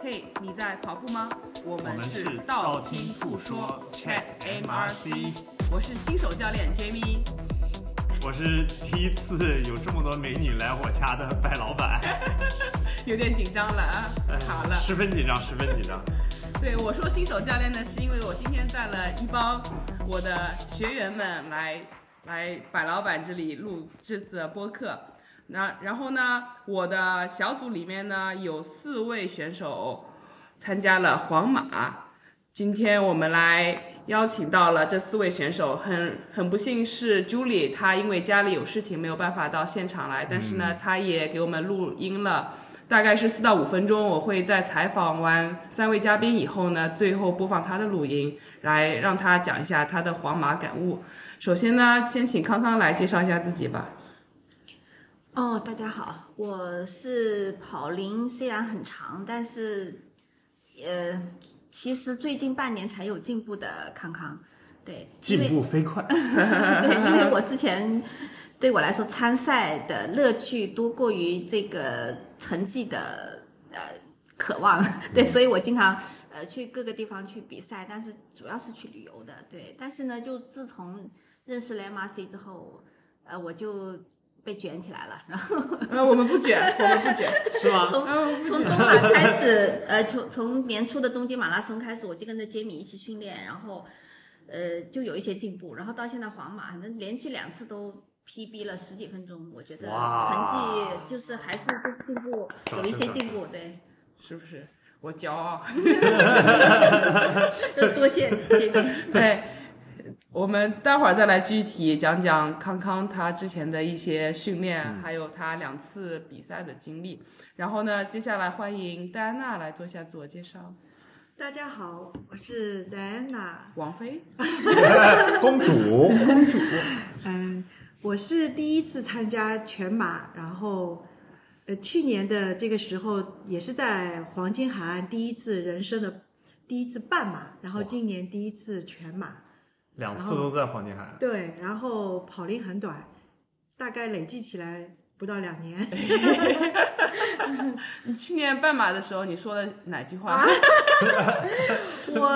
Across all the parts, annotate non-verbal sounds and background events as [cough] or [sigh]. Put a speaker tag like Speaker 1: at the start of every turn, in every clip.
Speaker 1: 嘿，你在跑步吗？我
Speaker 2: 我
Speaker 1: 们
Speaker 2: 们
Speaker 1: 是
Speaker 2: 是
Speaker 1: 道
Speaker 2: 道
Speaker 1: 听
Speaker 2: 听
Speaker 1: 途说
Speaker 2: 途说
Speaker 1: Chat
Speaker 2: Chat
Speaker 1: MRC，我是新手教练 Jamie。
Speaker 2: 我是第一次有这么多美女来我家的白老板，
Speaker 1: 有点紧张了啊
Speaker 2: 哎，
Speaker 1: 好了。
Speaker 2: 十分紧张，十分紧张。
Speaker 1: 对我说新手教练呢，是因为我今天带了一帮我的学员们来来百老板这里录这次的播客。那然后呢，我的小组里面呢有四位选手参加了皇马。今天我们来邀请到了这四位选手，很很不幸是 Julie，她因为家里有事情没有办法到现场来，但是呢，她也给我们录音了。大概是四到五分钟，我会在采访完三位嘉宾以后呢，最后播放他的录音，来让他讲一下他的皇马感悟。首先呢，先请康康来介绍一下自己吧。
Speaker 3: 哦，大家好，我是跑龄，虽然很长，但是，呃，其实最近半年才有进步的康康。对，因
Speaker 2: 进
Speaker 3: 为
Speaker 2: 步飞快，
Speaker 3: [laughs] 对，
Speaker 2: [laughs]
Speaker 3: 因为我之前对我来说参赛的乐趣多过于这个成绩的呃渴望，
Speaker 2: 嗯
Speaker 3: 对，所以我经常呃去各个地方去比赛，但是主要是去旅游的，对。但是呢，就自从认识了 MRC 之后，呃，我就被卷起来了，然后
Speaker 1: [laughs] 呃，我们不卷，我们不 [laughs] 卷。哦
Speaker 2: 是 [laughs] 吗？
Speaker 3: 从从东马开始， [laughs] 呃，从从年初的东京马拉松开始，我就跟着杰米一起训练，然后，呃，就有一些进步，然后到现在皇马，反正连续两次都 PB 了十几分钟，我觉得成
Speaker 2: 哇
Speaker 3: 绩就是还是就是进步，有一些进步，对，
Speaker 1: 是不是？我骄傲。
Speaker 3: 就多谢杰米。
Speaker 1: 对，我们待会儿再来具体讲讲康康他之前的一些训练，还有他两次比赛的经历。然后呢，接下来欢迎戴安娜来做一下自我介绍。
Speaker 4: 大家好，我是 Diana。
Speaker 1: 王菲，
Speaker 2: 哎
Speaker 5: 公主，
Speaker 4: 嗯，我是第一次参加全马，然后，呃，去年的这个时候也是在黄金海岸第一次人生的第一次半马，然后今年第一次全马。
Speaker 2: 两次都在黄金海岸，
Speaker 4: 对，然后跑龄很短，大概累计起来不到两年。
Speaker 1: 你去年半马的时候你说了哪句话？
Speaker 4: 啊
Speaker 1: [laughs]
Speaker 4: 我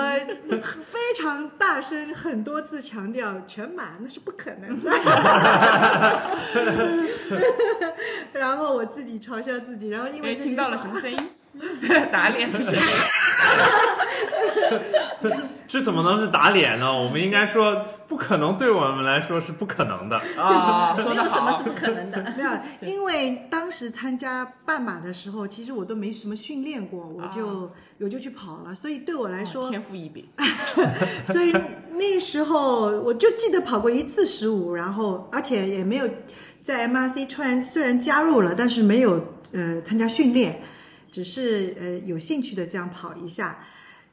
Speaker 4: 非常大声很多次强调全马那是不可能
Speaker 1: [laughs]
Speaker 4: 的，然后我自己嘲笑自己，然后因
Speaker 1: 哎，
Speaker 4: 为这句
Speaker 1: 听到了
Speaker 4: 话
Speaker 1: 什么
Speaker 4: [laughs]
Speaker 1: 声音？打脸的声音。
Speaker 2: 这怎么能是打脸呢？我们应该说，不可能对我们来说是不可能的。
Speaker 1: 啊、说
Speaker 3: 没
Speaker 1: 的
Speaker 3: 有什么
Speaker 1: 好
Speaker 3: 是。不可能的，
Speaker 4: 没有，因为当时参加半马的时候，其实我都没什么训练过，我就、
Speaker 1: 啊
Speaker 4: 我就去跑了，所以对我来说，
Speaker 1: 天赋异禀，
Speaker 4: 所以那时候我就记得跑过一次十五，然后而且也没有在 MRC 虽然虽然加入了，但是没有呃参加训练，只是呃有兴趣的这样跑一下，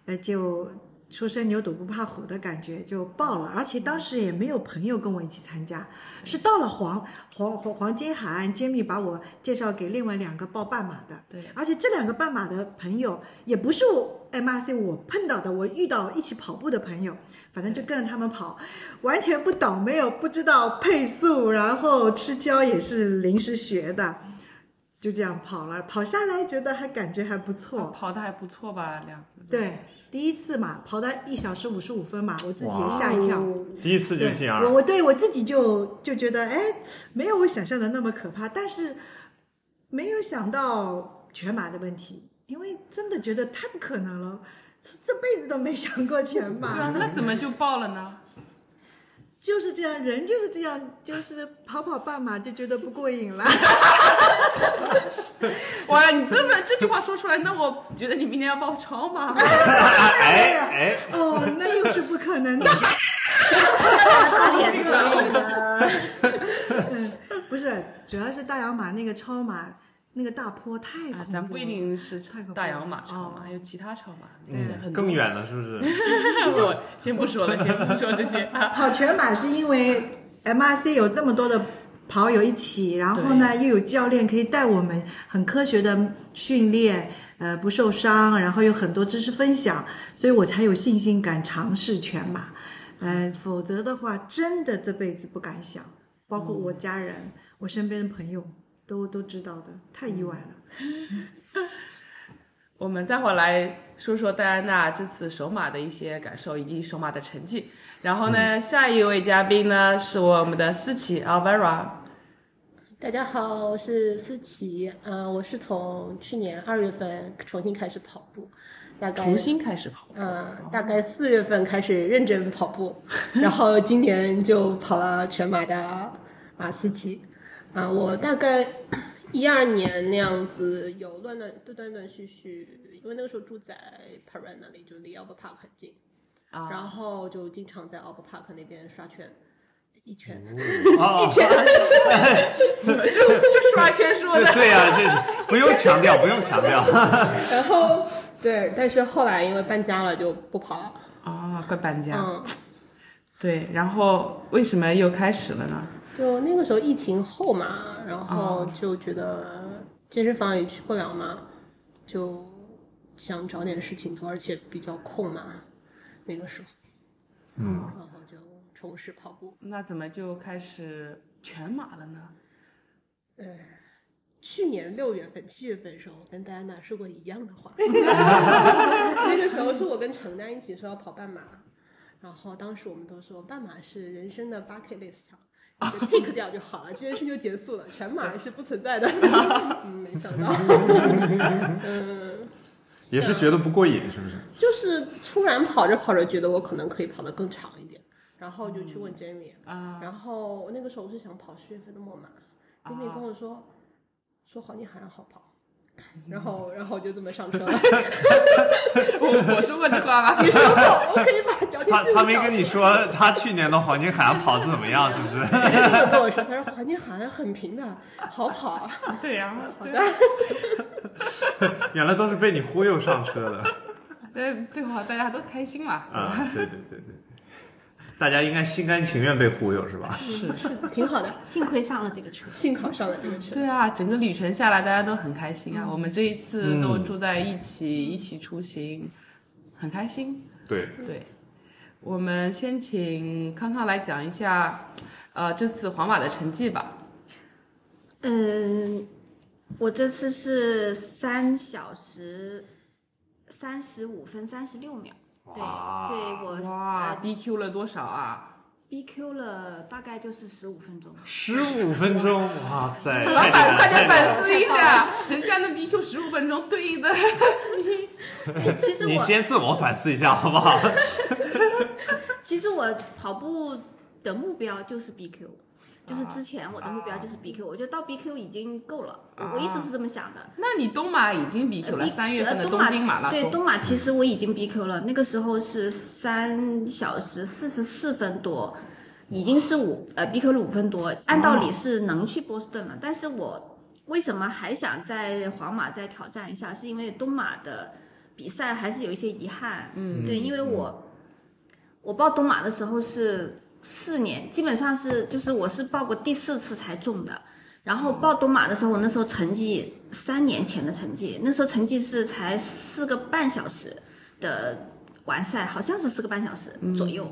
Speaker 4: 呃就初生牛犊不怕虎的感觉就报了，而且当时也没有朋友跟我一起参加，是到了黄黄黄黄金海岸，杰米把我介绍给另外两个报半马的，
Speaker 1: 对，
Speaker 4: 而且这两个半马的朋友也不是我 MRC 我碰到的，我遇到一起跑步的朋友，反正就跟着他们跑，完全不懂，没有不知道配速，然后吃胶也是临时学的，就这样跑了，跑下来觉得还感觉还不错，
Speaker 1: 跑的还不错吧？两
Speaker 4: 对，第一次嘛，跑到一小时五十五分嘛，我自己也
Speaker 1: 哦
Speaker 4: 吓一跳。
Speaker 2: 第一次就进
Speaker 1: 啊
Speaker 4: 我
Speaker 2: 二，
Speaker 4: 我对我自己就就觉得，哎，没有我想象的那么可怕，但是没有想到全马的问题，因为真的觉得太不可能了，这这辈子都没想过全
Speaker 1: [laughs] 对啊
Speaker 4: 马，，
Speaker 1: 那怎么就爆了呢？
Speaker 4: 就是这样，人就是这样，就是跑跑半马就觉得不过瘾了。
Speaker 1: 哇，你这么这句话说出来，那我觉得你明年要报超
Speaker 4: [laughs]
Speaker 1: 马。啊
Speaker 2: 哎哎，
Speaker 4: 哦，那又是不可能的。
Speaker 3: 打脸
Speaker 4: 嗯，不是，主要是大洋马那个超马那个大坡太恐怖了、
Speaker 1: 啊，咱不一定是
Speaker 4: 太可怕
Speaker 1: 大
Speaker 4: 了
Speaker 1: 洋马超马，
Speaker 4: 哦
Speaker 1: 还有其他超马，是
Speaker 2: 嗯，
Speaker 1: 很
Speaker 2: 更。远了是不是？
Speaker 1: [laughs] 这是我先不说了，先不说这些啊。
Speaker 4: [laughs] 跑全马是因为 MRC 有这么多的跑友一起，然后呢又有教练可以带我们很科学的训练，呃不受伤，然后有很多知识分享，所以我才有信心敢尝试全马。嗯、否则的话真的这辈子不敢想，包
Speaker 2: 嗯
Speaker 4: 括我家人、我身边的朋友都都知道的，太意外了。
Speaker 1: 我们待会儿来说说戴安娜这次首马的一些感受以及首马的成绩。然后呢，下一位嘉宾呢是我们的思琪 Alvara。
Speaker 6: 大家好，我是思琪，嗯、我是从去年二月份重新开始跑步，大概
Speaker 1: 重新开始跑，
Speaker 6: 嗯，大概四月份开始认真跑步，
Speaker 1: [laughs]
Speaker 6: 然后今年就跑了全马的马四级。啊，我大概一二年那样子有断断断断断续续，因为那个时候住在 p a r a 那里，就离 Alba Park 很近，
Speaker 1: 啊 [laughs]
Speaker 6: 然后就经常在 Alba Park 那边刷圈，一圈，
Speaker 2: 哦，
Speaker 1: 就就刷圈说 [laughs]
Speaker 2: 对
Speaker 1: 的，
Speaker 2: 对呀、这不用强调，不用强调。
Speaker 6: 然后对，但是后来因为搬家了就不跑了，
Speaker 1: 啊，快搬家。
Speaker 6: 嗯。
Speaker 1: 对，然后为什么又开始了呢？
Speaker 6: 就那个时候疫情后嘛，然后就觉得健身房也去不了嘛，就想找点事情做，而且比较空嘛，那个时候，嗯，然后就重拾跑步。
Speaker 1: 那怎么就开始全马了 [laughs] 呢？
Speaker 6: 去年六月份、七月份的时候，我跟戴安娜说过一样的话。那个时候是我跟程丹一起说要跑半马，然后当时我们都说半马是人生的 bucket list，就啊 tick 掉就好了，这件事就结束了，全马是不存在的。嗯，没想到，嗯，
Speaker 2: 也是觉得不过瘾，是不是？
Speaker 6: 就是突然跑着跑着，觉得我可能可以跑得更长一点，然后就去问 Jamie，、
Speaker 1: 啊，
Speaker 6: 然后那个时候我是想跑十月份的墨马，Jamie 跟我说、说黄金海岸好跑，然后然后我就这么上车了。
Speaker 1: 我我说过这话吗？ [laughs]
Speaker 6: [laughs]
Speaker 1: 你说
Speaker 6: 我可以把聊天
Speaker 2: 他
Speaker 6: 记录
Speaker 2: 他没
Speaker 6: 找
Speaker 2: 跟
Speaker 6: 出
Speaker 2: 你
Speaker 6: 来
Speaker 2: 说他去年的黄金海岸跑的怎么样，是不是？
Speaker 6: 他有跟我说，他说环境好像很平的，好跑。
Speaker 1: 对啊呀、对。
Speaker 2: [laughs] 原来都是被你忽悠上车的
Speaker 1: 但最好大家都开心嘛。
Speaker 2: 啊！对对对对，大家应该心甘情愿被忽悠是吧？
Speaker 6: 是的挺好的，
Speaker 3: 幸亏上了这个车。
Speaker 6: 幸好上了这个车。
Speaker 1: 对啊，整个旅程下来大家都很开心啊。
Speaker 3: 嗯
Speaker 1: 我们这一次都住在一起，一起出行，很开心。
Speaker 2: 对，
Speaker 1: 对，我们先请康康来讲一下，呃，这次皇马的成绩吧。
Speaker 3: 嗯，我这次是三小时三十五分三十六秒。对，
Speaker 2: 哇
Speaker 3: 对我是
Speaker 1: 哇
Speaker 3: 呃
Speaker 1: ，DQ 了多少啊？
Speaker 3: BQ 了，大概就是十
Speaker 2: [laughs]
Speaker 3: 五分钟。
Speaker 2: 十五分钟，哇塞！
Speaker 1: [laughs] [laughs] 老
Speaker 2: 太厉
Speaker 1: 板，快
Speaker 2: 害
Speaker 1: 点反
Speaker 2: 了，太厉害了！
Speaker 1: 思一下，人家那 BQ 十五分钟对应的
Speaker 3: 其实
Speaker 2: 你
Speaker 3: 我
Speaker 2: 先自我反思一下好不好？
Speaker 3: 其实我跑步的目标就是 BQ，就是之前我的目标就是
Speaker 2: 啊
Speaker 3: BQ，我觉得到 BQ 已经够了，我我一直是这么想的。
Speaker 1: 那你东马已经 BQ 了，
Speaker 3: 比
Speaker 1: 三月份的
Speaker 3: 呃
Speaker 1: 东京马拉
Speaker 3: 对
Speaker 1: 松，
Speaker 3: 东马，其实我已经 BQ 了，那个时候是三小时四十四分多，已经是五呃 BQ 了五分多，按道理是能去波士顿了，但是我为什么还想在皇马再挑战一下？是因为东马的比赛还是有一些遗憾，嗯，对，因为我我报东马的时候是四年，基本上是就是我是报过第四次才中的。然后报东马的时候，我那时候成绩三年前的成绩，那时候成绩是才四个半小时的完赛，好像是四个半小时
Speaker 2: 嗯
Speaker 3: 左右。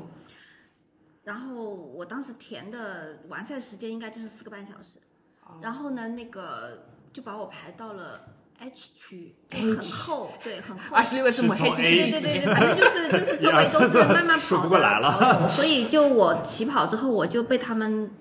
Speaker 3: 然后我当时填的完赛时间应该就是四个半小时，
Speaker 2: 哦
Speaker 3: 然后呢，那个就把我排到了 H 区，就很后，对，很后
Speaker 1: 二。十六个字母
Speaker 2: 是从
Speaker 1: 黑 T
Speaker 2: 哎 A
Speaker 1: 是
Speaker 3: 对对对对，反正就是就是周围
Speaker 2: [laughs]
Speaker 3: 都是慢慢
Speaker 2: 数
Speaker 3: 跑
Speaker 2: 不
Speaker 3: 的
Speaker 2: 过来了
Speaker 3: 跑 [laughs] 友所以就我起跑之后，我就被他们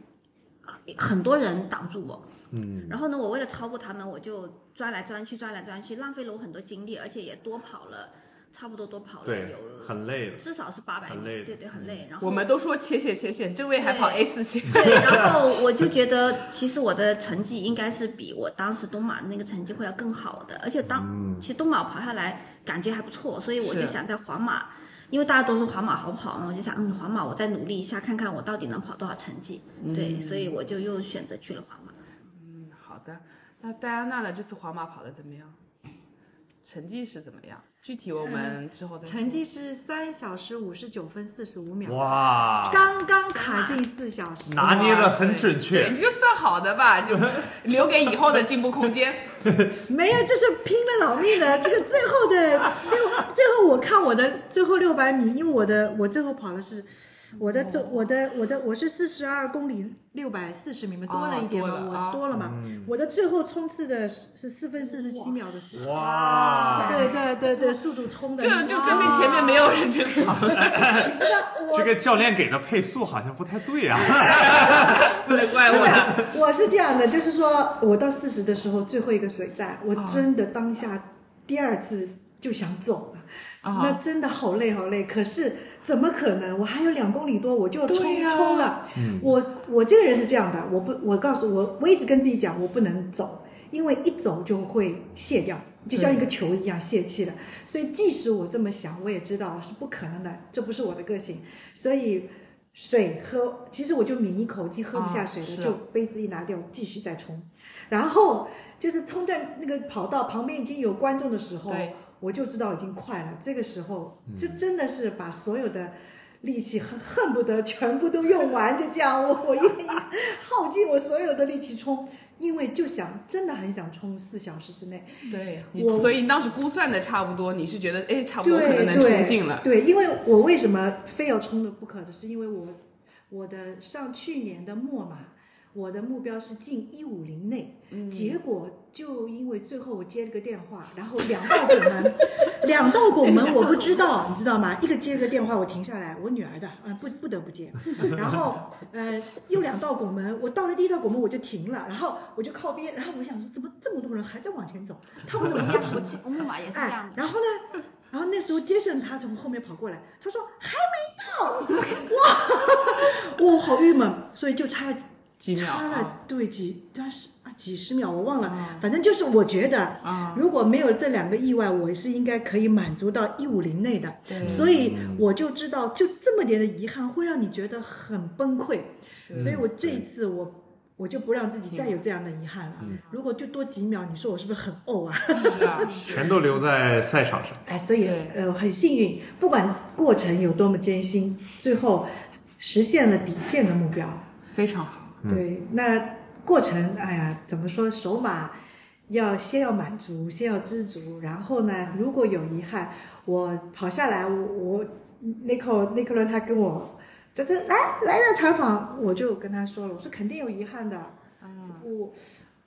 Speaker 3: 呃很多人挡住我。嗯，然后呢，我为了超过他们，我就钻来钻去，钻来钻去，浪费了我很多精力，而且也多跑了，差不多多跑了
Speaker 2: 对
Speaker 3: 有，
Speaker 2: 很累
Speaker 3: [laughs]
Speaker 2: 的。
Speaker 3: 至少是八百米，
Speaker 2: 很累的
Speaker 3: 对对，很累。然后
Speaker 1: 我们都说切线切线，这位还跑 A 次线，
Speaker 3: 对，然后我就觉得，其实我的成绩应该是比我当时东马的那个成绩会要更好的，而且当、其实东马跑下来感觉还不错，所以我就是想在皇马，因为大家都说皇马好跑嘛，我就想，嗯，皇马我再努力一下，看看我到底能跑多少成绩。对，所以我就又选择去了皇马。
Speaker 1: 好的，那戴安娜呢？这次皇马跑的怎么样？成绩是怎么样？具体我们之后再说
Speaker 7: 成绩是三小时五十九分四十五秒，
Speaker 2: 嗯哇，
Speaker 7: 刚刚卡进四小时。
Speaker 2: 拿捏的很准
Speaker 1: 对
Speaker 2: 确
Speaker 1: 你，就算好的吧，就留给以后的进步空
Speaker 4: [laughs]
Speaker 1: 间。
Speaker 7: 没有，这是拼了老命的。这个最后的六，最后我看我的最后六百米，因为我的我最后跑的是
Speaker 4: 我的总我的我的我是四十二公里六百四十米嘛，多了一点
Speaker 1: 多了
Speaker 4: 嘛，
Speaker 1: 啊
Speaker 4: 我多了嘛，我的最后冲刺的是是四分四十七秒的速度，
Speaker 1: 啊
Speaker 2: 哇，
Speaker 4: 对对对对，速度冲的，啊
Speaker 1: 这就证明前面没有认真跑。
Speaker 4: 你知道我
Speaker 2: 这个教练给的配速好像不太对啊。
Speaker 1: 不能怪我呀。
Speaker 4: 我是这样的，就是说我到四十的时候，最后一个水站，我
Speaker 1: 啊
Speaker 4: 真的当下第二次就想走了。
Speaker 1: 啊
Speaker 4: 那真的 [laughs] 好累好累，可是怎么可能？我还有两公里多，我就
Speaker 1: 对
Speaker 4: 冲、
Speaker 1: 呀
Speaker 4: 冲了。我我这个人是这样的，我不，我告诉我，我一直跟自己讲，我不能走，因为一走就会卸掉，就像一个球一样泄气的。所以即使我这么想，我也知道是不可能的，这不是我的个性。所以水喝，其实我就抿一口气喝不下水了，
Speaker 1: 啊是
Speaker 4: 就杯子一拿掉，继续再冲。然后就是冲在那个跑道旁边已经有观众的时候
Speaker 1: 对，
Speaker 4: 我就知道已经快了。这个时候，这真的是把所有的。力气恨恨不得全部都用完，就这样，我我愿意耗尽我所有的力气冲，因为就想真的很想冲四小时之内。
Speaker 1: 对，你
Speaker 4: 我
Speaker 1: 所以你当时估算的差不多，你是觉得哎，差不多
Speaker 4: 对
Speaker 1: 可能能冲进了。
Speaker 4: 对。对，因为我为什么非要冲的不可的，是因为我我的上去年的末马，我的目标是进一五零内，
Speaker 1: 嗯
Speaker 4: 结果就因为最后我接了个电话，然后两道拱门， [laughs] 两道拱门我不知道，你知道吗？一个接了个电话，我停下来，我女儿的，啊、不不得
Speaker 1: [laughs]
Speaker 4: 不接，然后呃又两道拱门，我到了第一道拱门我就停了，然后我就靠边，然后我想说怎么这么多人还在往前走，他们怎么
Speaker 3: 一
Speaker 4: 也
Speaker 3: 样
Speaker 4: 停
Speaker 3: 我去我木马也是这样
Speaker 4: 哎
Speaker 3: 的，。
Speaker 4: 然后呢，
Speaker 3: [laughs]
Speaker 4: 然后那时候杰森他从后面跑过来，他说还没到，哇，我 [laughs] 好郁闷，所以就差了
Speaker 1: 几秒
Speaker 4: 差
Speaker 1: 啊
Speaker 4: 了对几，但是啊几十秒我忘了，反正就是我觉得
Speaker 1: 啊，
Speaker 4: 如果没有这两个意外，我是应该可以满足到一五零内的，
Speaker 1: 对啊
Speaker 4: 所以我就知道，就这么点的遗憾会让你觉得很崩溃，所以我这一次我。我就不让自己再有这样的遗憾了。
Speaker 1: 嗯
Speaker 4: 如果就多几秒，你说我是不是很怄啊？
Speaker 1: 是啊，
Speaker 2: 全都留在赛场上。
Speaker 4: 哎，所以
Speaker 1: 对
Speaker 4: 呃很幸运，不管过程有多么艰辛，最后实现了底线的目标。
Speaker 1: 非常好。
Speaker 4: 对，那过程，哎呀，怎么说，首马要先要满足，先要知足，然后呢，如果有遗憾，我跑下来，我我 Nico Nico 他跟我，他他来来让采访，我就跟他说了，我说肯定有遗憾的，我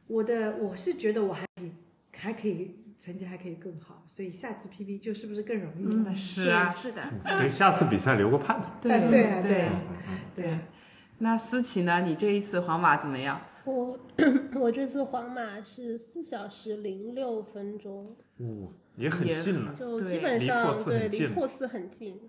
Speaker 4: 我的我是觉得我还可以还可以成绩还可以更好，所以下次 PB 就是不是更容易了？
Speaker 1: 是啊
Speaker 3: 对，是的，
Speaker 2: 给下次比赛留个盼头。
Speaker 1: 对
Speaker 4: 对啊对
Speaker 1: 嗯
Speaker 4: 啊
Speaker 1: 对。那思琪呢？你这一次皇马怎么样？
Speaker 6: 我我这次皇马是四小时零六分钟，
Speaker 2: 哦，也很近了。
Speaker 6: 就
Speaker 1: 对
Speaker 6: 基本
Speaker 2: 离
Speaker 6: 上
Speaker 2: 珀斯
Speaker 6: 对
Speaker 2: 很
Speaker 6: 离
Speaker 2: 近
Speaker 6: 珀斯很近。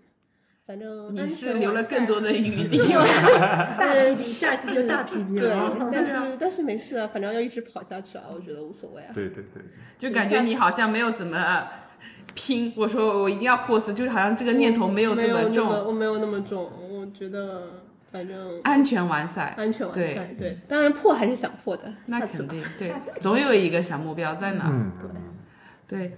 Speaker 6: 反正
Speaker 1: 你
Speaker 6: 安
Speaker 4: 哎
Speaker 1: 是
Speaker 6: 全
Speaker 1: 留了
Speaker 6: 完
Speaker 1: 更
Speaker 6: 赛
Speaker 1: 多的余
Speaker 4: [laughs]
Speaker 1: 地。
Speaker 4: 大 PB 下次就大
Speaker 1: 啊
Speaker 4: PB
Speaker 6: 对
Speaker 4: 了，，
Speaker 6: 但是但是没事啊，反正要一直跑下去啊，我觉得无所谓啊。
Speaker 2: 对对对对，
Speaker 1: 就感觉你好像没有怎么拼。我说我一定要破四，就是好像这个念头没有这
Speaker 6: 没有
Speaker 1: 么
Speaker 6: 那么
Speaker 1: 重，
Speaker 6: 我没有那么重，我觉得反正
Speaker 1: 安全完赛。
Speaker 6: 安全完
Speaker 1: 对
Speaker 6: 赛。对，当然破还是想破的，
Speaker 1: 那
Speaker 6: 下次
Speaker 1: 肯
Speaker 6: 吧
Speaker 1: 定
Speaker 6: [laughs]
Speaker 1: 对
Speaker 4: 下次，
Speaker 1: 总有一个小目标在哪。
Speaker 2: 嗯，
Speaker 1: 对。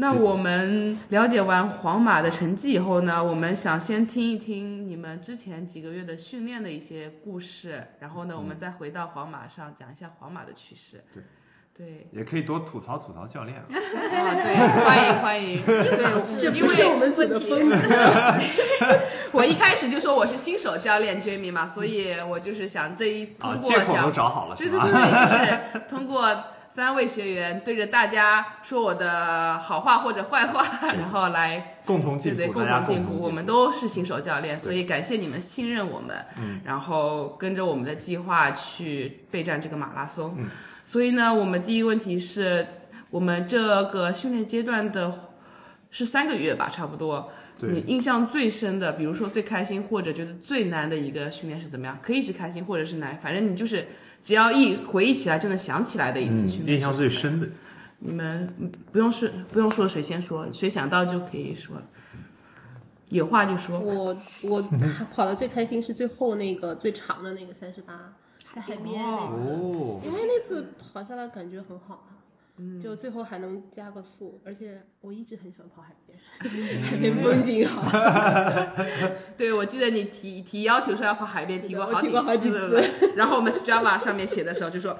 Speaker 1: 那我们了解完皇马的成绩以后呢，我们想先听一听你们之前几个月的训练的一些故事，然后呢，我们再回到皇马上讲一下皇马的趋势。
Speaker 2: 嗯对，
Speaker 1: 对，
Speaker 2: 也可以多吐槽吐槽教练啊。
Speaker 1: 啊，对，欢迎欢
Speaker 6: [laughs]
Speaker 1: 迎，对，因
Speaker 6: 不是
Speaker 1: 为
Speaker 6: 我们组的风格。
Speaker 1: 我一开始就说我是新手教练 Jamie 嘛，所以我就是想这一
Speaker 2: 啊，
Speaker 1: 通过
Speaker 2: 借口
Speaker 1: 讲
Speaker 2: 都找好了
Speaker 1: 对
Speaker 2: 是
Speaker 1: 对
Speaker 2: 吧？
Speaker 1: 对，就是通过三位学员对着大家说我的好话或者坏话，然后来
Speaker 2: 共同
Speaker 1: 对
Speaker 2: 进
Speaker 1: 对
Speaker 2: 步，
Speaker 1: 共
Speaker 2: 大家
Speaker 1: 同
Speaker 2: 共
Speaker 1: 进
Speaker 2: 同
Speaker 1: 步。我们
Speaker 2: 都
Speaker 1: 都是新手教练，所以感谢你们信任我们，
Speaker 2: 嗯
Speaker 1: 然后跟着我们的计划去备战这个马拉松。
Speaker 2: 嗯
Speaker 1: 所以呢，我们第一问题是我们这个训练阶段的是三个月吧，差不多。你
Speaker 2: 对
Speaker 1: 印象最深的，比如说最开心或者觉得最难的一个训练是怎么样？可以是开心或者是难，反正你就是只要一回忆起来就能想起来的一次训
Speaker 2: 嗯，
Speaker 1: 练。
Speaker 2: 印象最深的
Speaker 1: 你们嗯不用说，不用说谁先说，谁想到就可以说了，有话就 [laughs] 说。
Speaker 6: 我我跑的最开心是最后那个最长的那个三十八，在海边那
Speaker 3: 嗯
Speaker 6: 次，
Speaker 2: 哦，
Speaker 6: 因为那次跑下来感觉很好啊，
Speaker 1: 嗯
Speaker 6: 就最后还能加个速，而且我一直很喜欢跑海
Speaker 1: 嗯
Speaker 6: 边， [laughs] 海边风景好，
Speaker 1: 对，我记得你提提要求说要跑海边，提过
Speaker 6: 我
Speaker 1: 好
Speaker 6: 提过好
Speaker 1: 几
Speaker 6: 几
Speaker 1: 次。然后我们 Strava 上面写的时候就说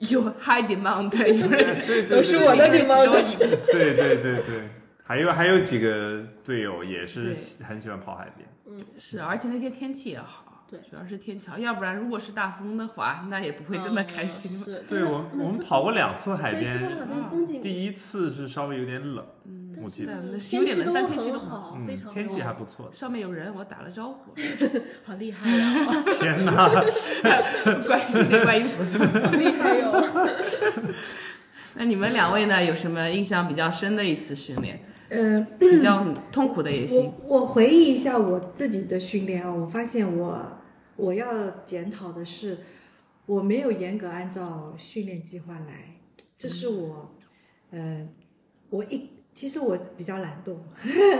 Speaker 1: 有 high demand，有人 [laughs]
Speaker 2: 对对
Speaker 6: [laughs] 都是我的
Speaker 1: 其
Speaker 2: [laughs]
Speaker 6: demand
Speaker 1: 中一个。
Speaker 2: 对对对对，还有还有几个队友也是
Speaker 4: 对
Speaker 2: 喜很喜欢跑海边，
Speaker 1: 是，而且那天天气也啊好，
Speaker 6: 对
Speaker 1: 主要是天气好，要不然如果是大风的话，那也不 [laughs] 会这么开心 [laughs]
Speaker 6: 嗯
Speaker 1: 了。
Speaker 6: 是
Speaker 2: 对我们
Speaker 6: 每
Speaker 2: 我
Speaker 6: 次
Speaker 2: 们跑过两次海
Speaker 6: 每次
Speaker 2: 边，
Speaker 6: 看海边风景，
Speaker 2: 第一次是稍微有点冷，
Speaker 1: 嗯，
Speaker 2: 我记得，
Speaker 1: 但是有
Speaker 6: 天
Speaker 1: 点
Speaker 6: 气
Speaker 1: 冷，
Speaker 6: 都
Speaker 1: 但天气
Speaker 6: 很
Speaker 1: 都好。。
Speaker 6: 好，非
Speaker 2: 嗯，
Speaker 6: 常
Speaker 2: 天气
Speaker 6: 好
Speaker 2: 还不错
Speaker 1: 上面有人，我打了招呼，
Speaker 6: 好厉害啊呀，
Speaker 2: 天哪，
Speaker 1: 关谢谢观音菩萨。
Speaker 6: 好厉害
Speaker 1: [laughs]
Speaker 6: 哦哟！
Speaker 1: 那你们两位呢，有什么印象比较深的一次训练？
Speaker 4: 嗯，
Speaker 1: 比较痛苦的也行。
Speaker 4: 我我回忆一下我自己的训练啊，我发现我我要检讨的是，我没有严格按照训练计划来，这是我，呃，我一其实我比较懒惰，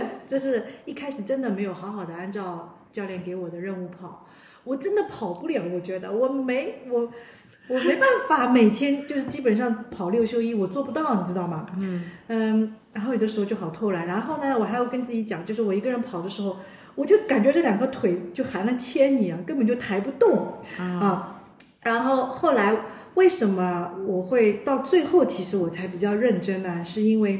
Speaker 4: [laughs] 这是一开始真的没有好好的按照教练给我的任务跑，我真的跑不了，我觉得我没我。我没办法每天就是基本上跑六休一，我做不到，你知道吗？嗯，然后有的时候就好透了。然后呢，我还要跟自己讲，就是我一个人跑的时候，我就感觉这两个腿就含了铅一样，根本就抬不动啊。然后后来为什么我会到最后，其实我才比较认真呢？是因为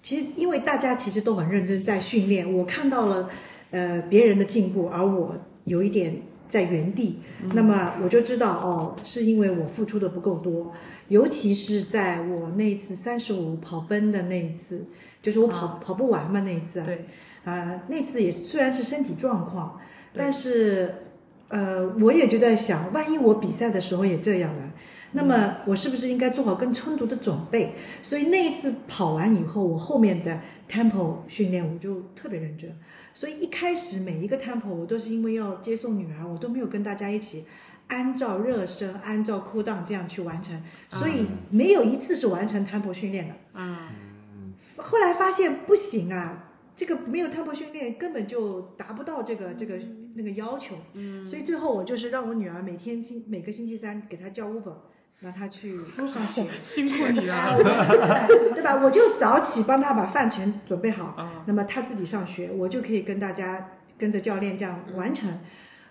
Speaker 4: 其实因为大家其实都很认真在训练，我看到了呃别人的进步，而我有一点。在原地，那么我就知道哦，是因为我付出的不够多，尤其是在我那一次三十五跑奔的那一次，就是我跑、跑不完嘛那一次啊，
Speaker 1: 对，
Speaker 4: 呃，那次也虽然是身体状况，
Speaker 1: 对
Speaker 4: 但是呃，我也就在想，万一我比赛的时候也这样呢？那么我是不是应该做好更充足的准备？所以那一次跑完以后，我后面的 tempo 训练我就特别认真。所以一开始每一个 tempo 我都是因为要接送女儿，我都没有跟大家一起按照热身、按照 cool down 这样去完成，所以没有一次是完成 tempo 训练的。
Speaker 1: 嗯，
Speaker 4: 后来发现不行啊，这个没有 tempo 训练根本就达不到这个这个那个要求，所以最后我就是让我女儿每天星每个星期三给她叫 Uber，让她去上学，
Speaker 1: [laughs] 辛苦你
Speaker 4: 啊
Speaker 1: 了。
Speaker 4: 我对吧？我就早起帮她把饭钱准备好，
Speaker 1: 啊，
Speaker 4: 那么她自己上学，我就可以跟大家跟着教练
Speaker 1: 嗯
Speaker 4: 这样完成。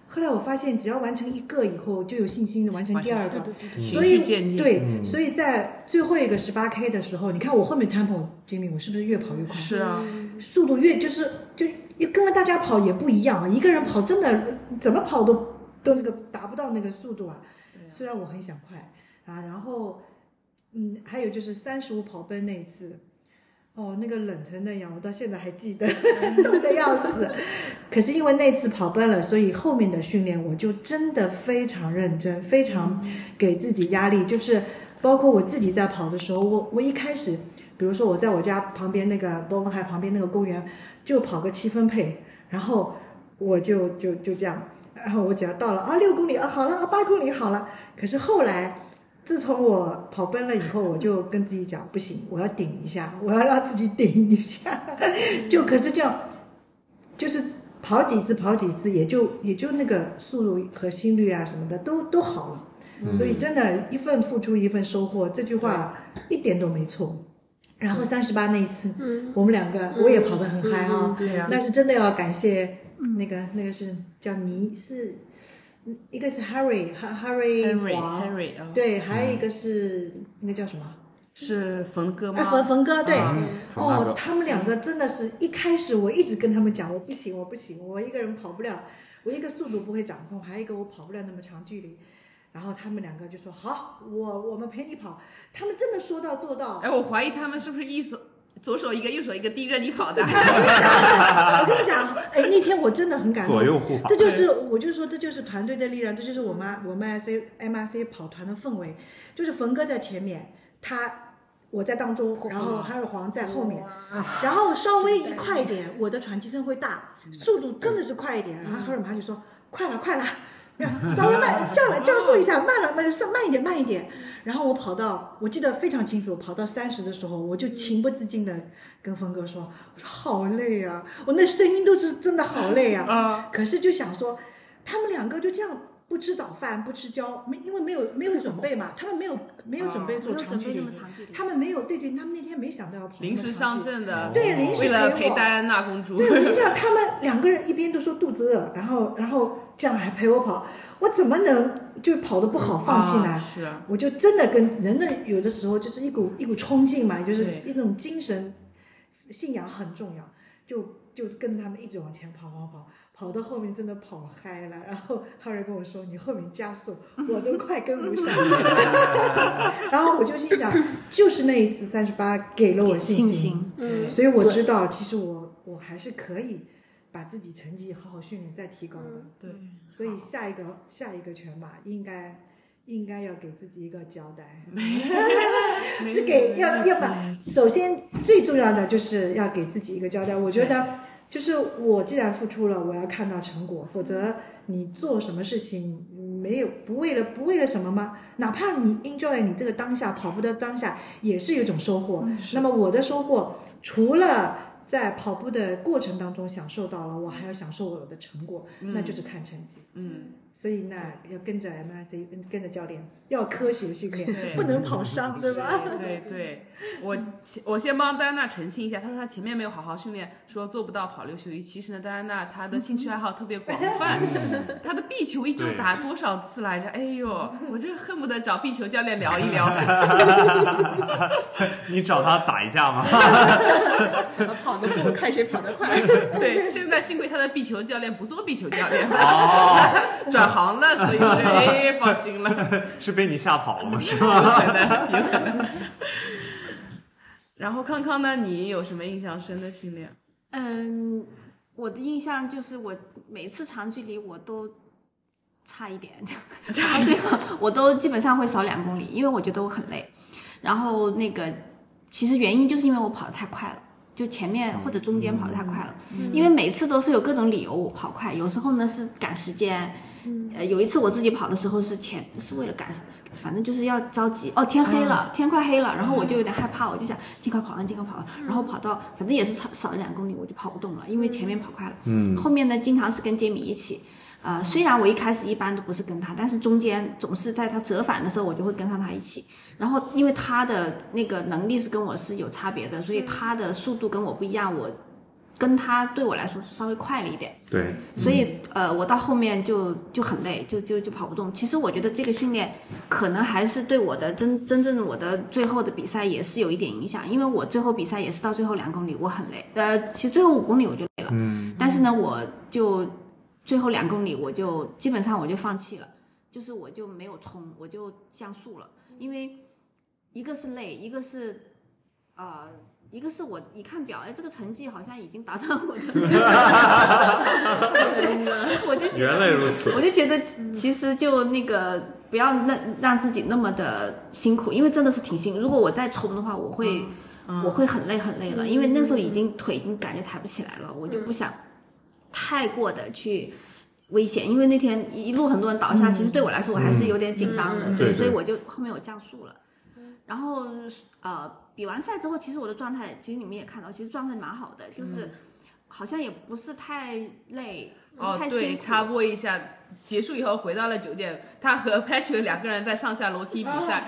Speaker 4: 后来我发现，只要完成一个以后，就有信心地完成第二
Speaker 6: 对
Speaker 4: 个，
Speaker 6: 对对对，
Speaker 4: 所
Speaker 1: 循
Speaker 4: 以
Speaker 1: 序渐进
Speaker 4: 对，
Speaker 8: 嗯
Speaker 4: 所以在最后一个十八 K 的时候，你看我后面 tempo 经理，我是不是越跑越快？
Speaker 1: 是啊，
Speaker 4: 速度越就是就又跟着大家跑也不一样啊，一个人跑真的怎么跑都都那个达不到那个速度啊。虽然我很想快啊，然后嗯，还有就是三十五跑奔那一次，哦，那个冷成那样，我到现在还记得， [laughs] 冻得要死。可是因为那次跑奔了，所以后面的训练我就真的非常认真，非常给自己压力，就是包括我自己在跑的时候，我我一开始。比如说我在我家旁边那个波文海旁边那个公园，就跑个七分配，然后我就就就这样，然后我只要到了啊六公里啊好了啊八公里好了，可是后来。自从我跑奔了以后，我就跟自己讲，不行，我要顶一下，我要让自己顶一下。 [laughs] 就可是这样，就是跑几次跑几次，也就也就那个速度和心率啊什么的都都好了。所以真的，一份付出一份收获，这句话一点都没错。然后三十八那一次，
Speaker 6: 嗯，
Speaker 4: 我们两个我也跑得很嗨啊、
Speaker 1: 对呀、
Speaker 4: 那是真的要感谢那个那个是叫尼是，嗯一个是 Harry 哈 Harry 华，
Speaker 1: Henry 啊，
Speaker 4: 对，还有一个是那个叫什么？
Speaker 1: 是冯哥
Speaker 4: 哎，
Speaker 1: 吗？
Speaker 4: 冯冯哥对。
Speaker 2: 嗯冯大
Speaker 4: 哦
Speaker 2: 哥，
Speaker 4: 他们两个真的是一开始我一直跟他们讲，我不行，我不行，我一个人跑不了，我一个速度不会掌控，还有一个我跑不了那么长距离。然后他们两个就说好，我我们陪你跑。他们真的说到做 [laughs] 到。
Speaker 1: 哎，我怀疑他们是不是一手左手一个，右手一个盯着你跑的？
Speaker 4: 我跟你讲，哎，那天我真的很感动
Speaker 2: 左。右护法 [laughs]
Speaker 4: 这，就是我就说这就是团队的力量，这就是我们我们 S M R C 跑团的氛围，就是冯哥在前面，他我在当中，然后还有黄在后面，然后稍微一快一点，我的喘气声会大，速度真的是快一点，然后赫尔马就说快了快了，稍微慢降了降速一下，慢了慢上慢一点慢一点，然后我跑到我记得非常清楚，跑到三十的时候，我就情不自禁的跟峰哥说，我说好累啊，我那声音都是真的好累 [laughs] 啊，
Speaker 1: 啊，
Speaker 4: 可是就想说，他们两个就这样不吃早饭，不吃胶，没因为没有没有准备
Speaker 9: [laughs]
Speaker 4: 嘛，他们没有没有准备做
Speaker 9: 啊没有准
Speaker 4: 长距
Speaker 9: 备那么
Speaker 4: 离，
Speaker 9: 长距离。
Speaker 4: 他们没有对对，他们那天没想到要跑那么
Speaker 1: 临时上
Speaker 4: 长距离，
Speaker 1: 阵的，
Speaker 4: 对临时
Speaker 1: 为了
Speaker 4: 陪
Speaker 1: 陪
Speaker 4: 我
Speaker 1: 戴安娜公主。
Speaker 4: 对，我就想他们两个人一边都说肚子饿，然后然后这样还陪我跑，我怎么能就跑得不好 [laughs] 放弃呢？
Speaker 1: [laughs] 啊是啊，
Speaker 4: 我就真的跟人的有的时候就是一股一股冲劲嘛，就是
Speaker 1: 对
Speaker 4: 一种精神信仰很重要，就就跟着他们一直往前跑跑跑，跑到后面真的跑嗨了。然后浩然跟我说：“你后面加速，我都快跟不上。”然后我就心想，就是那一次三十八给了我
Speaker 3: 信
Speaker 4: 心，
Speaker 3: 心，
Speaker 6: 嗯，
Speaker 4: 所以我知道其实我我还是可以把自己成绩好好训练再提高的。
Speaker 1: 对，
Speaker 4: 所以下一个下一个全马应该应该要给自己一个交代。是给要要把，首先最重要的就是要给自己一个交代。我觉得就是我既然付出了，我要看到成果，否则你做什么事情没有不为了不为了什么吗？哪怕你 enjoy 你这个当下跑步的当下，也是有一种收获。那么我的收获除了。在跑步的过程当中享受到了，我还要享受我的成果，那就是看成绩。
Speaker 1: 嗯，
Speaker 4: 所以那要跟着 MSC，跟着教练，要科学训练，
Speaker 1: 对
Speaker 4: 不能跑
Speaker 3: 嗯
Speaker 4: 伤，对吧？
Speaker 1: 对对，我前我先帮戴安娜澄清一下，她说她前面没有好好训练，说做不到跑六休一。其实呢，戴安娜她的兴趣爱好特别广
Speaker 4: [laughs]
Speaker 1: 泛，她的壁球一周打多少次来着？哎呦，我这恨不得找壁球教练聊一聊。
Speaker 2: 你找他打一架吗？ [laughs]
Speaker 6: 我跑得步，看谁跑得快。
Speaker 1: 对，现在幸亏她的壁球教练不做壁球教练，[laughs]
Speaker 2: 哦，
Speaker 1: 转行了，所以我就哎放心了。
Speaker 2: 是被你吓跑了吗？是
Speaker 1: 有可能，有可能。然后康康呢？你有什么印象深的训练？
Speaker 3: 嗯，我的印象就是我每次长距离我都差一点， [laughs] 差一点，我都基本上会少两公里，因为我觉得我很累。然后那个其实原因就是因为我跑得太快了。就前面或者中间跑得太快了，因为每次都是有各种理由我跑快，有时候呢是赶时间，呃，有一次我自己跑的时候是前是为了赶，反正就是要着急哦，天黑了，天快黑了，然后我就有点害怕，我就想尽快跑完，尽快跑完，然后跑到反正也是少少了两公里，我就跑不动了，因为前面跑快了，嗯，后面呢经常是跟杰米一起。呃，虽然我一开始一般都不是跟他，但是中间总是在他折返的时候，我就会跟上他一起。然后因为他的那个能力是跟我是有差别的，所以他的速度跟我不一样，我跟他对我来说是稍微快了一点。
Speaker 10: 对，
Speaker 3: 所以呃，我到后面就就很累，就就就跑不动。其实我觉得这个训练可能还是对我的真真正我的最后的比赛也是有一点影响，因为我最后比赛也是到最后两公里我很累，呃，其实最后五公里我就累了，嗯，但是呢，我就最后两公里我就基本上我就放弃了，就是我就没有冲，我就降速了，因为一个是累，一个是啊。一个是我一看表，哎，这个成绩好像已经达到我的，我就觉得
Speaker 2: 嗯原来如此，
Speaker 3: 我就觉得其实就那个不要那让自己那么的辛苦，因为真的是挺辛苦。如果我再冲的话，我会、我会很累很累了，因为那时候已经腿已经感觉抬不起来了，我就不想太过的去。危险，因为那天一路很多人倒下，其实对我来说我还是有点紧张的，
Speaker 6: 嗯
Speaker 10: 对
Speaker 3: 所
Speaker 10: 对
Speaker 3: 以我就后面我降速了。然后呃，比完赛之后，其实我的状态，其实你们也看到，其实状态蛮好的，就是好像也不是太累，不是
Speaker 1: [laughs] 哦，
Speaker 3: 太辛
Speaker 1: 对，
Speaker 3: 苦
Speaker 1: 插播一下，结束以后回到了酒店，他和 Patrick 两个人在上下楼梯比赛，
Speaker 3: 啊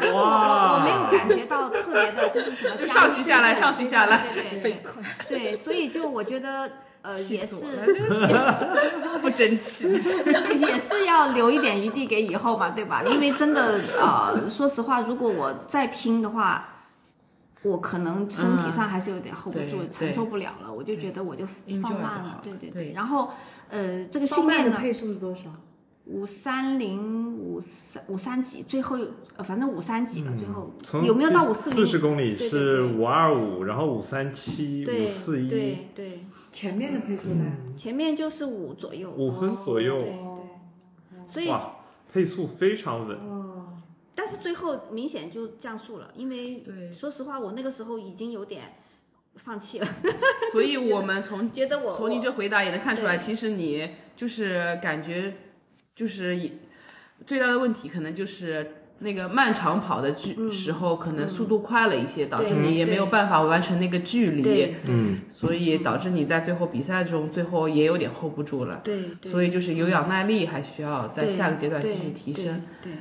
Speaker 3: 就是我我我没有感觉到特别的，就是什么
Speaker 1: 就
Speaker 3: 加
Speaker 1: 上去下来
Speaker 3: 速
Speaker 1: 上去下来
Speaker 3: 对对
Speaker 6: 飞
Speaker 3: 对
Speaker 6: 快，
Speaker 3: 对，所以就我觉得呃
Speaker 1: 气
Speaker 3: 也
Speaker 1: 死
Speaker 3: 是
Speaker 1: 我了， [laughs] 不争气。
Speaker 3: [laughs] 也是要留一点余地给以后嘛，对吧？因为真的呃，说实话，如果我再拼的话。我可能身体上还是有点 hold 不住，
Speaker 1: 对
Speaker 3: 承受不了了，我就觉得我就
Speaker 1: Enjoy
Speaker 3: 放慢
Speaker 1: 就
Speaker 3: 了
Speaker 1: 好，
Speaker 3: 对对
Speaker 1: 对
Speaker 3: 然后，呃，这个
Speaker 4: 放
Speaker 3: 训
Speaker 4: 慢
Speaker 3: 练
Speaker 4: 的
Speaker 3: 呢，
Speaker 4: 配速是多少？
Speaker 3: 五三零五三五三几，最后有呃反正五三几吧，最后
Speaker 2: 从
Speaker 3: 有没有到五
Speaker 2: 四十
Speaker 3: 零？
Speaker 2: 公里
Speaker 3: 对对
Speaker 2: 是
Speaker 3: 对
Speaker 2: 五二五，然后五三七、
Speaker 3: 对
Speaker 2: 五四一，
Speaker 3: 对对，
Speaker 4: 前面的配速呢？
Speaker 3: 前面就是五左右，
Speaker 2: 五分左右，
Speaker 3: 哦所以
Speaker 2: 哇，配速非常稳。
Speaker 4: 哦
Speaker 3: 但是最后明显就降速了，因为
Speaker 1: 对，
Speaker 3: 说实话，我那个时候已经有点放弃了，
Speaker 1: 所以我们从
Speaker 3: 觉得我
Speaker 1: 从你这回答也能看出来，
Speaker 3: 对
Speaker 1: 其实你就是感觉就是也最大的问题可能就是。那个漫长跑的距时候，可能速度快了一些，导致
Speaker 3: 嗯对
Speaker 1: 你也没有
Speaker 3: 对
Speaker 1: 办法完成那个距离。
Speaker 3: 对
Speaker 2: 嗯，
Speaker 1: 所以导致你在最后比赛中最后也有点 hold 不住了，
Speaker 3: 对对，
Speaker 1: 所以就是有氧耐力还需要在下个阶段继续提升。
Speaker 3: 对。对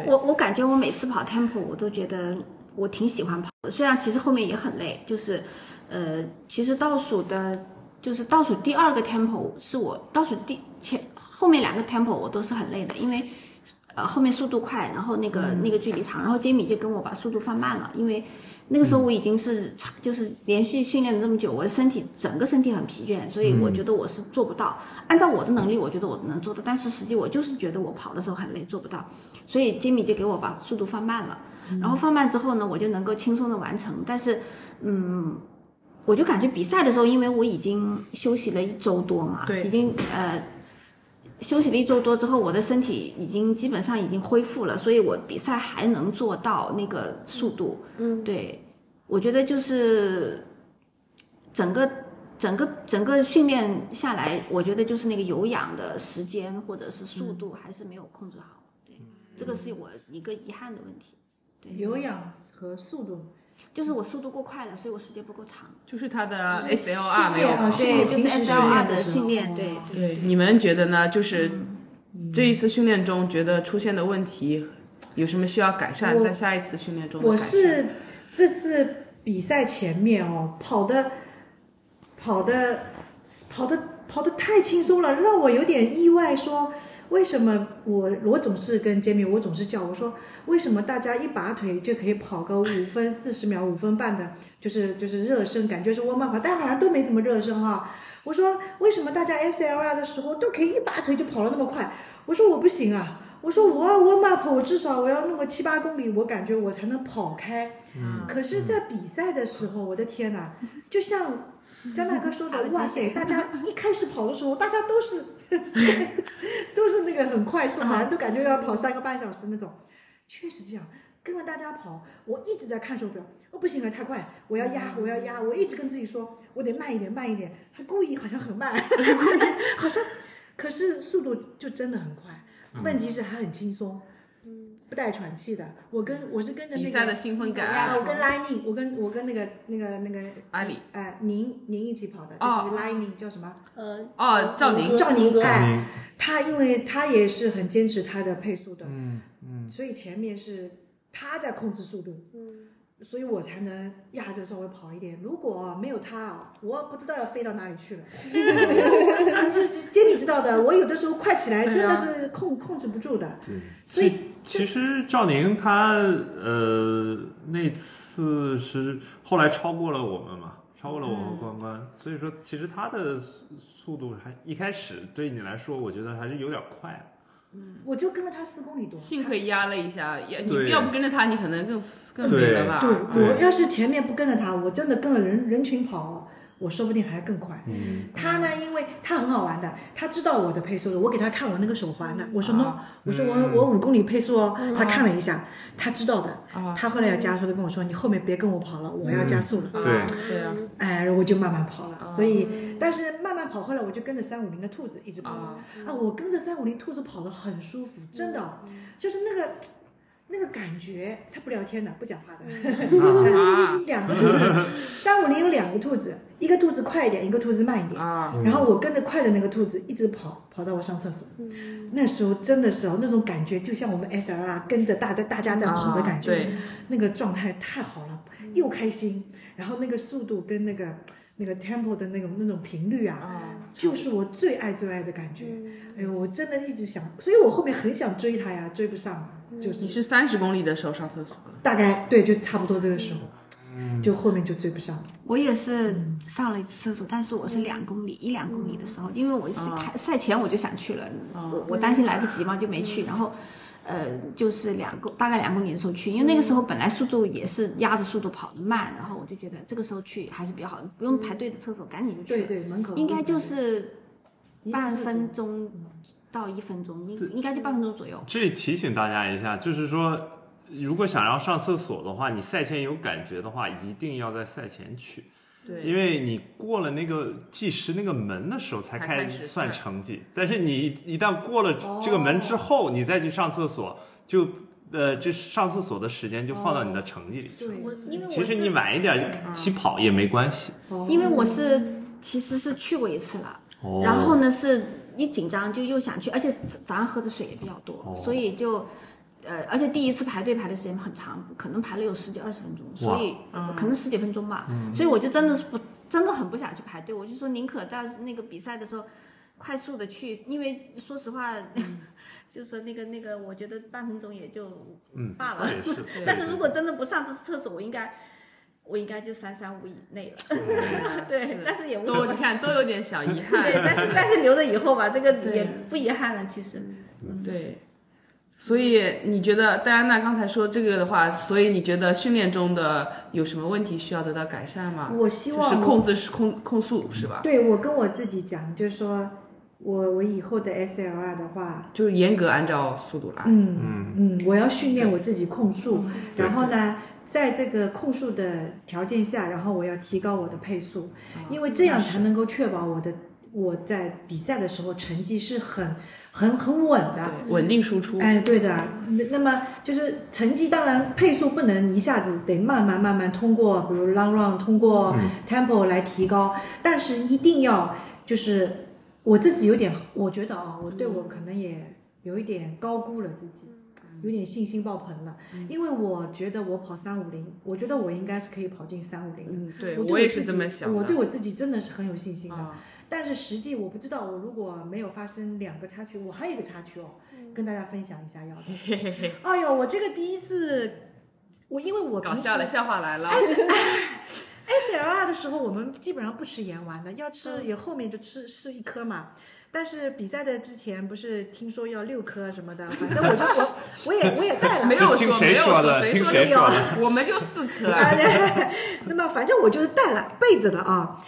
Speaker 1: 对
Speaker 3: 我我我感觉我每次跑 tempo 我都觉得我挺喜欢跑的，虽然其实后面也很累，就是呃，其实倒数的，就是倒数第二个 tempo 是我倒数第前后面两个 tempo 我都是很累的，因为
Speaker 1: 嗯
Speaker 3: 呃后面速度快，然后那个、那个距离长，然后杰米就跟我把速度放慢了，因为那个时候
Speaker 1: 嗯
Speaker 3: 我已经是差就是连续训练了这么久，我的身体整个身体很疲倦，所以
Speaker 1: 嗯
Speaker 3: 我觉得我是做不到。按照我的能力，我觉得我能做到，但是实际我就是觉得我跑的时候很累，做不到。所以吉米就给我把速度放慢了，然后放慢之后呢，我就能够轻松的完成。但是，嗯，我就感觉比赛的时候，因为我已经休息了一周多嘛，
Speaker 1: 对
Speaker 3: 已经呃休息了一周多之后，我的身体已经基本上已经恢复了，所以我比赛还能做到那个速度。嗯，对，我觉得就是整个。整个整个训练下来，我觉得就是那个有氧的时间或者是速度还是没有控制好。这个是我一个遗憾的问题。对，
Speaker 4: 有氧和速度，
Speaker 3: 就是我速度过快了，所以我时间不够长。
Speaker 1: 就是他
Speaker 3: 啊
Speaker 1: 的
Speaker 4: 是
Speaker 1: SLR 没有
Speaker 4: 啊
Speaker 1: 好。
Speaker 4: 训练
Speaker 3: 对，就是
Speaker 4: 平时训
Speaker 3: SLR
Speaker 4: 练
Speaker 3: 的
Speaker 4: 的时候哦
Speaker 3: 训练，对对
Speaker 1: 对，你们觉得呢？就是这一次训练中觉得出现的问题，有什么需要改善？
Speaker 4: 我
Speaker 1: 在下一次训练中的
Speaker 4: 我
Speaker 1: 改善
Speaker 4: 是这次比赛前面哦，跑的跑的跑的跑的太轻松了，让我有点意外说。为什么我我总是跟 Jamie，我总是叫我说，为什么大家一拔腿就可以跑个五分四十秒、五分半的，就是就是热身，感觉是温慢跑，但好像都没怎么热身哈、我说为什么大家 SLR 的时候都可以一拔腿就跑了那么快？我说我不行啊，我说我要温慢跑，我至少我要弄个七八公里，我感觉我才能跑开。可是，在比赛的时候，我的天哪，就像。张大哥说
Speaker 3: 打了
Speaker 4: 的，
Speaker 3: 鸡
Speaker 4: 哇塞！
Speaker 3: 血
Speaker 4: 大家一开始跑的时候，大家都是 [laughs] 都是那个很快速，好像都感觉要跑三个半小时那种。确实这样，跟着大家跑，我一直在看手表，哦不行了，太快，我要压，我要压，我一直跟自己说，我得慢一点，慢一点，故意好像很慢，故意好像，可是速度就真的很快，问题是还很轻松，不带喘气的。我跟我是跟着那
Speaker 1: 比
Speaker 4: 个
Speaker 1: 赛的兴奋感
Speaker 4: 啊，
Speaker 1: 啊，
Speaker 4: 我跟 Lightning，我跟我跟那个那个那个
Speaker 1: 阿里
Speaker 4: 呃宁宁一起跑的，就
Speaker 1: 哦
Speaker 4: 是 Lightning 叫什么？
Speaker 6: 呃，
Speaker 1: [laughs] 哦，赵宁
Speaker 6: 嗯
Speaker 4: 赵宁
Speaker 6: 嗯
Speaker 4: 哎，
Speaker 2: 嗯
Speaker 4: 他因为他也是很坚持他的配速的，嗯嗯，所以前面是他在控制速度，嗯，所以我才能压着稍微跑一点。如果没有他啊，我不知道要飞到哪里去了。杰你知道的，我有的时候快起来真的是控控制不住的，所以
Speaker 2: 其实赵宁他呃那次是后来超过了我们嘛，超过了我和
Speaker 3: 嗯
Speaker 2: 关关，所以说其实他的速速度还一开始对你来说，我觉得还是有点快。
Speaker 4: 我就跟了他四公里多。
Speaker 1: 幸亏压了一下，也你
Speaker 2: 对
Speaker 1: 要不跟着他，你可能更更飞了吧？
Speaker 4: 对，
Speaker 2: 对
Speaker 4: 我要是前面不跟着他，我真的跟了人人群跑哦，我说不定还更快。
Speaker 2: 嗯，
Speaker 4: 他呢，因为他很好玩的，他知道我的配速了，我给他看我那个手环的，我说 no，我说
Speaker 1: 嗯
Speaker 4: 我我五公里配速哦，他看了一下，他知道的，
Speaker 1: 啊，
Speaker 4: 他后来要加速的跟我说，你后面别跟我跑了，我要加速了，
Speaker 1: 啊
Speaker 2: 对
Speaker 1: 对啊，
Speaker 4: 哎，我就慢慢跑了，所以但是慢慢跑，后来我就跟着三五零的兔子一直跑啊，我跟着三五零兔子跑的很舒
Speaker 1: 嗯
Speaker 4: 服，真的，就是那个那个感觉，他不聊天的，不讲话的， [laughs]
Speaker 1: 啊
Speaker 4: 两个兔子，三五零有两个兔子，一个兔子快一点，一个兔子慢一点。
Speaker 1: 啊，
Speaker 3: 嗯
Speaker 4: 然后我跟着快的那个兔子一直跑，跑到我上厕所。那时候真的是哦，那种感觉就像我们 S L R 啊跟着大家大家在跑的感觉，
Speaker 1: 啊对，
Speaker 4: 那个状态太好了，又开心，然后那个速度跟那个那个 tempo 的那种那种频率啊，
Speaker 1: 啊，
Speaker 4: 就是我最爱最爱的感觉。哎呦，我真的一直想，所以我后面很想追他呀，追不上，就是
Speaker 1: 你是三十公里的时候上厕所了，
Speaker 4: 大概对，就差不多这个时候，
Speaker 3: 嗯
Speaker 4: 就后面就追不上了。
Speaker 3: 我也是上了一次厕所，但是我是两公里，一两公里的时候，因为我是
Speaker 1: 啊
Speaker 3: 开赛前我就想去了，
Speaker 1: 哦
Speaker 3: 我我担心来不及嘛，就没去。然后，呃，就是两公大概两公里的时候去，因为那个时候本来速度也是压着速度跑得慢，然后我就觉得这个时候去还是比较好，不用排队的厕所，赶紧就去
Speaker 4: 对
Speaker 3: 了。
Speaker 4: 对，门口
Speaker 3: 嗯应该就是
Speaker 4: 一个
Speaker 3: 半
Speaker 4: 厕所
Speaker 3: 分钟到一分钟，应应该就半分钟左右。
Speaker 2: 这里提醒大家一下，就是说如果想要上厕所的话，你赛前有感觉的话，一定要在赛前去，
Speaker 1: 对
Speaker 2: 因为你过了那个计时那个门的时候才
Speaker 1: 才
Speaker 2: 开
Speaker 1: 开
Speaker 2: 始
Speaker 1: 始
Speaker 2: 算
Speaker 1: 算
Speaker 2: 成绩，但是你一旦过了这个门之后，你再去上厕所就。呃，这上厕所的时间就放到你的成绩里去。
Speaker 4: 对，
Speaker 3: 我因为
Speaker 2: 其
Speaker 3: 我
Speaker 2: 实
Speaker 3: 是
Speaker 2: 你晚一点起跑也没关系。
Speaker 3: 因为我是其实是去过一次了，
Speaker 4: 哦
Speaker 3: 然后呢是一紧张就又想去，而且早上喝的水也比较多，
Speaker 2: 哦
Speaker 3: 所以就。呃，而且第一次排队排的时间很长，可能排了有十几二十分钟，所以、可能十几分钟吧，所以我就真的是不真的很不想去排队，我就说宁可在那个比赛的时候快速的去，因为说实话， [laughs] 就说那个那个，我觉得半分钟也就
Speaker 2: 嗯，
Speaker 3: 罢了。
Speaker 2: 也是
Speaker 3: 但是如果真的不上这次厕所，我应该我应该就三三五以内了。
Speaker 2: 嗯
Speaker 3: [laughs]
Speaker 1: 对
Speaker 3: 但是也无所
Speaker 1: 都你。
Speaker 3: 谓
Speaker 1: 看都有点小遗
Speaker 3: 对，
Speaker 4: [laughs]
Speaker 1: 憾，
Speaker 3: 但是但是留着以后吧，这个
Speaker 1: 对
Speaker 3: 也不遗憾了。其实，
Speaker 1: 对。所以你觉得戴安娜刚才说这个的话，所以你觉得训练中的有什么问题需要得到改善吗？
Speaker 4: 我希
Speaker 1: 就是
Speaker 4: 望我
Speaker 1: 控制是控控速是吧？
Speaker 4: 对我跟我自己讲，就是说我我以后的 SLR 的话，
Speaker 1: 就是严格按照速度来。
Speaker 4: 嗯嗯，我要训练我自己控速，然后呢，在这个控速的条件下，然后我要提高我的配速，因为这样才能够确保我的我在比赛的时候成绩是很很很稳的。
Speaker 1: 对，稳定输出。
Speaker 4: 嗯哎，对的。那那么就是成绩，当然配速不能一下子，得慢慢慢慢通过，比如 long run，通过
Speaker 1: 嗯
Speaker 4: tempo 来提高，但是一定要就是我自己有点，我觉得啊、我对我可能也有一点高估了自己。
Speaker 1: 嗯
Speaker 4: 有点信心爆棚了，因为我觉得我跑三五零，我觉得我应该是可以跑进三五零的。
Speaker 1: 嗯，对
Speaker 4: 我
Speaker 1: 我
Speaker 4: 对
Speaker 1: 也
Speaker 4: 自
Speaker 1: 是
Speaker 4: 己
Speaker 1: 这么想的。
Speaker 4: 我对我自己真的是很有信心的。
Speaker 1: 啊，
Speaker 4: 但是实际我不知道，我如果没有发生两个插曲，我还有一个插曲哦，
Speaker 1: 嗯
Speaker 4: 跟大家分享一下要的。
Speaker 1: [laughs]
Speaker 4: 哎呦，我这个第一次，我因为我
Speaker 1: 搞
Speaker 4: 平时哎
Speaker 1: 笑的笑话来了。
Speaker 4: SLR 的时候，我们基本上不吃盐丸的，要
Speaker 1: 嗯
Speaker 4: 吃也后面就吃吃一颗嘛。但是比赛的之前不是听说要六颗
Speaker 1: [laughs]
Speaker 4: 什么的，反正我就我我也我也带了，
Speaker 1: 没有
Speaker 2: 听
Speaker 1: 说，
Speaker 2: 谁
Speaker 1: 没有
Speaker 2: 说
Speaker 1: 说，
Speaker 2: 的
Speaker 1: 谁
Speaker 2: 听
Speaker 1: 说
Speaker 2: 谁
Speaker 1: 的
Speaker 2: 说
Speaker 1: 有？我们就
Speaker 4: [laughs]
Speaker 1: 四颗啊。
Speaker 4: 啊，对，那么反正我就是带了备着的啊。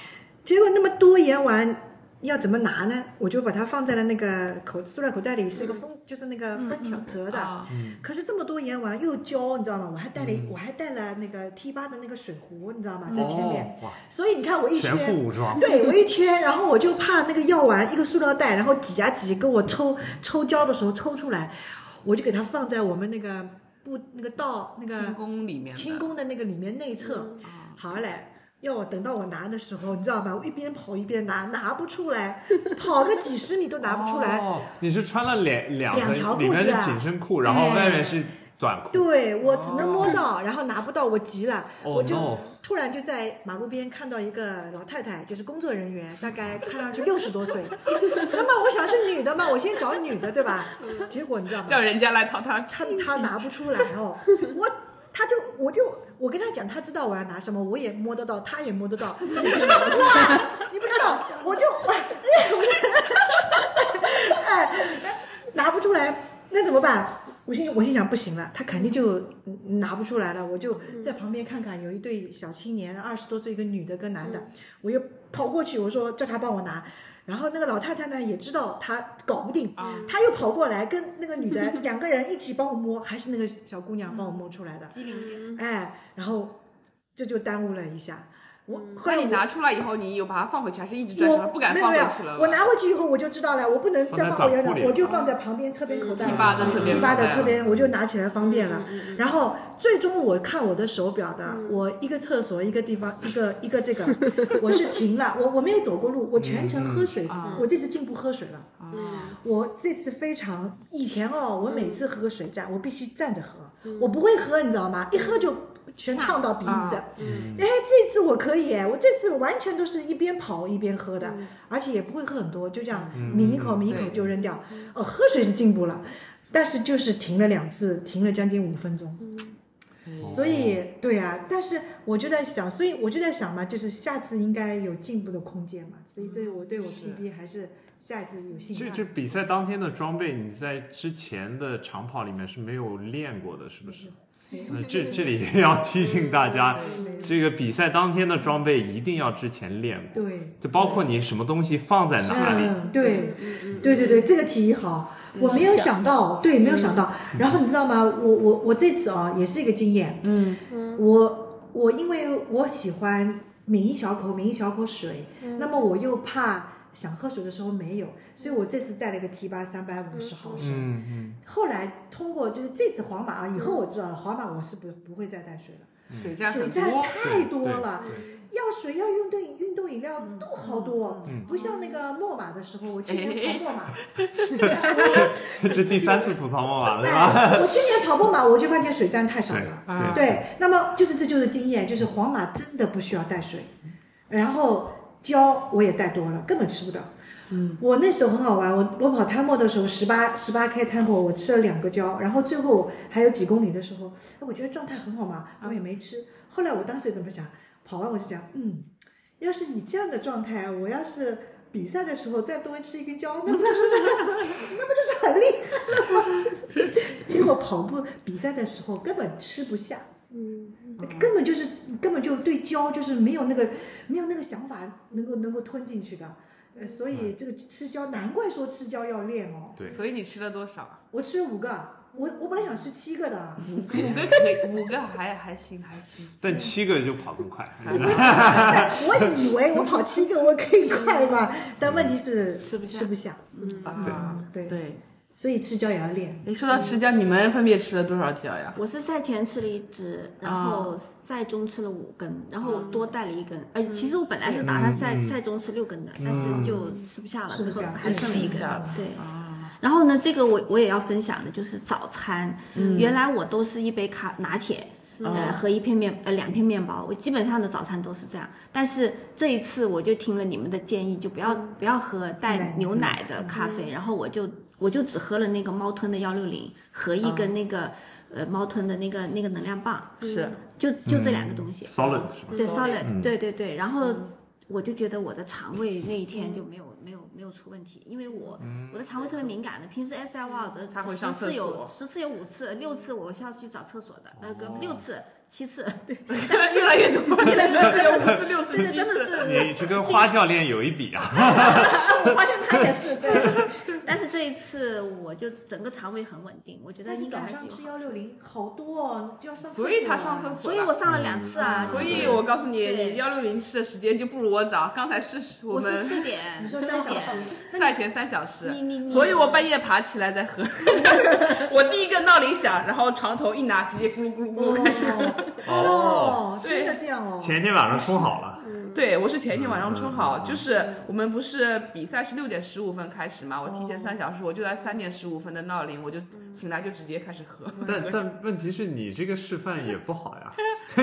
Speaker 4: 结果那么多盐丸要怎么拿呢？我就把它放在了那个口塑料口袋里，是个封，就是那个封条折的。
Speaker 1: 啊
Speaker 4: 可是这么多盐丸又胶，你知道吗？我还带了一，
Speaker 5: 嗯
Speaker 4: 我还带了那个 T 八的那个水壶，你知道吗？在前面。
Speaker 5: 哦，哇，
Speaker 4: 所以你看我一
Speaker 5: 全
Speaker 4: 圈。
Speaker 5: 副武装，
Speaker 4: 对，我一圈，然后我就怕那个药丸一个塑料袋，然后挤呀挤，跟我抽抽胶的时候抽出来，我就给它放在我们那个布那个道那个
Speaker 1: 清宫里面的，
Speaker 4: 清宫的那个里面内
Speaker 2: 嗯
Speaker 4: 侧。
Speaker 2: 哦
Speaker 4: 好嘞，要我等到我拿的时候，你知道吗？我一边跑一边拿，拿不出来，跑个几十米都拿不出来。
Speaker 2: 哦，你是穿了两两
Speaker 4: 两条
Speaker 2: 层，
Speaker 4: 裤子
Speaker 2: 里
Speaker 4: 啊哎
Speaker 2: 面是紧身裤，然后外面是短裤。
Speaker 4: 对我只能摸到，然后拿不到，我急了，
Speaker 2: 哦
Speaker 4: 我就
Speaker 2: no！
Speaker 4: 突然就在马路边看到一个老太太，就是工作人员，大概看上去六十多岁。 [laughs] 那么我想是女的嘛，我先找女的，对吧？
Speaker 2: 嗯
Speaker 4: 结果你知道吗？
Speaker 1: 叫人家来淘汰。
Speaker 4: 他他拿不出来哦，我他就我就我跟他讲，他知道我要拿什么，我也摸得到，他也摸得到，哇，你不知道，我就哇， [laughs] 哎， [laughs] 拿不出来，那怎么办？我心我心想不行了，他肯定就嗯拿不出来了，我就
Speaker 1: 嗯
Speaker 4: 在旁边看看，有一对小青年，二十多岁一个女的跟男的，
Speaker 1: 嗯
Speaker 4: 我又跑过去，我说叫他帮我拿。然后那个老太太呢也知道她搞不定，
Speaker 1: 啊
Speaker 4: 她又跑过来跟那
Speaker 1: [laughs]
Speaker 4: 个女的两个人一起帮我摸，还是那个小姑娘
Speaker 1: 嗯
Speaker 4: 帮我摸出来的，
Speaker 3: 机灵一点。
Speaker 4: 哎，然后这就耽误了一下。我
Speaker 1: 嗯那
Speaker 4: 后来
Speaker 1: 你
Speaker 4: 我
Speaker 1: 拿出来以后，你有把它放回去，还是一直拽上来？
Speaker 4: 我
Speaker 1: 不敢
Speaker 4: 没有
Speaker 1: 放
Speaker 4: 没
Speaker 1: 回
Speaker 4: 有
Speaker 1: 去了吧。
Speaker 4: 我拿回去以后我就知道了，我不能再
Speaker 2: 放在
Speaker 4: 放回原
Speaker 2: 短裤
Speaker 4: 来，
Speaker 2: 里
Speaker 4: 我就放在旁边侧边口袋
Speaker 1: T 嗯八的侧边
Speaker 4: T 八
Speaker 1: 口
Speaker 4: 的
Speaker 1: 袋啊嗯
Speaker 4: 侧边，我就拿起来方便了。然后最终我看我的手表的，我一个厕所一个地方一个一个这个， [laughs] 我是停了，我我没有走过路，我全程喝水
Speaker 1: 啊，
Speaker 4: 我这次进步喝水了。
Speaker 1: 啊
Speaker 4: 我这次非常，以前哦，我每次喝水站，我必须站着喝，
Speaker 1: 嗯
Speaker 4: 我不会喝，你知道吗？一喝就全呛到鼻子。
Speaker 1: 嗯
Speaker 4: 哎，这次我可以，我这次完全都是一边跑一边喝的，而且也不会喝很多，就这样抿一口抿一口
Speaker 1: 嗯对嗯
Speaker 4: 就扔掉。哦，喝水是进步了，但是就是停了两次，停了将近五分钟。
Speaker 1: 嗯
Speaker 4: 所以，对啊，但是我就在想，所以我就在想嘛，就是下次应该有进步的空间嘛，所以这我对我
Speaker 1: 嗯是
Speaker 4: PB 还是下一次有兴
Speaker 2: 这
Speaker 4: 趣。啊
Speaker 2: 这比赛当天的装备，你在之前的长跑里面是没有练过的，是不是？那这这里也要提醒大家，这个比赛当天的装备一定要之前练过，
Speaker 4: 对，
Speaker 2: 就包括你什么东西放在哪里。
Speaker 4: 嗯，对，对对对，这个提议好，我没有想到，对，没有想到。然后你知道吗？我我我这次啊，也是一个经验。
Speaker 1: 嗯，
Speaker 4: 我我因为我喜欢抿一小口，抿一小口水，那么我又怕想喝水的时候没有，所以我这次带了一个 T 八三百五十毫升。
Speaker 2: 嗯嗯，
Speaker 4: 后来通过就是这次皇马啊，以后我知道了，皇马我是不不会再带水了，
Speaker 1: 水站
Speaker 4: 嗯水
Speaker 1: 很
Speaker 4: 站
Speaker 1: 多。
Speaker 4: 太多了。
Speaker 2: 对。
Speaker 4: 药水、要运动运动饮料都好多，
Speaker 2: 嗯
Speaker 4: 不像那个墨马的时候，我去年跑墨马，
Speaker 2: 嗯这第三次吐槽莫马了，是
Speaker 4: [laughs]
Speaker 2: 吧？
Speaker 4: 哎，我去年跑墨马，我就发现水站太少了。
Speaker 2: 对
Speaker 1: 啊
Speaker 4: 对，那么就是这就是经验，就是皇马真的不需要带水，然后胶我也带多了，根本吃不到。嗯，我那时候很好玩，我我跑摊货的时候，十八十八 K 摊货，我吃了两个胶，然后最后还有几公里的时候，哎我觉得状态很好嘛，我也没吃。后来我当时怎么想，跑完我就想，嗯，要是你这样的状态，啊我要是比赛的时候再多吃一根胶，那不就是那不就是很厉害了吗？结果跑步比赛的时候根本吃不下，嗯，根本就是根本就对胶就是没有那个没有那个想法能够能够吞进去的。呃，所以这个吃胶，难怪说吃胶要练哦。
Speaker 2: 对
Speaker 1: 所以你吃了多少啊？
Speaker 4: 我吃了五个，我我本来想吃七个的，
Speaker 1: 五个可以，五个还还行还行。
Speaker 2: 但七个就跑更快，
Speaker 4: 我以为我跑七个我可以快吧，但问题是
Speaker 1: 吃不下
Speaker 4: 吃不下，
Speaker 3: 嗯
Speaker 1: 啊，
Speaker 4: 对
Speaker 1: 对。
Speaker 4: 所以吃胶也要练。
Speaker 1: 哎，说到吃胶，你们分别吃了多少胶呀？
Speaker 3: 我是赛前吃了一支，然后赛中吃了五根，然后我多带了一根。呃，其实我本来是打算赛赛中吃六根的，但是就吃不下了，
Speaker 4: 吃不
Speaker 3: 最后
Speaker 4: 下
Speaker 3: 还剩了一
Speaker 1: 吃
Speaker 3: 根
Speaker 1: 不下了。
Speaker 3: 对。然后呢，这个我我也要分享的就是早餐，原来我都是一杯咖拿铁。呃，和一片面呃两片面包，我基本上的早餐都是这样。但是这一次我就听了你们的建议，就不要不要喝带牛奶的咖啡，然后我就我就只喝了那个猫吞的幺六零和一根那个、呃猫吞的那个那个能量棒，
Speaker 1: 是，
Speaker 3: 就就这两个东
Speaker 2: [laughs]
Speaker 3: 西。
Speaker 2: solid 是吧？
Speaker 3: 对 solid，、对对对。然后我就觉得我的肠胃那一天就没有、没有没有出问题，因为我、我的肠胃特别敏感的，平时 S L R 我的
Speaker 1: 它会
Speaker 3: 十
Speaker 1: 上厕
Speaker 3: 次有
Speaker 1: 所
Speaker 3: 十次有五次六次我是要去找厕所的，那个六次七次，对，
Speaker 1: 越来越多，越来越多，四六
Speaker 3: 真的真的是。
Speaker 2: 你这跟花教练有一比啊，
Speaker 4: 我发现他也是，对，
Speaker 3: [laughs] 但是这一次我就整个肠胃很稳定，我觉得
Speaker 4: 但是
Speaker 3: 应该
Speaker 4: 早
Speaker 3: 还是
Speaker 4: 上
Speaker 3: 有
Speaker 4: 吃
Speaker 3: 好。
Speaker 4: 幺六零好多哦，就要上厕所啊。
Speaker 1: 所以他上厕所
Speaker 3: 所以
Speaker 1: 了，
Speaker 3: 我上了两次啊，
Speaker 1: 所
Speaker 3: 就是
Speaker 1: 以我告诉你，
Speaker 3: [laughs] 对
Speaker 1: 你幺六零吃的时间就不如我早。刚才是我
Speaker 3: 我是
Speaker 1: 们
Speaker 3: 四点，
Speaker 4: 你说
Speaker 3: 四
Speaker 4: 三小
Speaker 3: 点，
Speaker 4: 时，
Speaker 1: 赛前三小时，
Speaker 3: 你你你
Speaker 1: 所以我半夜爬起来再喝。 [laughs] 我第一个闹铃响，然后床头一拿，直接咕噜咕噜咕噜开始。
Speaker 4: 哦，
Speaker 1: 对
Speaker 4: 真的这样哦。
Speaker 2: 前一天晚上冲好了，
Speaker 1: 对，我是前一天晚上冲
Speaker 2: 嗯
Speaker 1: 好，就是我们不是比赛是六点十五分开始嘛，我提前三小时，我就在三点十五分的闹铃，我就醒来就直接开始喝。
Speaker 6: 嗯
Speaker 1: [laughs]
Speaker 2: 嗯但但问题是你这个示范也不好
Speaker 6: [laughs]
Speaker 2: 呀，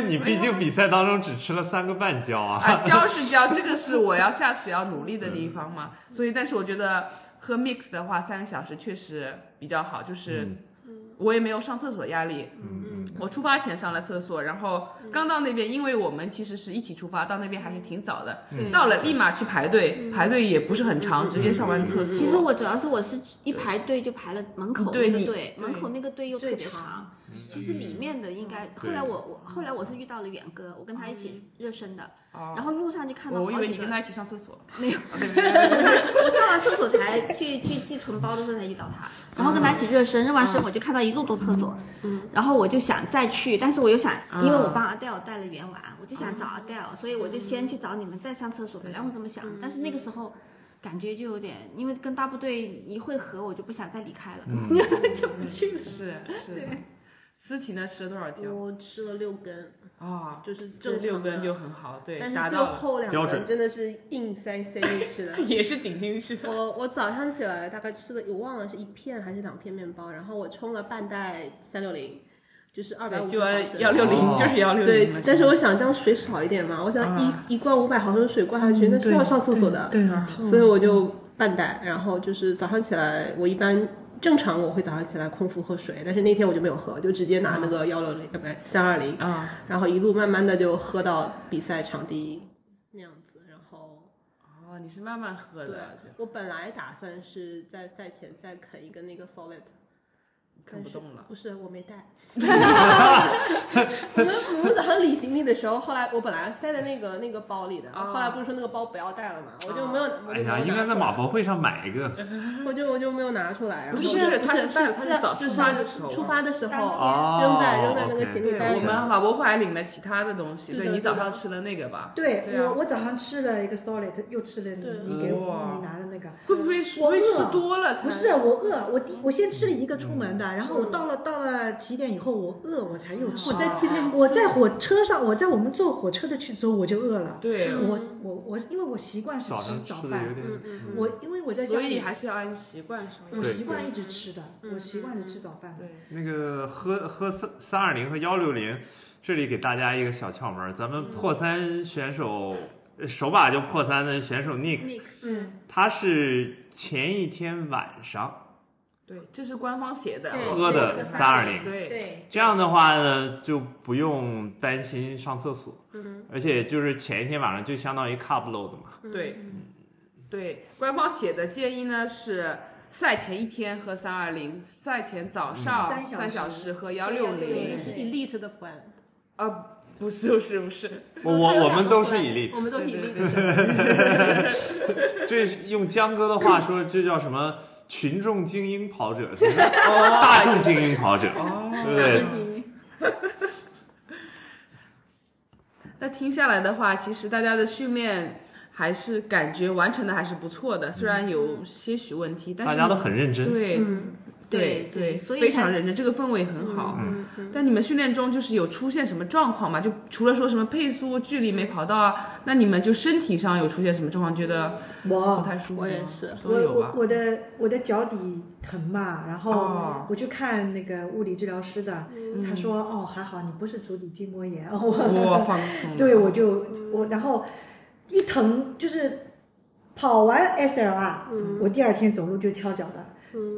Speaker 2: 你毕竟比赛当中只吃了三个半胶啊，
Speaker 6: 哎
Speaker 1: 啊，教是教，这个是我要下次要努力的地方嘛。
Speaker 2: 嗯
Speaker 1: 所以，但是我觉得喝 mix 的话，三个小时确实比较好，就是
Speaker 2: 嗯
Speaker 1: 我也没有上厕所压力。嗯我出发前上了厕所，然后
Speaker 3: 嗯
Speaker 1: 刚到那边，因为我们其实是一起出发，到那边还是挺早的。
Speaker 2: 嗯
Speaker 1: 到了立马去排队，排队也不是很长，直接上完
Speaker 2: 嗯
Speaker 1: 厕所。
Speaker 3: 嗯其实我主要是我是一排队就排了门口
Speaker 1: 对
Speaker 3: 那个
Speaker 1: 你
Speaker 3: 队，
Speaker 1: 对嗯
Speaker 3: 门口那个队又特
Speaker 4: 最
Speaker 3: 别
Speaker 4: 长
Speaker 3: 长。其实里面的应该，后来我我后来我是遇到了远哥，我跟他一起热身的，
Speaker 1: 嗯哦
Speaker 3: 然后路上就看到
Speaker 1: 我以
Speaker 3: 好
Speaker 1: 为
Speaker 3: 几
Speaker 1: 你
Speaker 3: 个
Speaker 1: 跟他一起上厕
Speaker 6: [laughs]
Speaker 1: 所，
Speaker 3: 没有，我上我上完厕所才去去寄存包的时候才遇到他，然后跟他一起热身，热完
Speaker 6: 嗯
Speaker 3: 身我就看到一路都厕所，嗯然后我就想再去，但是我又想，
Speaker 6: 嗯
Speaker 3: 因为我帮阿黛尔带了圆碗，我就想找阿黛尔，所以我就先去找你们再上厕所。本来我这么想，
Speaker 6: 嗯
Speaker 3: 但是那个时候。感觉就有点，因为跟大部队一会合，我就不想再离开了。
Speaker 2: 嗯
Speaker 1: 是是。思琪呢吃了多少胶
Speaker 6: 我吃了六根，
Speaker 1: 啊？
Speaker 6: 就是
Speaker 1: 这
Speaker 6: 正常
Speaker 1: 六
Speaker 6: 的
Speaker 1: 根就很好，对，
Speaker 6: 但
Speaker 1: 达
Speaker 6: 是最
Speaker 1: 到了，。
Speaker 6: 后两
Speaker 2: 标准
Speaker 6: 根真的是硬塞塞进去的
Speaker 1: 也是顶进
Speaker 6: [laughs]
Speaker 1: 去了。
Speaker 6: 我我早上起来大概吃了，我忘了是一片还是两片面包，然后我冲了半袋三六零，就是二百
Speaker 1: 对，
Speaker 6: 五
Speaker 1: 就
Speaker 6: 升。
Speaker 1: 幺六
Speaker 2: 哦
Speaker 1: 零，就是幺六零
Speaker 6: 对
Speaker 1: 了。，
Speaker 6: 但是我想这样水少一点嘛，我想一、
Speaker 1: 啊嗯
Speaker 6: 一罐五百毫升水灌下去，那是要上厕所的。
Speaker 4: 对
Speaker 1: 啊
Speaker 6: 所以我就半袋，然后就是早上起来，我一般正常我会早上起来空腹喝水，但是那天我就没有喝，就直接拿那个幺六零，呃不对，三二零，
Speaker 1: 啊，
Speaker 6: 然后一路慢慢的就喝到比赛场地那样子。然后
Speaker 1: 哦，你是慢慢喝
Speaker 6: 对
Speaker 1: 的，就
Speaker 6: 我本来打算是在赛前再啃一个那个 solid，
Speaker 1: 啃不动了。
Speaker 6: 不是，我没带。我们我们早上理行李的时候，后来我本来塞在那个那个包里的，
Speaker 1: 啊
Speaker 6: 后来不是说那个包不要带了嘛，我就没有，我
Speaker 2: 哎
Speaker 6: 就没有
Speaker 2: 呀，应该在马博会上买一个
Speaker 6: 拿，我就我就没有拿出来。然
Speaker 1: 不
Speaker 6: 后
Speaker 1: 是
Speaker 3: 是
Speaker 1: 他
Speaker 3: 不是
Speaker 1: 是是他是早出发的时候，啊
Speaker 6: 出发的时候
Speaker 2: 哦，
Speaker 6: 嗯扔在扔在那个
Speaker 2: OK
Speaker 6: 行李
Speaker 1: 对，
Speaker 6: 袋
Speaker 1: 我
Speaker 6: 里
Speaker 1: 们
Speaker 6: 的。
Speaker 1: 马博会还领了其他的东西。
Speaker 6: 是的
Speaker 1: 对你
Speaker 6: 是的
Speaker 1: 早上吃了那个吧？
Speaker 4: 对
Speaker 1: 对啊
Speaker 4: 我，我早上吃了一个 solid，又吃了
Speaker 6: 对
Speaker 4: 你你给我
Speaker 1: 哇
Speaker 4: 你拿的那个。
Speaker 1: 会不会
Speaker 4: 我
Speaker 1: 会吃多了才？
Speaker 4: 不是我饿，我第我先吃了一个出门的，然后我到了到了起点以后，我饿，我才又吃。
Speaker 6: 我在
Speaker 1: 啊
Speaker 6: 期待
Speaker 4: 我在火车上，我在我们坐火车的去的时候我就饿了。
Speaker 1: 对，
Speaker 4: 我我我，因为我习惯是
Speaker 2: 早
Speaker 4: 吃
Speaker 2: 上
Speaker 4: 早
Speaker 2: 吃的有
Speaker 4: 饭，
Speaker 2: 点，
Speaker 6: 嗯
Speaker 4: 我因为我在家
Speaker 1: 所以
Speaker 4: 里，
Speaker 1: 还是要按习惯上。
Speaker 4: 我
Speaker 2: 对
Speaker 4: 习惯一直吃的，我习惯着吃早饭。
Speaker 1: 对，
Speaker 2: 那个喝喝三三二零和幺六零，这里给大家一个小窍门儿，咱
Speaker 6: 嗯
Speaker 2: 们破三选手、呃手把就破三的选手 Nick，
Speaker 4: 嗯，
Speaker 2: 他是前一天晚上
Speaker 1: 对，这是官方写的，哦
Speaker 2: [laughs]
Speaker 3: 对
Speaker 2: 喝的三二零。
Speaker 1: 对，
Speaker 3: 对，
Speaker 2: 这样的话呢，就不用担心上厕所，而且就是前一天晚上就相当于 cup load 嘛，
Speaker 1: 对，
Speaker 3: 嗯
Speaker 1: 对，官方写的建议呢是赛前一天喝三二零，赛前早上
Speaker 4: 三小时
Speaker 1: 三小时喝幺
Speaker 3: 喝
Speaker 1: 六
Speaker 6: 对，
Speaker 1: 零
Speaker 3: 160。
Speaker 6: 是 elite 的 plan。
Speaker 1: 啊，不是不是不是，
Speaker 2: 我
Speaker 6: 它有
Speaker 2: 我我
Speaker 3: 啊
Speaker 6: 两
Speaker 2: 们
Speaker 6: 个
Speaker 2: 都是
Speaker 6: plan，
Speaker 2: elite
Speaker 6: 我们都是
Speaker 1: 对对
Speaker 6: elite。
Speaker 2: 这是用江哥的话说，这叫什么？群众精英跑者，什么大众精英跑者，
Speaker 1: 哦 [laughs]
Speaker 2: 对不对？
Speaker 1: 那听下来的话，其实大家的训练还是感觉完成的还是不错的，虽然有些许问题，但是
Speaker 2: 大家都很认真。
Speaker 1: 对。
Speaker 6: 嗯，
Speaker 1: 对
Speaker 3: 对对所以
Speaker 1: 非
Speaker 3: 才
Speaker 1: 常认真，这个氛围很好。
Speaker 6: 嗯嗯
Speaker 1: 但你们训练中就是有出现什么状况吗？就除了说什么配速、距离没跑到啊，那你们就身体上有出现什么状况，觉得不
Speaker 4: 哦我
Speaker 1: 太舒服吗？
Speaker 6: 我也是
Speaker 1: 都
Speaker 4: 我
Speaker 1: 有
Speaker 4: 我
Speaker 1: 吧。嗯
Speaker 4: 我的我的脚底疼嘛，然
Speaker 1: 哦嗯
Speaker 4: 后我去看那个物理治疗师的，他说哦还好你不是足底筋膜炎，哦我 [laughs]
Speaker 1: 我放松了，
Speaker 4: 对我就我然后一疼就是跑完 SL 啊，我第二天走路就翘脚的，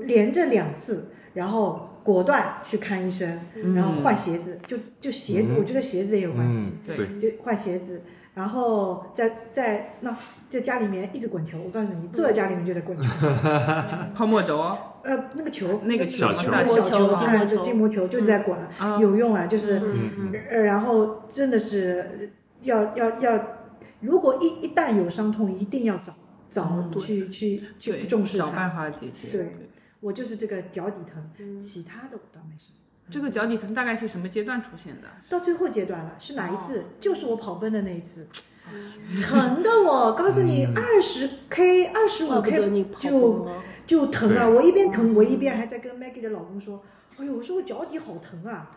Speaker 4: 连着两次，然后果断去看医生，
Speaker 1: 嗯
Speaker 4: 然后换鞋子，就就鞋子，我觉得鞋子也有关系。
Speaker 2: 嗯，
Speaker 1: 对
Speaker 2: 对，
Speaker 4: 就换鞋子，然后在在那就家里面一直滚球。我告诉你，坐在家里面就在滚球。
Speaker 1: 泡沫轴哦
Speaker 4: 呃，那个球，
Speaker 1: 那个
Speaker 2: 小球
Speaker 1: 小
Speaker 4: 小
Speaker 6: 球
Speaker 4: 球，
Speaker 6: 筋
Speaker 4: 哎
Speaker 6: 膜
Speaker 4: 对
Speaker 6: 球
Speaker 4: 筋膜球就是在滚了，
Speaker 1: 啊，
Speaker 4: 有用啊，就是
Speaker 2: 嗯
Speaker 4: 呃，然后真的是要要要，如果一一旦有伤痛，一定要早早
Speaker 1: 嗯对
Speaker 4: 去去去
Speaker 1: 对，
Speaker 4: 重视
Speaker 1: 找
Speaker 4: 它。
Speaker 1: 办法解决。
Speaker 4: 对我就是这个脚底疼，其他的我倒没什么。
Speaker 1: 这个脚底疼大概是什么阶段出现的？
Speaker 4: 到最后阶段了，是哪一次？就是我跑奔的那一次，疼的我告诉你，二十 K、二十五
Speaker 6: 怪哦不得
Speaker 4: K
Speaker 6: 你跑
Speaker 4: 就
Speaker 6: 步了
Speaker 4: 就疼啊！我一边疼，我一边还在跟 Maggie 的老公说：“哎呦，我说我脚底好疼啊！”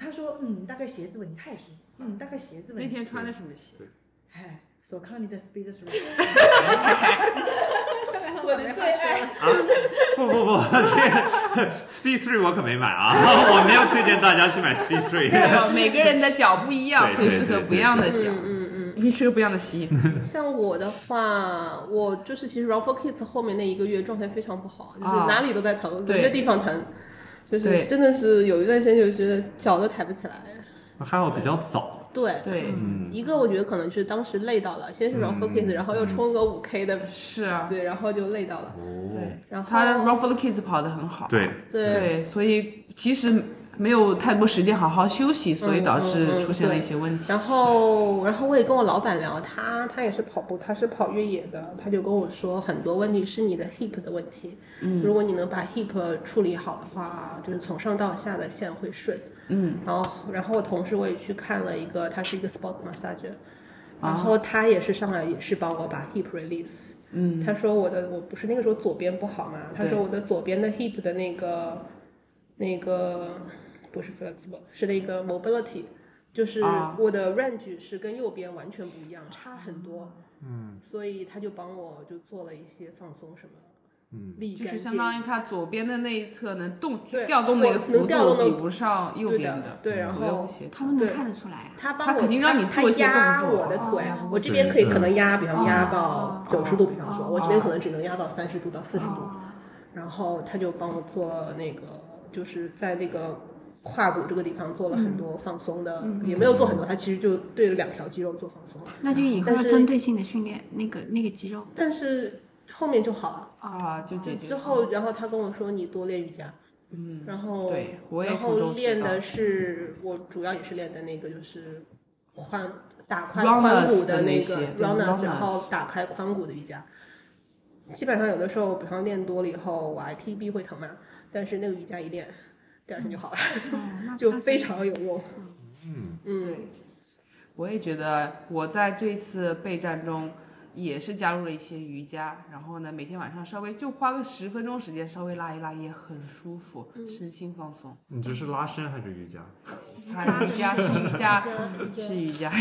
Speaker 4: 他说：“嗯，大概鞋子问题，他也说，嗯，大概鞋子问
Speaker 1: 那
Speaker 4: 题。
Speaker 1: 天穿的什么鞋？”
Speaker 4: 哎，手康你的 Speed 书，
Speaker 1: [laughs]
Speaker 3: 我的最爱，
Speaker 2: 不不不，这个 [laughs] Speed Three 我可没买啊， [laughs] 我没有推荐大家去买 Speed Three。
Speaker 1: 没有，哦每个人的脚不一样，
Speaker 2: 对
Speaker 1: 所以适
Speaker 2: 对
Speaker 1: 合
Speaker 2: 对
Speaker 1: 不一样的
Speaker 2: 对
Speaker 1: 脚，
Speaker 6: 嗯嗯
Speaker 1: 你 [laughs] 适合不一样的鞋。
Speaker 6: 嗯，像我的话，我就是其实 r a f Kids 后面那一个月状态非常不好，就是
Speaker 1: 啊
Speaker 6: 哪里都在疼，
Speaker 1: 对
Speaker 6: 每个地方疼，就是
Speaker 1: 对
Speaker 6: 真的是有一段时间就觉得脚都抬不起来。
Speaker 2: [laughs] 还好比较早，
Speaker 6: 对，
Speaker 1: 对，
Speaker 6: 一个我觉得可能是当时累到了，
Speaker 1: 嗯
Speaker 6: 先是 r a f Kids，然后又冲个五 K 的，
Speaker 1: 是啊，
Speaker 6: 对，然后就累到了。
Speaker 1: 对，
Speaker 6: 然后
Speaker 1: 他 r o f f l Kids 跑得很好，
Speaker 2: 哦对，
Speaker 6: 对，
Speaker 1: 对，所以其实没有太多时间好好休息，所以导
Speaker 6: 嗯嗯
Speaker 1: 致
Speaker 6: 嗯
Speaker 1: 出现了一些问题。
Speaker 6: 然后，然后我也跟我老板聊，他他也是跑步，他是跑越野的，他就跟我说，很多问题是你的 hip 的问题。嗯，如果你能把 hip 处理好的话，就是从上到下的线会顺。嗯，然后，然后我同事我也去看了一个，他是一个 sports massage，然后他也是上来也是帮我把 hip release。嗯，他说我的我不是那个时候左边不好嘛，他说我的左边的 hip 的那个那个不是 flexible，是那个 mobility，就是
Speaker 1: 啊
Speaker 6: 我的 range 是跟右边完全不一样，差很多。嗯，所以他就帮我就做了一些放松什么，嗯，力
Speaker 1: 就
Speaker 6: 感
Speaker 1: 是
Speaker 6: 肩
Speaker 1: 相当于他左边的那一侧能动
Speaker 6: 对
Speaker 1: 调动那个
Speaker 6: 能
Speaker 1: 幅
Speaker 6: 调
Speaker 1: 度
Speaker 6: 动的
Speaker 1: 比不上右
Speaker 6: 对
Speaker 1: 边嗯
Speaker 6: 的，对，然
Speaker 1: 左右
Speaker 6: 后
Speaker 1: 协调。
Speaker 3: [laughs] 他们能
Speaker 6: 对
Speaker 3: 看得出来啊。
Speaker 6: 他帮
Speaker 1: 他
Speaker 6: 我
Speaker 1: 肯定让你
Speaker 6: 他
Speaker 1: 做一些
Speaker 6: 压
Speaker 1: 动作
Speaker 6: 我的腿
Speaker 3: 哦，
Speaker 6: 我这边可以
Speaker 2: 对
Speaker 6: 可能压，比方压
Speaker 3: 哦
Speaker 6: 到九十度，比方说，
Speaker 3: 哦
Speaker 6: 我这边可能只能压到三十度到四十度，
Speaker 1: 哦
Speaker 6: 然后他就帮我做那个，就是在那个胯骨这个地方做了很
Speaker 1: 嗯
Speaker 6: 多放松的，也没有做很多，他其实就对两条肌肉做放松，
Speaker 3: 那就以后要针对性的训练那个那个肌
Speaker 6: [laughs]
Speaker 3: 肉
Speaker 6: 但是后面就好了。
Speaker 1: 啊，就解决
Speaker 6: 之后，然后他跟我说你多练瑜伽，嗯，然后
Speaker 1: 对我也
Speaker 6: 然
Speaker 1: 从
Speaker 6: 后
Speaker 1: 中
Speaker 6: 练
Speaker 1: 学到
Speaker 6: 的是我主要也是练的那个就是髋打开
Speaker 1: Rounders
Speaker 6: 髋骨
Speaker 1: 的那
Speaker 6: 那
Speaker 1: 些
Speaker 6: 个
Speaker 1: 对
Speaker 6: rounders，
Speaker 1: ，rounders
Speaker 6: 然后打开髋骨的瑜伽。基本上有的时候，比方练多了以后，我 ITB 会疼嘛，但是那个瑜伽一练，第二天就好了， [laughs]
Speaker 3: 嗯
Speaker 6: 就非常有用。嗯
Speaker 1: 对，我也觉得我在这次备战中也是加入了一些瑜伽，然后呢，每天晚上稍微就花个十分钟时间稍微拉一拉，也很舒服，
Speaker 6: 嗯
Speaker 1: 身心放松。
Speaker 2: 你这是拉伸还是瑜伽？
Speaker 6: [laughs]
Speaker 1: 啊瑜伽是瑜伽，
Speaker 6: 瑜伽
Speaker 1: 是瑜伽。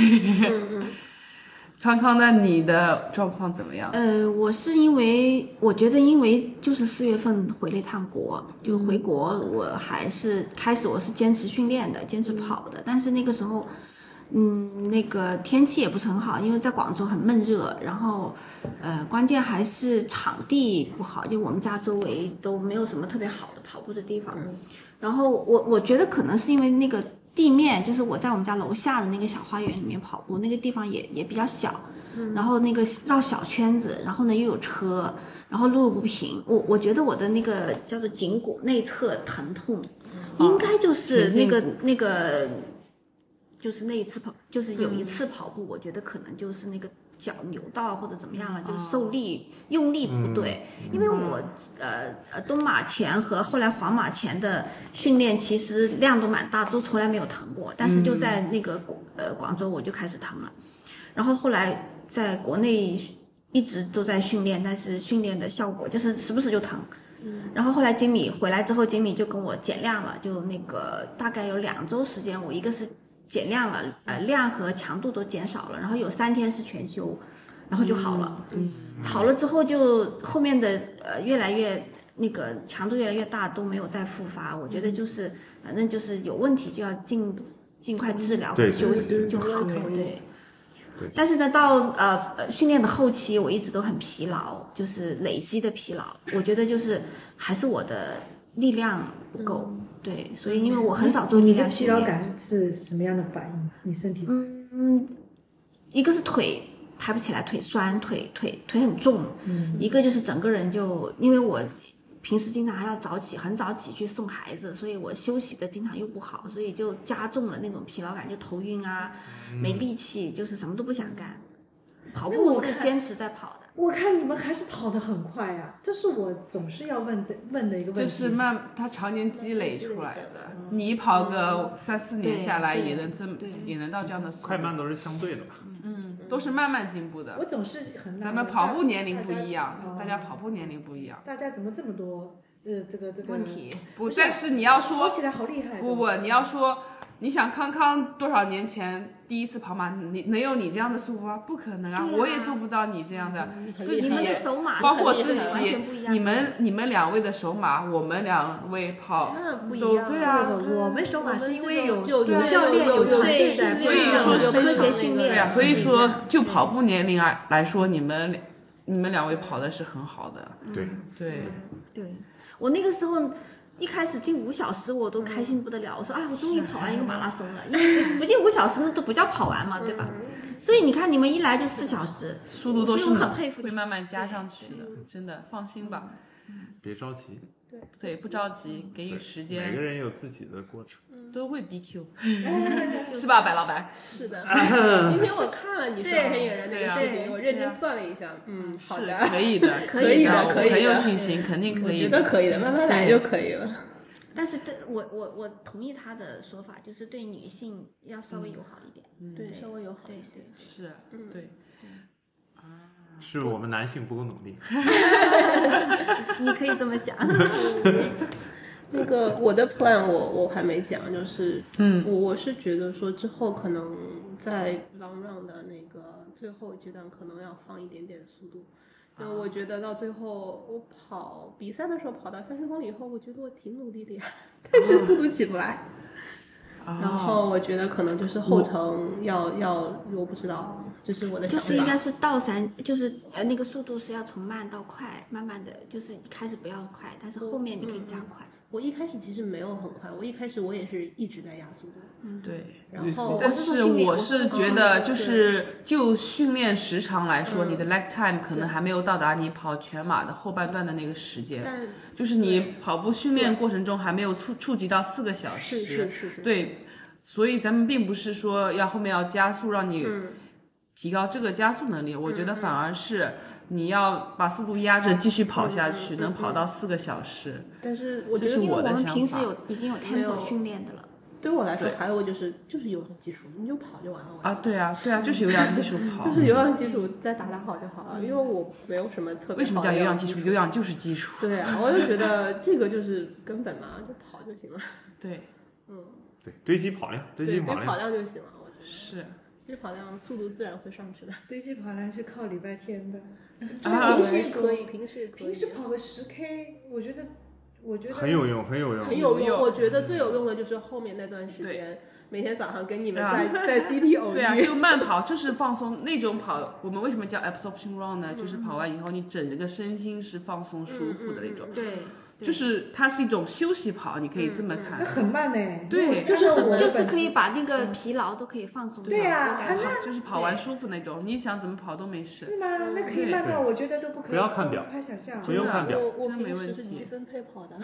Speaker 1: 康康，那你的状况怎么样？
Speaker 3: 呃，我是因为我觉得，因为就是四月份回了一趟国，就回国，我还是开始我是坚持训练的，坚持跑的，但是那个时候嗯，那个天气也不是很好，因为在广州很闷热，然后，呃，关键还是场地不好，就我们家周围都没有什么特别好的跑步的地方。然后我我觉得可能是因为那个地面，就是我在我们家楼下的那个小花园里面跑步，那个地方也也比较小，然后那个绕小圈子，然后呢又有车，然后路不平，我我觉得我的那个叫做颈骨内侧疼痛，应该就是那个那个。就是那一次跑，就是有一次跑步，我觉得可能就是那个脚扭到或者怎么样了，就是受力用力不对。因为我呃呃东马前和后来黄马前的训练其实量都蛮大，都从来没有疼过，但是就在那个广呃广州我就开始疼了，然后后来在国内一直都在训练，但是训练的效果就是时不时就疼。然后后来经理回来之后，经理就跟我减量了，就那个大概有两周时间，我一个是减量了，呃，量和强度都减少了，然后有三天是全休，然后就好了。
Speaker 6: 嗯
Speaker 3: 好了之后就后面的呃越来越那个强度越来越大，都没有再复发。我觉得就是反正就是有问题就要尽尽快治疗和
Speaker 2: 对
Speaker 3: 休息
Speaker 2: 对对
Speaker 3: 就好了。
Speaker 6: 对
Speaker 3: 对。但是呢，到呃呃训练的后期，我一直都很疲劳，就是累积的疲劳。我觉得就是还是我的力量不够，对，所以因为我很少做力
Speaker 4: 嗯你的
Speaker 3: 量训
Speaker 4: 疲
Speaker 3: 练。
Speaker 4: 劳感是什么样的反应？你身体
Speaker 1: 嗯
Speaker 3: 一个是腿抬不起来，腿酸，腿腿腿很重；
Speaker 4: 嗯
Speaker 3: 一个就是整个人就，因为我平时经常还要早起，很早起去送孩子，所以我休息的经常又不好，所以就加重了那种疲劳感，就头晕啊，
Speaker 4: 嗯
Speaker 3: 没力气，就是什么都不想干。跑
Speaker 4: 那
Speaker 3: 步
Speaker 4: 嗯我
Speaker 3: 是
Speaker 4: 看
Speaker 3: 坚持在跑的，
Speaker 4: 我看你们还是跑得很快啊，这是我总是要问的问的一个问
Speaker 1: 这
Speaker 4: 题。
Speaker 1: 是慢，它常年积累出来的。你跑个三四年下来，
Speaker 3: 对
Speaker 1: 也能这么
Speaker 3: 对，
Speaker 1: 也能到这样的速度
Speaker 2: 快，慢都是相对的吧？
Speaker 1: 都是慢慢进步
Speaker 4: 我
Speaker 1: 的。
Speaker 4: 总是很纳闷
Speaker 1: 咱们跑步年龄不一样，
Speaker 4: 大
Speaker 1: 大
Speaker 4: 家
Speaker 1: 家
Speaker 4: 哦
Speaker 1: 跑步年龄不一样。
Speaker 4: 大家怎么这么多呃这个这个
Speaker 3: 问题
Speaker 1: 不，
Speaker 4: 不是
Speaker 1: 但是你要
Speaker 4: 跑
Speaker 1: 说
Speaker 4: 起来好厉害。
Speaker 1: 不不，你要说你想康康多少年前第一次跑马，你能有你这样的速度吗？不可能啊，
Speaker 3: 对啊
Speaker 1: 我也做不到你这样的。思
Speaker 3: 你
Speaker 1: 琪
Speaker 3: 们的
Speaker 1: 也，
Speaker 3: 手码
Speaker 1: 包括
Speaker 3: 是
Speaker 1: 思
Speaker 3: 完全
Speaker 1: 琪
Speaker 3: 不一，样的
Speaker 1: 你们你们两位的手码，我们两位跑
Speaker 6: 那不一
Speaker 1: 都
Speaker 6: 样
Speaker 1: 对
Speaker 6: 啊
Speaker 1: 啊，
Speaker 4: 不不不我们手码是因为有
Speaker 6: 就
Speaker 4: 有教练有团
Speaker 3: 对
Speaker 4: 队在，
Speaker 3: 对
Speaker 1: 所以
Speaker 4: 不
Speaker 1: 说
Speaker 4: 一样
Speaker 3: 有科学
Speaker 6: 非常
Speaker 3: 训
Speaker 6: 那个
Speaker 3: 练，
Speaker 1: 对啊，所以说就跑步年龄而来说，你们两你们两位跑的是很好的，
Speaker 6: 嗯
Speaker 5: 对，
Speaker 1: 对，
Speaker 3: 对我那个时候一开始进五小时我都开心不得了，我说啊，我终于跑完一个马拉松了，因为不进五小时那都不叫跑完嘛，对吧？
Speaker 6: 嗯
Speaker 3: 所以你看你们一来就四小时，
Speaker 1: 速度都是
Speaker 3: 所以我很佩服
Speaker 1: 会
Speaker 3: 你
Speaker 1: 慢慢加上去的，真的放心
Speaker 6: 嗯
Speaker 1: 吧，
Speaker 2: 别着急，
Speaker 1: 对，不着急，给予
Speaker 2: 对
Speaker 1: 时
Speaker 2: 每个
Speaker 1: 间，
Speaker 2: 人有自己的过程。
Speaker 1: 都会
Speaker 6: [laughs]
Speaker 1: BQ，是吧，白老板？
Speaker 6: 是的，今天我看了你说
Speaker 3: 对
Speaker 6: 黑野人那
Speaker 1: 对
Speaker 6: 个
Speaker 1: 啊
Speaker 6: 视频，我认
Speaker 1: 对
Speaker 6: 真
Speaker 1: 啊
Speaker 6: 算了一下，嗯，好
Speaker 1: 是
Speaker 6: 的，
Speaker 1: 可
Speaker 6: [laughs]
Speaker 1: 以的，
Speaker 3: 可以的
Speaker 1: 我
Speaker 6: 可以的
Speaker 1: 很有信心，肯定可
Speaker 6: 我
Speaker 1: 以
Speaker 6: 觉得可以的，慢慢来就可以了。
Speaker 3: 但是对我我我同意他的说法，就是对女性要稍微友好一点，
Speaker 6: 嗯对，稍微有好
Speaker 3: 对
Speaker 6: 一
Speaker 3: 对
Speaker 6: 些。
Speaker 1: 是，
Speaker 6: 嗯
Speaker 1: 对，
Speaker 2: 是我们男性不够努力，
Speaker 3: [laughs] 你可以这么想。
Speaker 6: 那个我的 plan 我我还没讲，就是嗯，我我是觉得说之后可能在 long run 的那个最后阶段可能要放一点点速度，因为我觉得到最后我跑比赛的时候跑到三十公里以后，我觉得我挺努力的呀， [laughs] 但是速度起不来。
Speaker 1: 哦
Speaker 6: 然后我觉得可能就是后程要要，我不知道，这是我的
Speaker 3: 就
Speaker 6: 想
Speaker 3: 是应
Speaker 6: 法。
Speaker 3: 该是倒三，就是呃那个速度是要从慢到快，慢慢的就是一开始不要快，但是后面你可以加快。
Speaker 6: 我一开始其实没有很快，我一开始我也是一直在压速度，
Speaker 1: 对。
Speaker 6: 然后
Speaker 1: 但
Speaker 3: 我是
Speaker 1: 是
Speaker 3: 说训练
Speaker 1: 我
Speaker 3: 我是
Speaker 1: 是
Speaker 3: 说
Speaker 1: 觉
Speaker 3: 训
Speaker 1: 得，
Speaker 3: 练
Speaker 1: 就是就训练时长来说，你的 lag time 可能还没有到达你跑全马的后半段的那个时间，
Speaker 6: 但
Speaker 1: 就是你跑步训练过程中还没有触触及到四个小时。
Speaker 6: 是是是是，
Speaker 1: 对，所以咱们并不是说要后面要加速让你提高这个加速能力，我觉得反而是你要把速度压着继续跑下去，能跑到四个小时。
Speaker 6: 但是我
Speaker 1: 这
Speaker 6: 觉
Speaker 1: 是
Speaker 6: 得
Speaker 3: 因为
Speaker 1: 我的
Speaker 3: 们
Speaker 1: 想
Speaker 3: 平时
Speaker 1: 法
Speaker 3: 有已经有
Speaker 6: 没有
Speaker 3: tempo 训练的了，
Speaker 6: 对我来说
Speaker 1: 对，
Speaker 6: 还有就是就是有氧基础，你就跑就完了。我
Speaker 1: 啊，对啊，对啊，就是有氧基础跑。嗯
Speaker 6: 就是有氧基础再打打好就好了，因为我没有什么特别。
Speaker 1: 为什么叫有氧基础？有？氧就是基础。
Speaker 6: 对啊，我就觉得这个就是根本嘛，就跑就行了，
Speaker 1: 对，
Speaker 2: 对，堆积跑量，堆积
Speaker 6: 对，
Speaker 2: 跑
Speaker 6: 对跑
Speaker 2: 量，
Speaker 6: 量就行了。我觉得
Speaker 1: 是。
Speaker 6: 这跑量速度自然会上去的。
Speaker 4: 堆积跑量是靠礼拜天的，
Speaker 1: 啊
Speaker 6: 平时可以，平时可以，
Speaker 4: 平时跑个十 K，我
Speaker 3: 啊
Speaker 4: 觉得我觉得
Speaker 2: 很有用，很有用。
Speaker 6: 很
Speaker 1: 有
Speaker 6: 有
Speaker 1: 用嗯
Speaker 6: 用。我觉得最有用的就是后面那段时间，每天早上跟你们
Speaker 1: 啊
Speaker 6: 在在 CT
Speaker 1: [laughs]
Speaker 6: 偶
Speaker 1: 对啊，
Speaker 6: 遇。
Speaker 1: 就慢跑，就是放松那种跑。我们为什么叫 absorption run 呢？就是跑完以后，你整个身心是放松舒服的那种，
Speaker 3: 对，嗯对
Speaker 1: 就是它是一种休息跑，你可以这么看
Speaker 4: 那。很慢呢、
Speaker 1: 对
Speaker 4: 如果
Speaker 3: 就是
Speaker 4: 按照我的
Speaker 3: 就是
Speaker 4: 本
Speaker 3: 可以
Speaker 4: 事
Speaker 3: 把那个疲劳都可以放松掉。
Speaker 4: 对啊
Speaker 3: 我
Speaker 1: 跑
Speaker 3: 感觉
Speaker 1: 就是跑完舒服那种，你想怎么跑都没事。
Speaker 4: 是
Speaker 3: 嗯
Speaker 4: 吗？那可以慢到我觉得都不可以，
Speaker 2: 不要看表
Speaker 4: 无法想象。
Speaker 2: 不用看表，
Speaker 6: 我我
Speaker 1: 真没
Speaker 6: 平
Speaker 1: 问
Speaker 6: 时
Speaker 1: 题
Speaker 6: 是七分配跑的，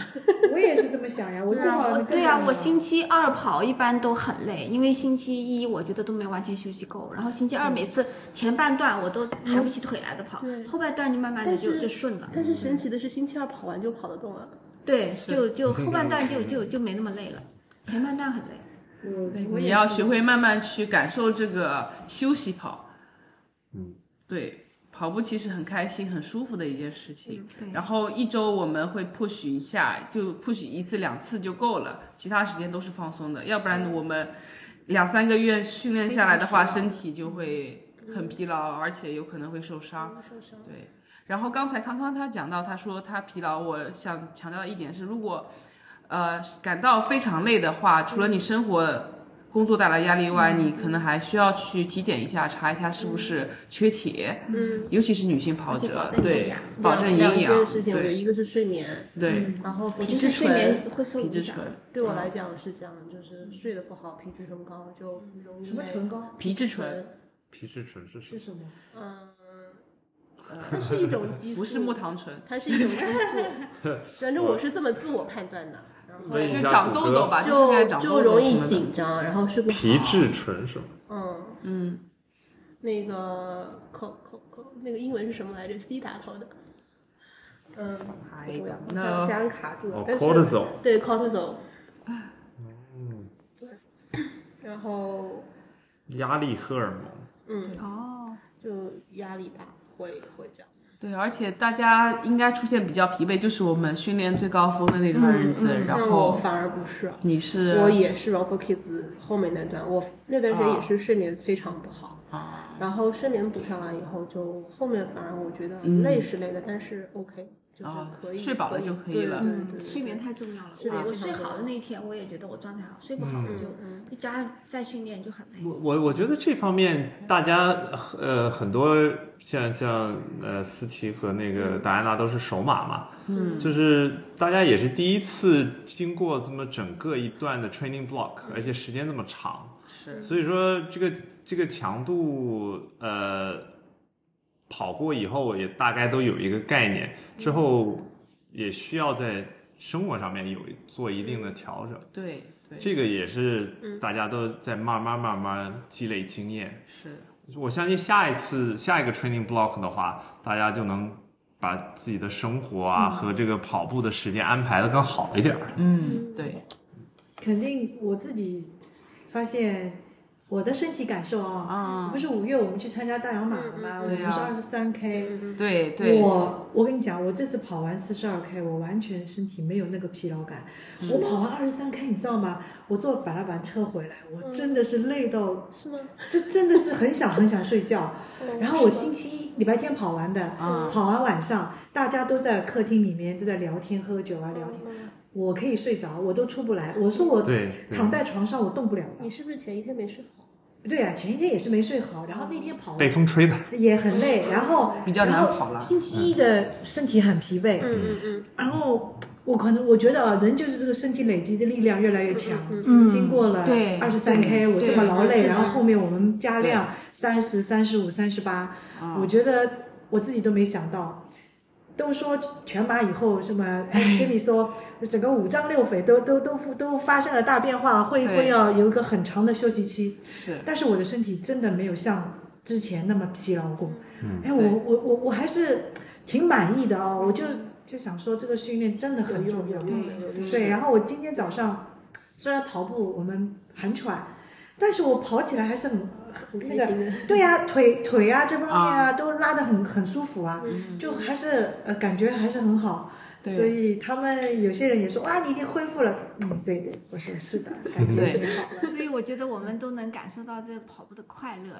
Speaker 4: 我也是这么想呀，我
Speaker 3: 对
Speaker 4: 正
Speaker 3: 啊，
Speaker 4: 好
Speaker 3: 我
Speaker 4: 跟
Speaker 3: 对啊，
Speaker 4: 你
Speaker 3: 我星期二跑一般都很累，因为星期一我觉得都没有完全休息够，然后星期二每次前半段我都抬不起腿来的跑，
Speaker 6: 对
Speaker 3: 后半段就慢慢的
Speaker 6: 但
Speaker 3: 就是就顺了，
Speaker 6: 但是神奇的是星期二跑完就跑得动了。
Speaker 3: 对，就就后半段就就就没那么累了，前半段很累。
Speaker 4: 我我
Speaker 1: 你
Speaker 4: 也
Speaker 1: 要
Speaker 4: 是
Speaker 1: 学会慢慢去感受这个休息跑。嗯，对，跑步其实很开心、很舒服的一件事情。
Speaker 3: 对
Speaker 1: 然后一周我们会 push 一下，就 push 一次两次就够了，其他时间都是放松的。要不然我们两三个月训练下来的话，
Speaker 3: 非常疲
Speaker 1: 身体就会很疲劳，而且有可能会受伤。
Speaker 6: 受伤。
Speaker 1: 对，然后刚才康康他讲到，他说他疲劳，我想强调的一点是，如果呃感到非常累的话，除了你生活、工作带来压力外，你可能还需要去体检一下，查一下是不是缺铁，
Speaker 6: 嗯，
Speaker 1: 尤其是女性跑
Speaker 3: 而且
Speaker 1: 者
Speaker 3: 保，证营
Speaker 1: 对
Speaker 3: 养，
Speaker 1: 保证营
Speaker 6: 两两
Speaker 1: 养
Speaker 6: 件，事情，我觉得
Speaker 1: 对
Speaker 6: 一个嗯是睡眠，
Speaker 1: 对，
Speaker 6: 然后
Speaker 3: 我
Speaker 6: 皮
Speaker 3: 就是
Speaker 6: 质
Speaker 3: 睡
Speaker 6: 醇。
Speaker 3: 眠会受
Speaker 1: 皮
Speaker 3: 影
Speaker 1: 质
Speaker 3: 响
Speaker 1: 醇，，
Speaker 6: 对我来讲是这样，就是睡得不好，皮质醇高就
Speaker 1: 嗯
Speaker 6: 容易
Speaker 4: 什么
Speaker 6: 累
Speaker 4: 唇膏
Speaker 1: 皮质醇，
Speaker 2: 皮质醇是什
Speaker 4: 是
Speaker 2: 么？
Speaker 4: 什么？
Speaker 6: 嗯，它是一种激素，
Speaker 1: 不是木糖醇，
Speaker 6: 它是一种激素。反正我是这么自我判断的，然后
Speaker 2: 问一
Speaker 1: 就
Speaker 2: 下
Speaker 1: 长
Speaker 2: 谷
Speaker 1: 痘
Speaker 2: 歌
Speaker 1: 痘吧，就看看
Speaker 6: 就
Speaker 1: 长
Speaker 6: 就
Speaker 1: 痘
Speaker 6: 容
Speaker 1: 痘什
Speaker 6: 易
Speaker 1: 么的。
Speaker 6: 紧张，然后睡不好。
Speaker 2: 皮质醇是吗？
Speaker 6: 嗯，
Speaker 1: 嗯，
Speaker 6: 那个口口口那个英文是什么来着？C 打头的。嗯，
Speaker 1: I
Speaker 6: 我
Speaker 1: don't
Speaker 6: 我想
Speaker 1: know
Speaker 6: 想卡住了
Speaker 2: 哦，
Speaker 6: 但是。
Speaker 2: ，cortisol
Speaker 6: 对 cortisol。对。嗯然后，
Speaker 2: 压力荷尔蒙，
Speaker 6: 嗯，
Speaker 3: 哦，
Speaker 6: 就压力大，会会这样。
Speaker 1: 对，而且大家应该出现比较疲惫，就是我们训练最高峰的那段
Speaker 6: 嗯
Speaker 1: 日
Speaker 4: 嗯
Speaker 1: 子，嗯然
Speaker 6: 像我
Speaker 1: 后
Speaker 6: 反而不是，
Speaker 1: 你是
Speaker 6: 我也是 r o f f Kids 后面那段，我那段时间也
Speaker 1: 啊
Speaker 6: 是睡眠非常不好，然后睡眠补上来以后就，后面反而我觉得累是累了，但是 OK，就
Speaker 1: 嗯
Speaker 6: 是
Speaker 1: 啊
Speaker 6: 可以、
Speaker 1: 睡饱了就可以了
Speaker 6: 对对对对
Speaker 3: 嗯，睡眠太重要了。嗯
Speaker 6: 睡眠
Speaker 3: 我
Speaker 6: 非常
Speaker 3: 睡
Speaker 6: 重
Speaker 3: 好
Speaker 6: 要
Speaker 3: 的那一天，我也觉得我状态好，睡不好就就加再训练就很累。
Speaker 2: 我我我觉得这方面大家呃很多像像呃思琪和那个戴安娜都是手马嘛，嗯，就是大家也是第一次经过这么整个一段的 training block，而且时间这么长，
Speaker 1: 是
Speaker 2: 所以说这个这个强度，呃，跑过以后也大概都有一个概念，之后也需要在生活上面有做一定的调整。
Speaker 1: 对对
Speaker 2: 这个也是大家都在慢慢慢慢积累经验。
Speaker 1: 是
Speaker 2: 我相信下一次下一个 training block 的话，大家就能把自己的生活啊、和这个跑步的时间安排的更好一点儿。
Speaker 1: 嗯对
Speaker 4: 肯定我自己发现我的身体感受啊，
Speaker 1: 啊
Speaker 4: 不是五月我们去参加大洋马了
Speaker 1: 嗯嗯
Speaker 4: 吗？我
Speaker 1: 对
Speaker 4: 们是
Speaker 1: 啊
Speaker 4: 二十三 K，
Speaker 1: 嗯对对
Speaker 4: 我我跟你讲，我这次跑完四十二 K，我完全身体没有那个疲劳感。
Speaker 1: 嗯
Speaker 4: 我跑完二十三 K，你知道吗？我坐板拉板车回来，我真的是累
Speaker 1: 嗯
Speaker 4: 到，
Speaker 6: 是吗？
Speaker 4: 这真的是很想很想
Speaker 1: [laughs]
Speaker 4: 睡觉。
Speaker 6: 嗯
Speaker 4: 然后我星期一礼拜天跑完的，
Speaker 1: 嗯
Speaker 4: 跑完晚上大家都在客厅里面都在聊天喝酒啊聊
Speaker 1: 嗯
Speaker 4: 天，我可以睡着，我都出不来。我说我
Speaker 2: 对，对
Speaker 4: 躺在床上我动不了了
Speaker 1: 嗯
Speaker 6: 你。是不是前一天没睡好？
Speaker 4: 对啊，前一天也是没睡好，然后那天跑
Speaker 2: 被风吹的。
Speaker 4: 也很累，然后
Speaker 1: 比较难
Speaker 4: 然后
Speaker 1: 跑了嗯
Speaker 4: 星期一的身体很疲惫，
Speaker 6: 嗯嗯
Speaker 4: 然后我可能我觉得啊，人就是这个身体累积的力量越来越强。
Speaker 3: 嗯
Speaker 4: 经过了
Speaker 3: 对
Speaker 4: 二十三 K，
Speaker 3: 对
Speaker 4: 我这么劳
Speaker 6: 是
Speaker 4: 累，
Speaker 6: 的
Speaker 4: 然后后面我们加量三十、三十五、三十八，
Speaker 1: 嗯
Speaker 4: 我觉得我自己都没想到。都说全麻以后什么？哎，经理说整个五脏六腑都都都都发生了大变化，会
Speaker 1: 对
Speaker 4: 会要有一个很长的休息期。
Speaker 1: 是
Speaker 4: 但是我的身体真的没有像之前那么疲劳过。
Speaker 2: 嗯
Speaker 4: 哎，我我我我还是挺满意的啊、我就就想说这个训练真的很重要。
Speaker 6: 用有用
Speaker 4: 嗯对，然后我今天早上虽然跑步我们很喘，但是我跑起来还是很很那
Speaker 6: 开
Speaker 4: 个。
Speaker 6: 心的。
Speaker 4: 对呀、腿腿啊这方面啊都拉得很很舒服啊，
Speaker 6: 嗯
Speaker 4: 就还是呃感觉还是很好。
Speaker 1: 对
Speaker 4: 所以他们有些人也说哇，你已经恢复了。嗯，对对，我说是的，感觉
Speaker 1: 对
Speaker 4: 挺好了。
Speaker 3: 所以我觉得我们都能感受到这跑步的快乐，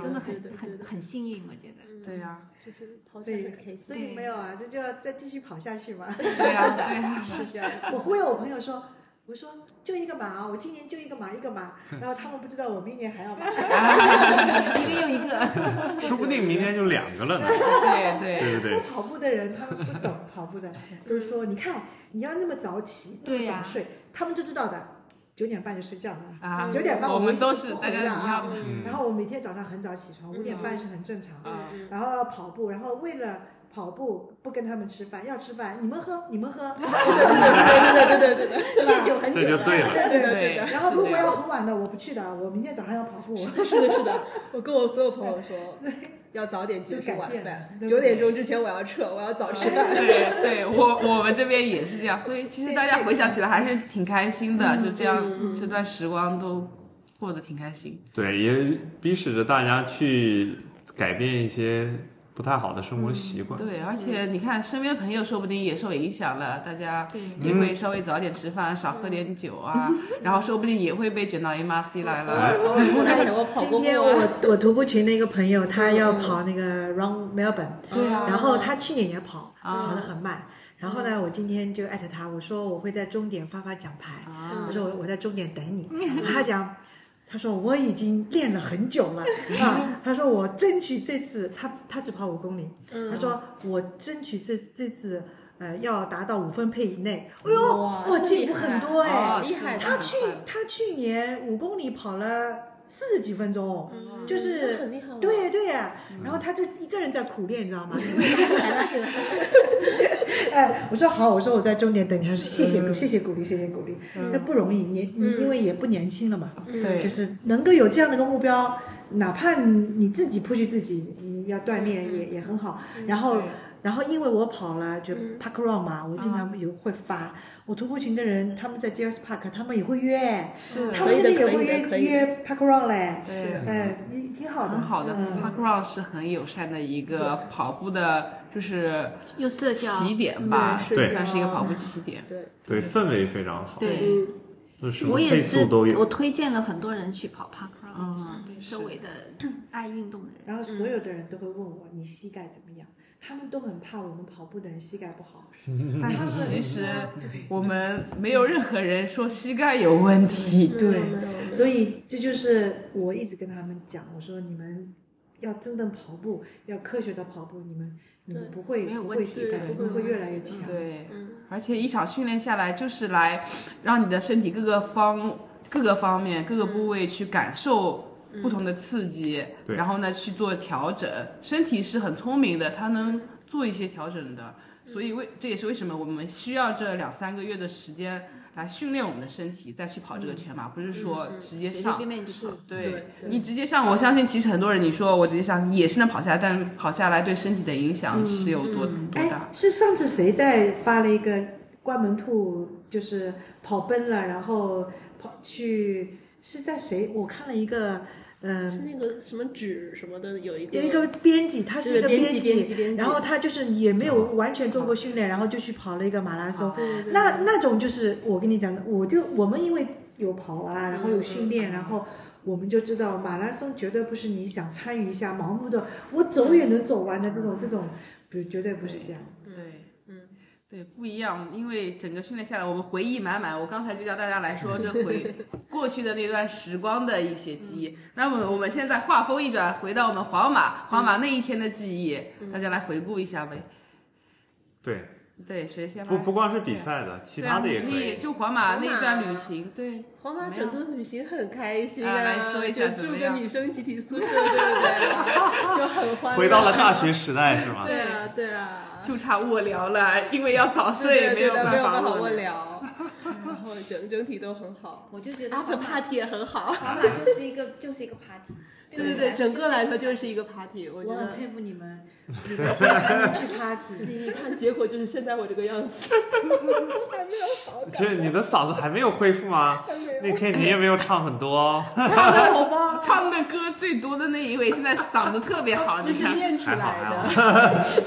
Speaker 3: 真嗯的嗯
Speaker 6: 对
Speaker 3: 很
Speaker 6: 对
Speaker 3: 很
Speaker 6: 对
Speaker 3: 很幸运，我觉得。
Speaker 1: 对呀
Speaker 6: 就是跑起来很开心。
Speaker 4: 所以没有啊，这就要再继续跑下去嘛。
Speaker 1: 对呀对呀
Speaker 4: [laughs]
Speaker 6: 是这样的，
Speaker 4: 我忽悠我朋友说，我说就一个马，啊我今年就一个马，一个马。然后他们不知道我明年还要马，
Speaker 3: 一个又一 [laughs] 个，
Speaker 2: 说不定明天就两个了呢。
Speaker 1: 对
Speaker 4: [laughs]
Speaker 1: 对，
Speaker 2: 对对对，
Speaker 4: 跑步的人他们不懂 [laughs] 跑步的，都是说你看你要那么早起，那
Speaker 3: 对
Speaker 4: 么
Speaker 3: 呀
Speaker 4: 早睡，他们就知道的，九点半就睡觉
Speaker 1: 啊
Speaker 4: 了，九点半
Speaker 1: 我们
Speaker 4: 们
Speaker 1: 都是大
Speaker 4: 回
Speaker 1: 家
Speaker 4: 了啊。
Speaker 1: 一
Speaker 2: 嗯
Speaker 4: 然后我每天早上很早起床，五点半是很正常
Speaker 1: 样。啊，
Speaker 6: 嗯
Speaker 4: 然后要跑步，然后为了跑步不跟他们吃饭，要吃饭你们喝你们喝，对对对对对对，
Speaker 3: 戒酒很久
Speaker 2: 这就对了。
Speaker 4: 对对对。
Speaker 1: 对。
Speaker 4: 然后如
Speaker 1: 是
Speaker 4: 果
Speaker 1: 这样
Speaker 4: 要很晚的，我不去的，我明天早上要跑步。
Speaker 6: 是的，是的，我跟我所有朋友说，要早点结束
Speaker 4: 就改
Speaker 6: 晚
Speaker 4: 变
Speaker 6: 饭，
Speaker 4: 对
Speaker 6: 九点钟之前我要撤，我要早吃饭。
Speaker 1: 对对，我我们这边也是这样，所以其实大家回想起来还是挺开心的，
Speaker 4: 嗯
Speaker 1: 就这样这段时光都过得挺开心。
Speaker 2: 对，也逼使着大家去改变一些不太好的生活习惯。
Speaker 1: 对，而且你看身边的朋友说不定也受影响了，大家
Speaker 3: 对
Speaker 1: 也会稍微早点吃饭，少喝点酒啊，然后说不定也会被卷到 MRC 来
Speaker 2: 哎
Speaker 1: 了。
Speaker 6: 我还想过跑过
Speaker 4: 今天
Speaker 6: 步啊，
Speaker 4: 我我徒步群的一个朋友，他要跑那个 Run Melbourne，
Speaker 1: 对啊，
Speaker 4: 然后他去年也跑，
Speaker 1: 啊
Speaker 4: 跑得很慢。然后呢，我今天就艾特他，我说我会在终点发发奖牌，
Speaker 1: 嗯啊
Speaker 4: 我说我我在终点等你。他讲，他说我已经练了很久了啊，他说我争取这次他他只跑五公里，他说我争取这这次呃要达到五分配以内。哎呦，
Speaker 6: 哇
Speaker 4: 哇，进步很多哎、
Speaker 1: 哦
Speaker 6: 厉害
Speaker 1: 是
Speaker 4: 他去他去年五公里跑了四十几分钟，就是
Speaker 6: 嗯这很厉啊嗯害了
Speaker 4: 对对呀、然后他就一个人在苦练，你知道吗？
Speaker 6: [laughs]
Speaker 3: 拉起来，拉起来。
Speaker 4: 哎，我说好，我说我在终点等你。他说谢
Speaker 6: 嗯
Speaker 4: 谢，谢谢鼓励，谢谢鼓励。那不容易，年你因为也不年轻了嘛，
Speaker 6: 嗯
Speaker 1: 对
Speaker 4: 就，是能够有这样的一个目标，哪怕你自己 push 自己，你要锻
Speaker 6: 嗯
Speaker 4: 炼也也很好。然后
Speaker 1: 对
Speaker 4: 然后因为我跑了就
Speaker 6: 嗯
Speaker 4: park run 嘛，我经
Speaker 6: 啊
Speaker 4: 常有会发，我徒步群的人他们在 j e r s Park，他们也会约，
Speaker 1: 是
Speaker 4: 他们现在也会
Speaker 6: 可以的可以的可
Speaker 4: 约
Speaker 6: 以的
Speaker 4: 约 park run 嘞，
Speaker 1: 对。
Speaker 4: 哎，也挺好的，
Speaker 1: 很好的
Speaker 4: 嗯
Speaker 1: Park Run 是很友善的一个跑步的，就是
Speaker 3: 又社交，
Speaker 1: 起点吧，
Speaker 6: 对
Speaker 1: 算是一个跑步起点。
Speaker 2: 对，氛围非常好，
Speaker 3: 对。
Speaker 6: 嗯，
Speaker 2: 那什么
Speaker 3: 我也
Speaker 2: 配
Speaker 3: 是
Speaker 2: 速都，有
Speaker 3: 我。推荐了很多人去跑 park run，、对嗯周围的爱运动的人。
Speaker 4: 然后所有的人都会问我你膝盖怎么样，他们都很怕我们跑步的人膝盖不好。
Speaker 1: 但其实我们没有任何人说膝盖有问题，
Speaker 4: 对，所以这就是我一直跟他们讲，我说你们要真正跑步，要科学的跑步，你们你们不会
Speaker 3: 没有
Speaker 4: 不
Speaker 3: 问
Speaker 4: 会
Speaker 3: 题
Speaker 4: 膝
Speaker 3: 的
Speaker 4: 盖不会会越来越强。
Speaker 1: 对，而且一场训练下来，就是来让你的身体各个方、各个方面、各个部位去感受不同的刺激，
Speaker 2: 对
Speaker 1: 然后呢去做调整。身体是很聪明的，它能做一些调整的，所以为这也是为什么我们需要这两三个月的时间来训练我们的身体，再去跑这个圈嘛，不是说
Speaker 6: 嗯
Speaker 1: 直接
Speaker 3: 随随
Speaker 1: 上。
Speaker 3: 便便就跑，
Speaker 1: 对
Speaker 6: 对
Speaker 1: 你直接上，我相信其实很多人，你说我直接上也是能跑下来，但跑下来对身体的影响是有多、多大？
Speaker 4: 哎，是上次谁在发了一个关门兔，就是跑奔了，然后跑去是在谁？我看了一个，嗯、
Speaker 6: 是那个什么纸什么的，有一个
Speaker 4: 有一个编辑，他是一个
Speaker 6: 编
Speaker 4: 辑，
Speaker 6: 编辑编辑，嗯
Speaker 4: 然后他就是也没有完全做过训练，然后就去跑了一个马拉松。
Speaker 1: 嗯
Speaker 4: 那那种就是我跟你讲的，我就我们因为有跑啊，然后有训
Speaker 6: 嗯
Speaker 4: 练，然后我们就知道马拉松绝对不是你想参与一下盲目的我走也能走完的这种这种，不绝对不是这样。
Speaker 1: 对，嗯，对，不一样，因为整个训练下来，我们回忆满满。我刚才就叫大家来
Speaker 6: [laughs]
Speaker 1: 说这回过去的那段时光的一些记忆。那么我们现在话锋一转，回到我们皇马，皇
Speaker 6: 嗯
Speaker 1: 马那一天的记忆，大家来回顾一下呗。
Speaker 2: 对，
Speaker 1: 对，谁先来？
Speaker 2: 不不光是比赛的，其
Speaker 1: 对啊
Speaker 2: 他的也
Speaker 1: 你
Speaker 2: 可
Speaker 1: 可
Speaker 2: 以。
Speaker 1: 就皇马
Speaker 6: 皇
Speaker 1: 那
Speaker 6: 马
Speaker 1: 一段旅行，对，
Speaker 6: 皇马
Speaker 1: 怎么
Speaker 6: 整
Speaker 1: 样
Speaker 6: 顿旅行很开心
Speaker 1: 啊来说一下
Speaker 6: 就
Speaker 1: 怎么
Speaker 6: 住个
Speaker 1: 样
Speaker 6: 女生集体宿舍，对不对？
Speaker 1: [laughs]
Speaker 6: 就很欢乐。
Speaker 2: 回到了大学时代是吗？
Speaker 6: [laughs] 对啊，对啊，
Speaker 1: 就差卧聊了，因为要早
Speaker 6: 对
Speaker 1: 睡，
Speaker 6: 对
Speaker 1: 没
Speaker 6: 对
Speaker 1: 有
Speaker 6: 对没有
Speaker 1: 法
Speaker 6: 办法
Speaker 1: 卧
Speaker 6: 问。聊，然后整整体都很好。
Speaker 3: 我就觉得
Speaker 6: 阿 f
Speaker 3: 皇
Speaker 6: party 也很好，
Speaker 3: 皇马就是一个就是一个 party，
Speaker 6: 对对对，整个来说就是一个 party，我觉
Speaker 4: 我很
Speaker 6: 得。
Speaker 4: 佩服你们，你们会跟我去 party。
Speaker 6: 你看结果就是现在我这个
Speaker 1: [laughs]
Speaker 6: 样子，还没有好感。
Speaker 2: [laughs] 这你的嗓子还没有恢复吗？那天你也没有唱很多哦，
Speaker 1: 唱的好吧， [laughs] 唱的歌最多的那一位，现在嗓子
Speaker 6: [laughs]
Speaker 1: 特别好，
Speaker 6: 这
Speaker 1: 你
Speaker 2: 啊
Speaker 6: 是
Speaker 1: 看。
Speaker 6: 练出
Speaker 2: 还好
Speaker 6: 来
Speaker 2: 还
Speaker 6: 的。
Speaker 2: 好。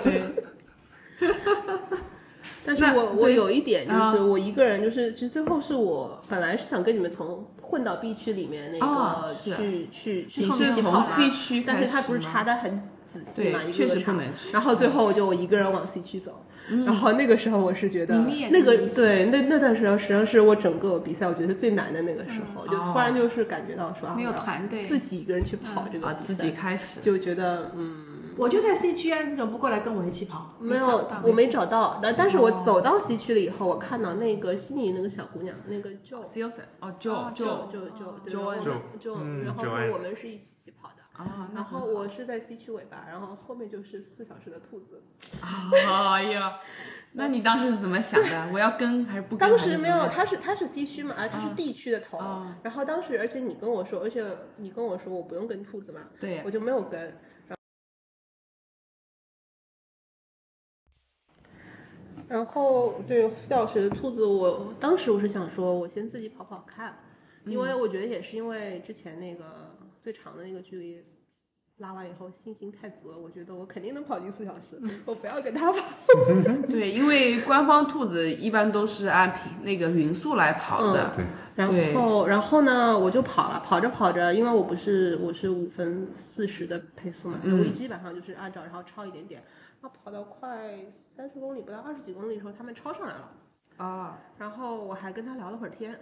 Speaker 6: 但是
Speaker 1: 那
Speaker 6: 我我
Speaker 1: 对
Speaker 6: 有一点
Speaker 1: 啊
Speaker 6: 就是我一个人就是，其实最后是我本来是想跟你们从混到 B 区里面那
Speaker 1: 啊
Speaker 6: 个
Speaker 1: 是
Speaker 6: 去去去
Speaker 1: 你
Speaker 6: 后面
Speaker 1: 是
Speaker 6: 去跑
Speaker 1: 从
Speaker 6: 嘛
Speaker 1: C 区开
Speaker 6: 但
Speaker 1: 始
Speaker 6: 是
Speaker 1: 吗，
Speaker 6: 它不是查的很仔细嘛，
Speaker 1: 对，
Speaker 6: 一
Speaker 1: 确实
Speaker 6: 个个
Speaker 1: 不
Speaker 6: 查。
Speaker 1: 能去。
Speaker 6: 然后最后我就我一个人往 C 区走，然后那个时候我是觉得
Speaker 3: 嗯你列
Speaker 6: 那个
Speaker 3: 你列
Speaker 6: 对那那段时候实际上是我整个比赛我觉得是最难的那个时候，就突然就是感觉到说啊
Speaker 3: 哦没有
Speaker 6: 我要
Speaker 3: 团队，嗯
Speaker 6: 自己一个人去跑这个
Speaker 1: 啊，
Speaker 6: 比
Speaker 1: 自
Speaker 6: 赛
Speaker 1: 己开始。
Speaker 6: 就觉得嗯。
Speaker 4: 我就在 C 区啊，你怎么不过来跟我一起跑？
Speaker 6: 没
Speaker 3: 没找
Speaker 6: 有
Speaker 3: 到，哦
Speaker 6: 我没找到。但但是我走到西区了以后，我看到那个悉尼那个小姑娘，那个 Jo
Speaker 1: C 哦
Speaker 6: 就
Speaker 1: ，Joe Joe
Speaker 6: 就就
Speaker 3: 哦
Speaker 6: 就
Speaker 1: Joanne
Speaker 6: 就
Speaker 2: 嗯
Speaker 6: 然后
Speaker 2: Joanne
Speaker 6: 我们是一起起跑的。
Speaker 1: 啊，那
Speaker 6: 然后
Speaker 1: 很
Speaker 3: 嗯
Speaker 1: 好
Speaker 6: 我是在西区尾巴，然后后面就是四小时的兔子。
Speaker 1: 哎呀，那你当时是怎么想的？我要跟还是不跟？
Speaker 6: 当时没有，
Speaker 1: 还是
Speaker 6: 他是他是西区嘛，啊，他是地区的头
Speaker 1: 啊。
Speaker 6: 然后当时，而且你跟我说，而且你跟我说我不用跟兔子嘛，
Speaker 1: 怎么样
Speaker 6: 我就没有跟。然后然后对四小时的兔子，我当时我是想说，我先自己跑跑看，因为我觉得也是因为之前那个最长的那个距离拉完以后，信心太足了，我觉得我肯定能跑进四小时，我不要跟他跑。
Speaker 1: 对对，因为官方兔子一般都是按平那个匀速来跑
Speaker 6: 嗯
Speaker 1: 的，对
Speaker 6: 然后，然后呢，我就跑了，跑着跑着，因为我不是我是五分四十的配速嘛，
Speaker 1: 嗯
Speaker 6: 我基本上就是按照然后超一点点，然后跑到快三十公里不到二十几公里的时候，他们超上来了，
Speaker 1: 啊，
Speaker 6: 然后我还跟他聊了会儿
Speaker 2: [laughs]
Speaker 6: 天，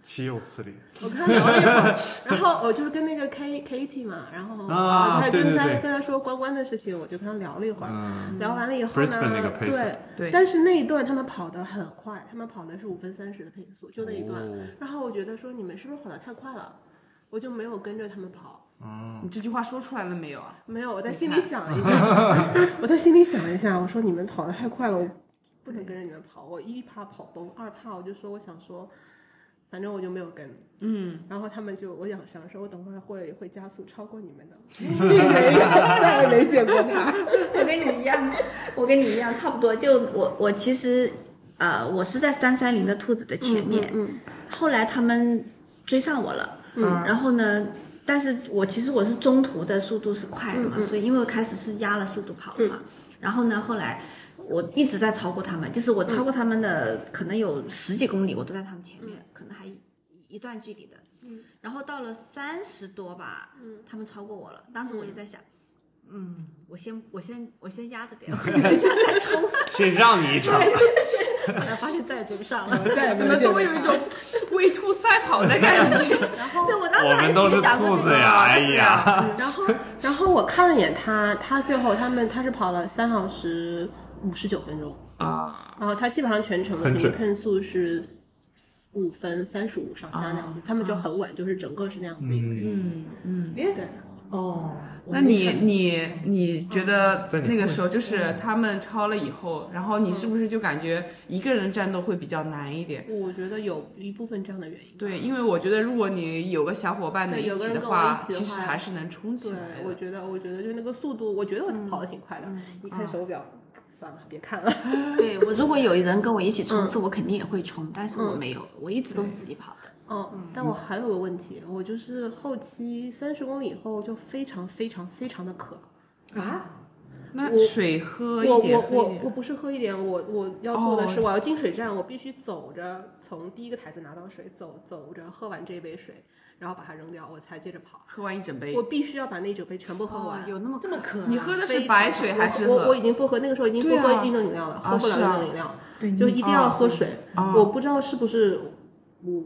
Speaker 2: 岂有此理！
Speaker 6: 我跟他聊了一会儿，然后我就是跟那个 K Katie 嘛，然后
Speaker 2: 啊
Speaker 6: 他
Speaker 2: 对
Speaker 6: 跟
Speaker 2: 对
Speaker 6: 他
Speaker 2: 对
Speaker 6: 跟他说关关的事情，我就跟他聊了一会儿，
Speaker 2: 嗯，
Speaker 6: 聊完了以后
Speaker 2: Brisbane 那个
Speaker 6: 呢，
Speaker 2: 配速
Speaker 6: 对
Speaker 1: 对
Speaker 6: 但是那一段他们跑得很快，他们跑的是五分三十的配速，就那一段。
Speaker 2: 哦
Speaker 6: 然后我觉得说你们是不是跑得太快了，我就没有跟着他们跑，
Speaker 2: 嗯
Speaker 1: 你这句话说出来了没有
Speaker 6: [laughs]
Speaker 1: 啊？
Speaker 6: 没有，我在
Speaker 1: 你
Speaker 6: 心里
Speaker 1: 看
Speaker 6: 想了一下， [laughs] 我在心里想了一下，我说你们跑得太快了，我不能跟着你们跑，我一怕跑崩，二怕我就说我想说，反正我就没有跟，嗯，然后他们就我想想说，我等会儿会会加速超过你们的，再也没见过他，
Speaker 3: 我跟你一样，我跟你一样，差不多。就我我其实，呃，我是在三三零的兔子的前面，后来他们追上我了，嗯然后呢，但是我其实我是中途的速度是快的嘛，所以因为我开始是压了速度跑的嘛，然后呢，后来。我一直在超过他们，就是我超过他们的、可能有十几公里，我都在他们前面，可能还一一段距离的。嗯，然后到了三十多吧，嗯，他们超过我了。当时我就在想，嗯，我先我先我先压着点， [laughs] 我等一下再冲，
Speaker 2: 先让你一场，
Speaker 3: 后来发现再也追不上了。
Speaker 6: [laughs] 再也
Speaker 1: 怎
Speaker 6: 没
Speaker 1: 么
Speaker 6: 有见
Speaker 1: 都
Speaker 6: 过
Speaker 1: 有一
Speaker 6: 他。
Speaker 1: 种龟兔赛跑的感觉。 [laughs]
Speaker 3: 对，我当时
Speaker 2: 我
Speaker 3: 还
Speaker 2: 们都
Speaker 3: 没
Speaker 2: 是
Speaker 3: 想过
Speaker 2: 兔
Speaker 3: 这
Speaker 2: 子
Speaker 3: 个
Speaker 2: 呀！哎呀，
Speaker 6: 然后，然后我看了一眼他，他最后他们他是跑了三小时五十九分钟啊，然后他基本上全程的
Speaker 2: 很
Speaker 6: 平均
Speaker 2: 准
Speaker 6: 配速是五分三十五上下那样子，他们就很稳，就是整个是那样子一个
Speaker 2: 嗯
Speaker 6: 配速。
Speaker 4: 哦，
Speaker 1: 嗯那你你你觉得
Speaker 2: 在你嗯
Speaker 1: 那个时候就是他们超了以后，然后你是不是就感觉一个人战斗会比较难一点？
Speaker 6: 我觉得有一部分这样的原因。
Speaker 1: 对，因为我觉得如果你有个小伙伴的
Speaker 6: 嗯对
Speaker 1: 一
Speaker 6: 有个
Speaker 1: 起
Speaker 6: 人
Speaker 1: 的
Speaker 6: 跟我
Speaker 1: 话，
Speaker 6: 一起的
Speaker 1: 其实
Speaker 6: 话
Speaker 1: 还是能冲起
Speaker 6: 对
Speaker 1: 来，
Speaker 6: 我
Speaker 1: 的。
Speaker 6: 觉得，我觉得就是那个速度，我觉得我跑得挺快的。一看手表，算了，别看了。
Speaker 3: 对我如果有人跟我一起冲刺，我肯定也会冲，但是我没有，我一直都是自己跑的。
Speaker 6: 哦，但我还有个问题，我就是后期三十公里以后就非常非常非常的渴。
Speaker 4: 啊，
Speaker 1: 那
Speaker 6: 我
Speaker 1: 水喝
Speaker 6: 我
Speaker 1: 一点，
Speaker 6: 我
Speaker 1: 喝一
Speaker 6: 我
Speaker 1: 点。
Speaker 6: 我不是喝一点，我我要做的是，我要进水站，我必须走着从第一个台子拿到水，走走着喝完这一杯水，然后把它扔掉，我才接着跑。
Speaker 1: 喝完一整杯
Speaker 6: 我，必须要把那一整杯全部喝
Speaker 3: 哇
Speaker 6: 完，。
Speaker 3: 有那么
Speaker 4: 这么渴啊、
Speaker 1: 你哦喝的
Speaker 6: 非
Speaker 1: 是
Speaker 6: 常
Speaker 1: 白水还是
Speaker 6: 我我我
Speaker 1: 喝？
Speaker 6: 已经不喝，那个时候已经不
Speaker 1: 对啊
Speaker 6: 喝运动饮料了，
Speaker 1: 啊
Speaker 6: 喝不了
Speaker 1: 是
Speaker 6: 运
Speaker 1: 啊
Speaker 6: 动饮料，
Speaker 4: 对，
Speaker 6: 就
Speaker 4: 你
Speaker 6: 一定要
Speaker 1: 哦
Speaker 6: 喝水。
Speaker 1: 啊
Speaker 6: 我不知道是不是我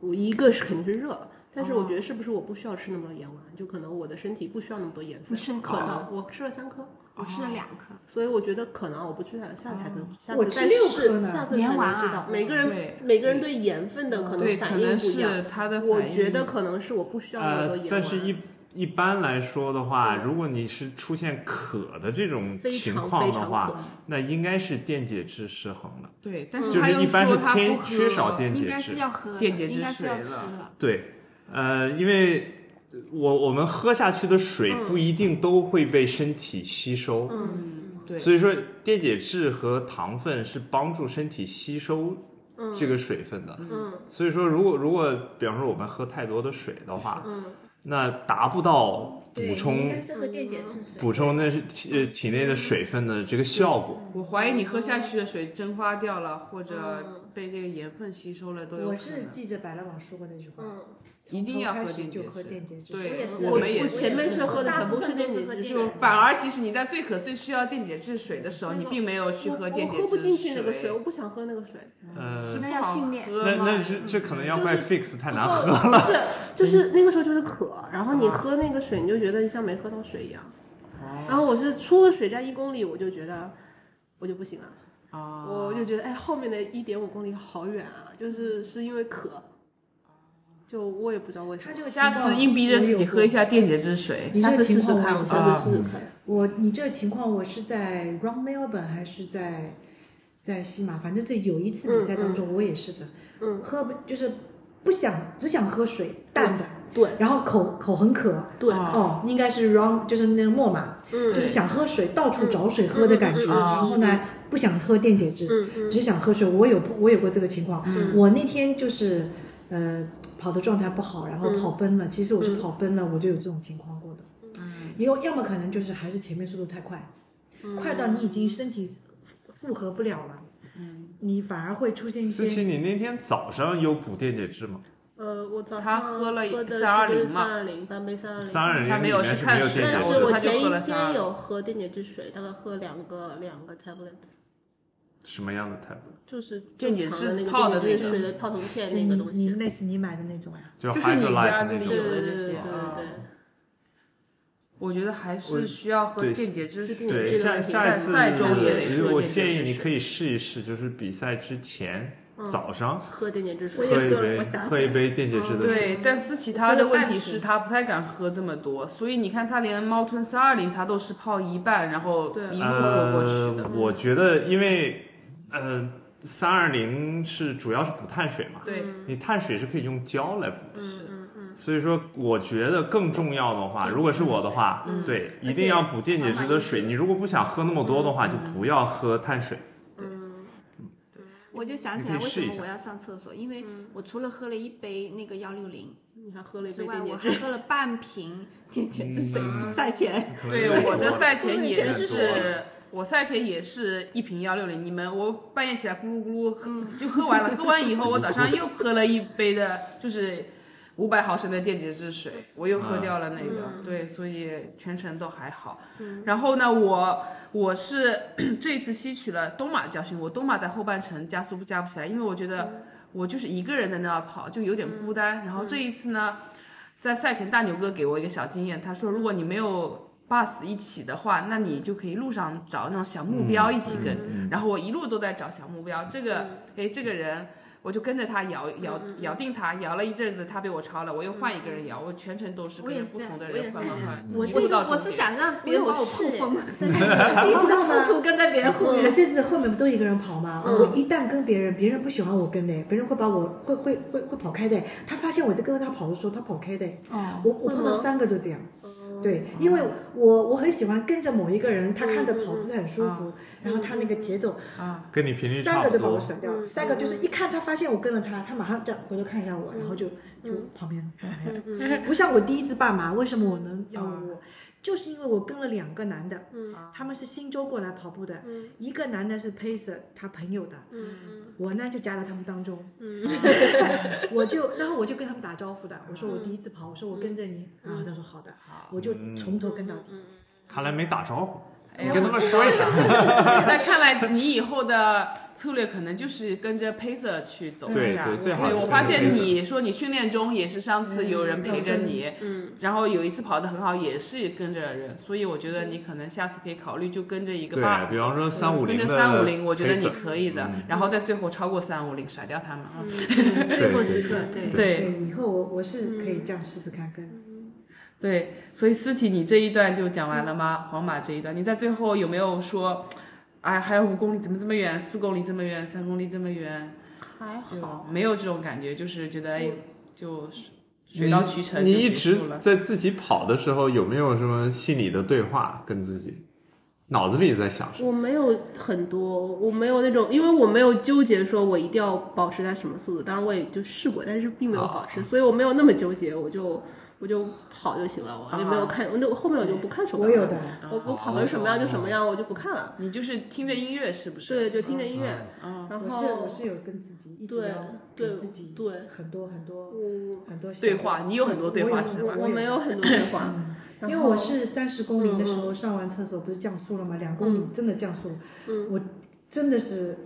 Speaker 6: 我一个是肯定是热，但是我
Speaker 1: 哦
Speaker 6: 觉得是不是我不需要吃那么多盐丸，就可能我的身体不需要那么多盐
Speaker 3: 你
Speaker 6: 分。
Speaker 3: 吃了几
Speaker 6: 可
Speaker 3: 颗
Speaker 6: 能我吃了三颗，
Speaker 3: 我吃了两颗，
Speaker 6: 所以我觉得可能我不知道，下次才能，下
Speaker 4: 我
Speaker 6: 次
Speaker 4: 吃
Speaker 6: 再
Speaker 4: 六
Speaker 6: 试
Speaker 4: 颗呢
Speaker 6: 下次才
Speaker 3: 盐丸
Speaker 6: 能
Speaker 3: 啊
Speaker 6: 知道。每个人
Speaker 1: 对
Speaker 6: 每个人对盐分的可
Speaker 1: 对，
Speaker 6: 能
Speaker 1: 可
Speaker 6: 反应
Speaker 1: 能
Speaker 6: 不一样。
Speaker 1: 是他的反应。
Speaker 6: 我觉得可能是我不需要那么多
Speaker 2: 呃
Speaker 6: 盐，
Speaker 2: 但
Speaker 6: 丸，
Speaker 2: 是一一般来说的话，如果你是出现渴的这种
Speaker 6: 非
Speaker 2: 情
Speaker 6: 常
Speaker 2: 况
Speaker 6: 非
Speaker 2: 的
Speaker 6: 常
Speaker 2: 话，
Speaker 6: 渴。
Speaker 2: 那应该是电解质失衡了。
Speaker 1: 对，但是嗯
Speaker 2: 就
Speaker 1: 他
Speaker 2: 是
Speaker 1: 又
Speaker 2: 一般
Speaker 1: 说
Speaker 2: 是
Speaker 1: 他不
Speaker 2: 天
Speaker 1: 喝
Speaker 2: 缺少电
Speaker 3: 应
Speaker 2: 解
Speaker 3: 该
Speaker 2: 质
Speaker 3: 是，要喝的，
Speaker 1: 电解质
Speaker 3: 应该是要
Speaker 1: 水
Speaker 3: 吃
Speaker 1: 了
Speaker 3: 了。
Speaker 2: 对，呃，因为我我们喝下去的水不一定都会被身体吸收，
Speaker 1: 嗯，对，
Speaker 2: 所以说电解质和糖分是帮助身体吸收这个水分的。
Speaker 6: 嗯
Speaker 2: 所以说，如果如果比方说我们喝太多的水的话，
Speaker 6: 嗯
Speaker 2: 那达不到补
Speaker 11: 对，
Speaker 2: 充
Speaker 11: 应该是喝电解质水。
Speaker 2: 补充那是体呃体内的水分的这个效果。
Speaker 1: 我怀疑你喝下去的水蒸发掉了，或
Speaker 6: 嗯
Speaker 1: 者被这个盐分吸收了都有可能。
Speaker 4: 我是记着百乐网说过那句话，
Speaker 6: 嗯，
Speaker 1: 一定要
Speaker 4: 从
Speaker 1: 喝
Speaker 4: 头开始
Speaker 1: 电解
Speaker 4: 就
Speaker 1: 质
Speaker 4: 喝电解质
Speaker 1: 对
Speaker 4: 水。
Speaker 11: 我也是，
Speaker 1: 我们也
Speaker 6: 我
Speaker 1: 是
Speaker 6: 前面是喝的全部是电解
Speaker 11: 大部分都是喝
Speaker 1: 就
Speaker 6: 质
Speaker 1: 是
Speaker 6: 水
Speaker 11: 电解质，
Speaker 1: 反而，即使你在最渴、最需要电解质水的时候，你并没有去
Speaker 6: 我
Speaker 1: 喝电解质水，
Speaker 6: 我喝不进去那个水，我不想喝那个水。
Speaker 2: 呃，
Speaker 1: 是不
Speaker 3: 那要
Speaker 1: 好
Speaker 3: 训练
Speaker 1: 喝
Speaker 2: 那
Speaker 1: 吗
Speaker 2: 那是这可能要怪 fix 太难喝。
Speaker 6: 不是，就是那个时候就是渴，然后你喝那个水，你就觉得像没喝到水一样。然后我是出了水站一公里，我就觉得我就不行了，
Speaker 1: 啊，
Speaker 6: 我就觉得哎，后面的一点五公里好远啊，就是是因为渴，就我也不知道为什
Speaker 4: 他
Speaker 6: 么。
Speaker 4: 这个情
Speaker 1: 下
Speaker 4: 况
Speaker 1: 次硬逼着自己喝一
Speaker 4: 我有过。
Speaker 1: 下电解质水。
Speaker 4: 你
Speaker 6: 下
Speaker 4: 这
Speaker 6: 次
Speaker 4: 个
Speaker 6: 试
Speaker 4: 情
Speaker 6: 试
Speaker 4: 况
Speaker 6: 看，我下次试试看。
Speaker 4: 我你这个情况，我是在 Run Melbourne 还是在在西马？反正这有一次比赛当中，我也是的，
Speaker 6: 嗯
Speaker 4: 喝不就是不想只想喝水淡的，
Speaker 6: 对
Speaker 4: 然后口口很渴，
Speaker 6: 对
Speaker 1: 啊
Speaker 4: 哦，应该是 Run 就是那个莫玛，
Speaker 6: 嗯
Speaker 4: 就是想喝水，到处找水喝的感觉，
Speaker 1: 嗯
Speaker 6: 嗯
Speaker 1: 嗯
Speaker 4: 然后呢不想喝电解质，
Speaker 6: 嗯嗯
Speaker 4: 只想喝水。我有我有过这个情况，
Speaker 6: 嗯
Speaker 4: 我那天就是呃跑的状态不好，然后
Speaker 6: 嗯
Speaker 4: 跑崩了。其实我是跑崩了，我就有这种情况过的。
Speaker 6: 嗯
Speaker 4: 也有要么可能就是还是前面速度太快，快到你已经身体负荷不了了，
Speaker 6: 嗯
Speaker 4: 你反而会出现一
Speaker 2: [laughs] 思琪，
Speaker 4: 些。
Speaker 2: 你那天早上有补电解质吗？
Speaker 6: 呃，我早
Speaker 1: 他
Speaker 6: 上
Speaker 1: 喝了
Speaker 6: 的
Speaker 1: 320
Speaker 6: 三
Speaker 1: 嘛
Speaker 6: 二零半杯三二零，
Speaker 2: 三二零
Speaker 1: 他
Speaker 2: 里
Speaker 1: 没有
Speaker 2: 面
Speaker 1: 去
Speaker 2: 是
Speaker 1: 看
Speaker 2: 没有
Speaker 1: 水
Speaker 2: 电解
Speaker 6: 但
Speaker 1: 我说
Speaker 2: 质
Speaker 6: 是
Speaker 2: 的
Speaker 6: 我
Speaker 1: 他就
Speaker 6: 前
Speaker 1: 喝了
Speaker 6: 一
Speaker 1: 32
Speaker 6: 天有喝电解质水，大概喝两个两个 tablet，
Speaker 2: 什么样的 tablet？
Speaker 6: 就是
Speaker 1: 电解
Speaker 6: 正常
Speaker 1: 质
Speaker 6: 的那个
Speaker 1: 泡的
Speaker 6: 电解
Speaker 1: 那
Speaker 6: 质
Speaker 1: 个
Speaker 6: 水的泡腾片
Speaker 4: 你
Speaker 6: 那个东
Speaker 4: 你
Speaker 6: 西。
Speaker 4: 类似你买的那种啊呀、
Speaker 2: 就
Speaker 1: 就是你家
Speaker 2: Hydrolite
Speaker 1: 这
Speaker 2: 那
Speaker 1: 里
Speaker 6: 对
Speaker 2: 种
Speaker 1: 有
Speaker 6: 对
Speaker 1: 的
Speaker 6: 对
Speaker 1: 这些
Speaker 6: 对对
Speaker 1: 啊
Speaker 6: 对。
Speaker 1: 我觉得还
Speaker 2: 我
Speaker 1: 是需要喝
Speaker 2: 对
Speaker 1: 电解质
Speaker 6: 是
Speaker 1: 水。
Speaker 6: 电解
Speaker 2: 对，
Speaker 6: 质的
Speaker 2: 下
Speaker 6: 问题
Speaker 2: 下一次
Speaker 1: 在周也得
Speaker 2: 呃
Speaker 1: 喝
Speaker 2: 我
Speaker 1: 电解
Speaker 2: 建议
Speaker 1: 质
Speaker 2: 你
Speaker 1: 水
Speaker 2: 可以试一试，就是比赛之前
Speaker 6: 嗯
Speaker 2: 早上
Speaker 6: 喝电解质水
Speaker 2: 喝
Speaker 11: 我
Speaker 2: 一
Speaker 11: 也喝了
Speaker 2: 杯
Speaker 11: 我想起来
Speaker 2: 喝一杯电解质的水。
Speaker 1: 对，但思琪她的问题是她不太敢喝这么多，所以你看她连猫吞三二零她都是泡一半，然后
Speaker 6: 对
Speaker 1: 一路喝过去
Speaker 2: 呃
Speaker 1: 的。，
Speaker 2: 我觉得因为呃三二零是主要是补碳水嘛，
Speaker 1: 对，
Speaker 2: 你碳水是可以用胶来补的。
Speaker 1: 是
Speaker 2: 所以说，我觉得更重要的话，如果是我的话，对，一定要补电解质的水。你如果不想喝那么多的话，就不要喝碳水。
Speaker 3: 我就想起
Speaker 2: 你
Speaker 3: 来
Speaker 2: 可以
Speaker 3: 为什
Speaker 2: 试一
Speaker 3: 么
Speaker 2: 下
Speaker 3: 我要上厕所，因为我除了喝了一杯那个幺六零
Speaker 6: 你还喝了一
Speaker 3: 之
Speaker 6: 杯
Speaker 3: 外，
Speaker 6: 电
Speaker 3: 我
Speaker 6: 解
Speaker 3: 还
Speaker 6: 质，
Speaker 3: 喝了半瓶电解质水
Speaker 2: 嗯
Speaker 3: 赛前。
Speaker 2: 可能有点
Speaker 1: 对，我的
Speaker 2: 多
Speaker 1: 赛前也
Speaker 2: 多了 [laughs]
Speaker 1: 是，我赛前也是一瓶幺六零。你们，我半夜起来咕噜咕噜喝就喝完了，喝完以后我早上
Speaker 2: [laughs]
Speaker 1: 又喝了一杯的，就是五百毫升的电解质水，我又喝掉了那个。对，所以全程都还好。然后呢，我我是 [clears throat] 这次吸取了东马的教训，我东马在后半程加速不加不起来，因为我觉得我就是一个人在那儿跑，就有点
Speaker 3: 嗯
Speaker 1: 孤单。然后这一次呢。在赛前，大牛哥给我一个小经验，他说，如果你没有 bus 一起的话，那你就可以路上找那种小目标一起
Speaker 3: 嗯
Speaker 1: 跟。然后我一路都在找小目标，这个，哎，这个人，我就跟着他
Speaker 3: 嗯
Speaker 1: 摇摇摇定他，摇了一阵子，他被我超了，我又换一个人摇，我全程都是
Speaker 3: 我
Speaker 1: 跟
Speaker 3: 也
Speaker 1: 着
Speaker 3: 是
Speaker 1: 不同的
Speaker 3: 我也
Speaker 1: 人
Speaker 3: 是
Speaker 1: 换换换，
Speaker 4: 我
Speaker 1: 一
Speaker 3: 我
Speaker 1: 路
Speaker 3: 是
Speaker 1: 到
Speaker 3: 我
Speaker 1: 终
Speaker 3: 是
Speaker 1: 点。
Speaker 3: 想让别人把我扣疯，
Speaker 11: [laughs]
Speaker 4: 你知道吗
Speaker 3: 试图跟在别人后
Speaker 4: 我
Speaker 3: 面。
Speaker 4: 这次后面不都一个人跑吗？我一旦跟别人，别人不喜欢我跟的，别人会把我会会会会跑开的。他发现我在跟着他跑的时候，他跑开的。
Speaker 3: 哦，
Speaker 4: 我我碰到三个都这样。对，因为我我很喜欢跟着某一个人，他看着跑姿很舒服，然后他那个节奏，
Speaker 1: 嗯
Speaker 2: 跟你频率
Speaker 4: 三
Speaker 2: 差
Speaker 4: 个
Speaker 2: 不
Speaker 4: 都把我
Speaker 2: 多。
Speaker 4: 甩掉
Speaker 11: 嗯
Speaker 4: 了。三个就是一看他发现我跟了他，他马上这样回头看一下我，然
Speaker 11: 嗯
Speaker 4: 后就就旁边旁边这样不像我第一次半马，为什么我
Speaker 11: 嗯
Speaker 4: 能要我？就是因为我跟了两个男的，他们是新州过来跑步的，
Speaker 11: 嗯
Speaker 4: 一个男的是 pacer 他朋友的，我呢就夹在他们当中，
Speaker 11: 嗯
Speaker 4: [laughs] 我就然后我就跟他们打招呼的，我
Speaker 11: 嗯
Speaker 4: 说我第一次跑，我说我跟着你，然后他说好的，我就从头跟到底。
Speaker 2: 看来没打招呼，
Speaker 1: 哎
Speaker 2: 你
Speaker 1: 呀
Speaker 2: 跟他们说一声。
Speaker 1: [laughs] 那看来你以后的策略可能就是跟着 pacer 去走一
Speaker 2: 对
Speaker 1: 下。
Speaker 2: 对，最好
Speaker 1: 对，
Speaker 2: 是
Speaker 1: 我
Speaker 2: 跟
Speaker 1: 发
Speaker 2: 着
Speaker 1: 现
Speaker 2: pacer
Speaker 1: 你说你训练中也是上次有人陪着你，嗯，然后有一次跑得很好，也是跟着人，所以我觉得你可能下次可以考虑就跟着一个
Speaker 2: 对
Speaker 1: bus，，
Speaker 2: 比方说三五
Speaker 1: 跟
Speaker 2: 零
Speaker 1: 着
Speaker 2: 的
Speaker 1: 三五零，我觉得
Speaker 2: pacer 嗯
Speaker 1: 你可以的，然后在最后超过三五零，甩掉他们啊。
Speaker 2: 对
Speaker 11: 最后时刻，对，嗯
Speaker 1: 对
Speaker 4: 对，以后我我是可以这样试试看跟。
Speaker 1: 对，所以思琪，你这一段就讲完了吗？皇马这一段，你在最后有没有说，哎，还有五公里怎么这么远，四公里这么远，三公里这么远，
Speaker 6: 还
Speaker 1: 就
Speaker 6: 哦好。
Speaker 1: 没有这种感觉，就是觉得哎就是水
Speaker 2: 你
Speaker 1: 到渠成
Speaker 2: 你
Speaker 1: 就
Speaker 2: 一
Speaker 1: 结
Speaker 2: 直
Speaker 1: 束了
Speaker 2: 在自己跑的时候，有没有什么心理的对话跟自己？脑子里在想什么？
Speaker 6: 我没有很多，我没有那种，因为我没有纠结说我一定要保持在什么速度，当然我也就试过，但是并没有保持，所以我没有那么纠结，我就。我就跑就行了，我就没有看，我那我后面我就不看手
Speaker 4: 我
Speaker 6: 表了。
Speaker 4: 有的，
Speaker 6: 我我跑成什么样就什么样，我就不看了。
Speaker 1: 你就是听着音乐是不啊是？
Speaker 6: 对，就听着音乐，
Speaker 1: 嗯，
Speaker 6: 然
Speaker 4: 我是
Speaker 6: 后
Speaker 4: 我是有跟自己一直
Speaker 6: 对
Speaker 4: 要
Speaker 6: 对
Speaker 4: 给自己
Speaker 6: 对，
Speaker 4: 很多很多
Speaker 6: 我
Speaker 4: 很多
Speaker 1: 对话你有很多对话是吧
Speaker 6: 我没有很多变
Speaker 4: [coughs]
Speaker 6: 化，
Speaker 4: 因
Speaker 6: 然
Speaker 4: 为
Speaker 6: 后
Speaker 4: 我是三十公里的时候上完厕所，不是降速了吗？两公
Speaker 6: 嗯
Speaker 4: 里真的降速了，我真的是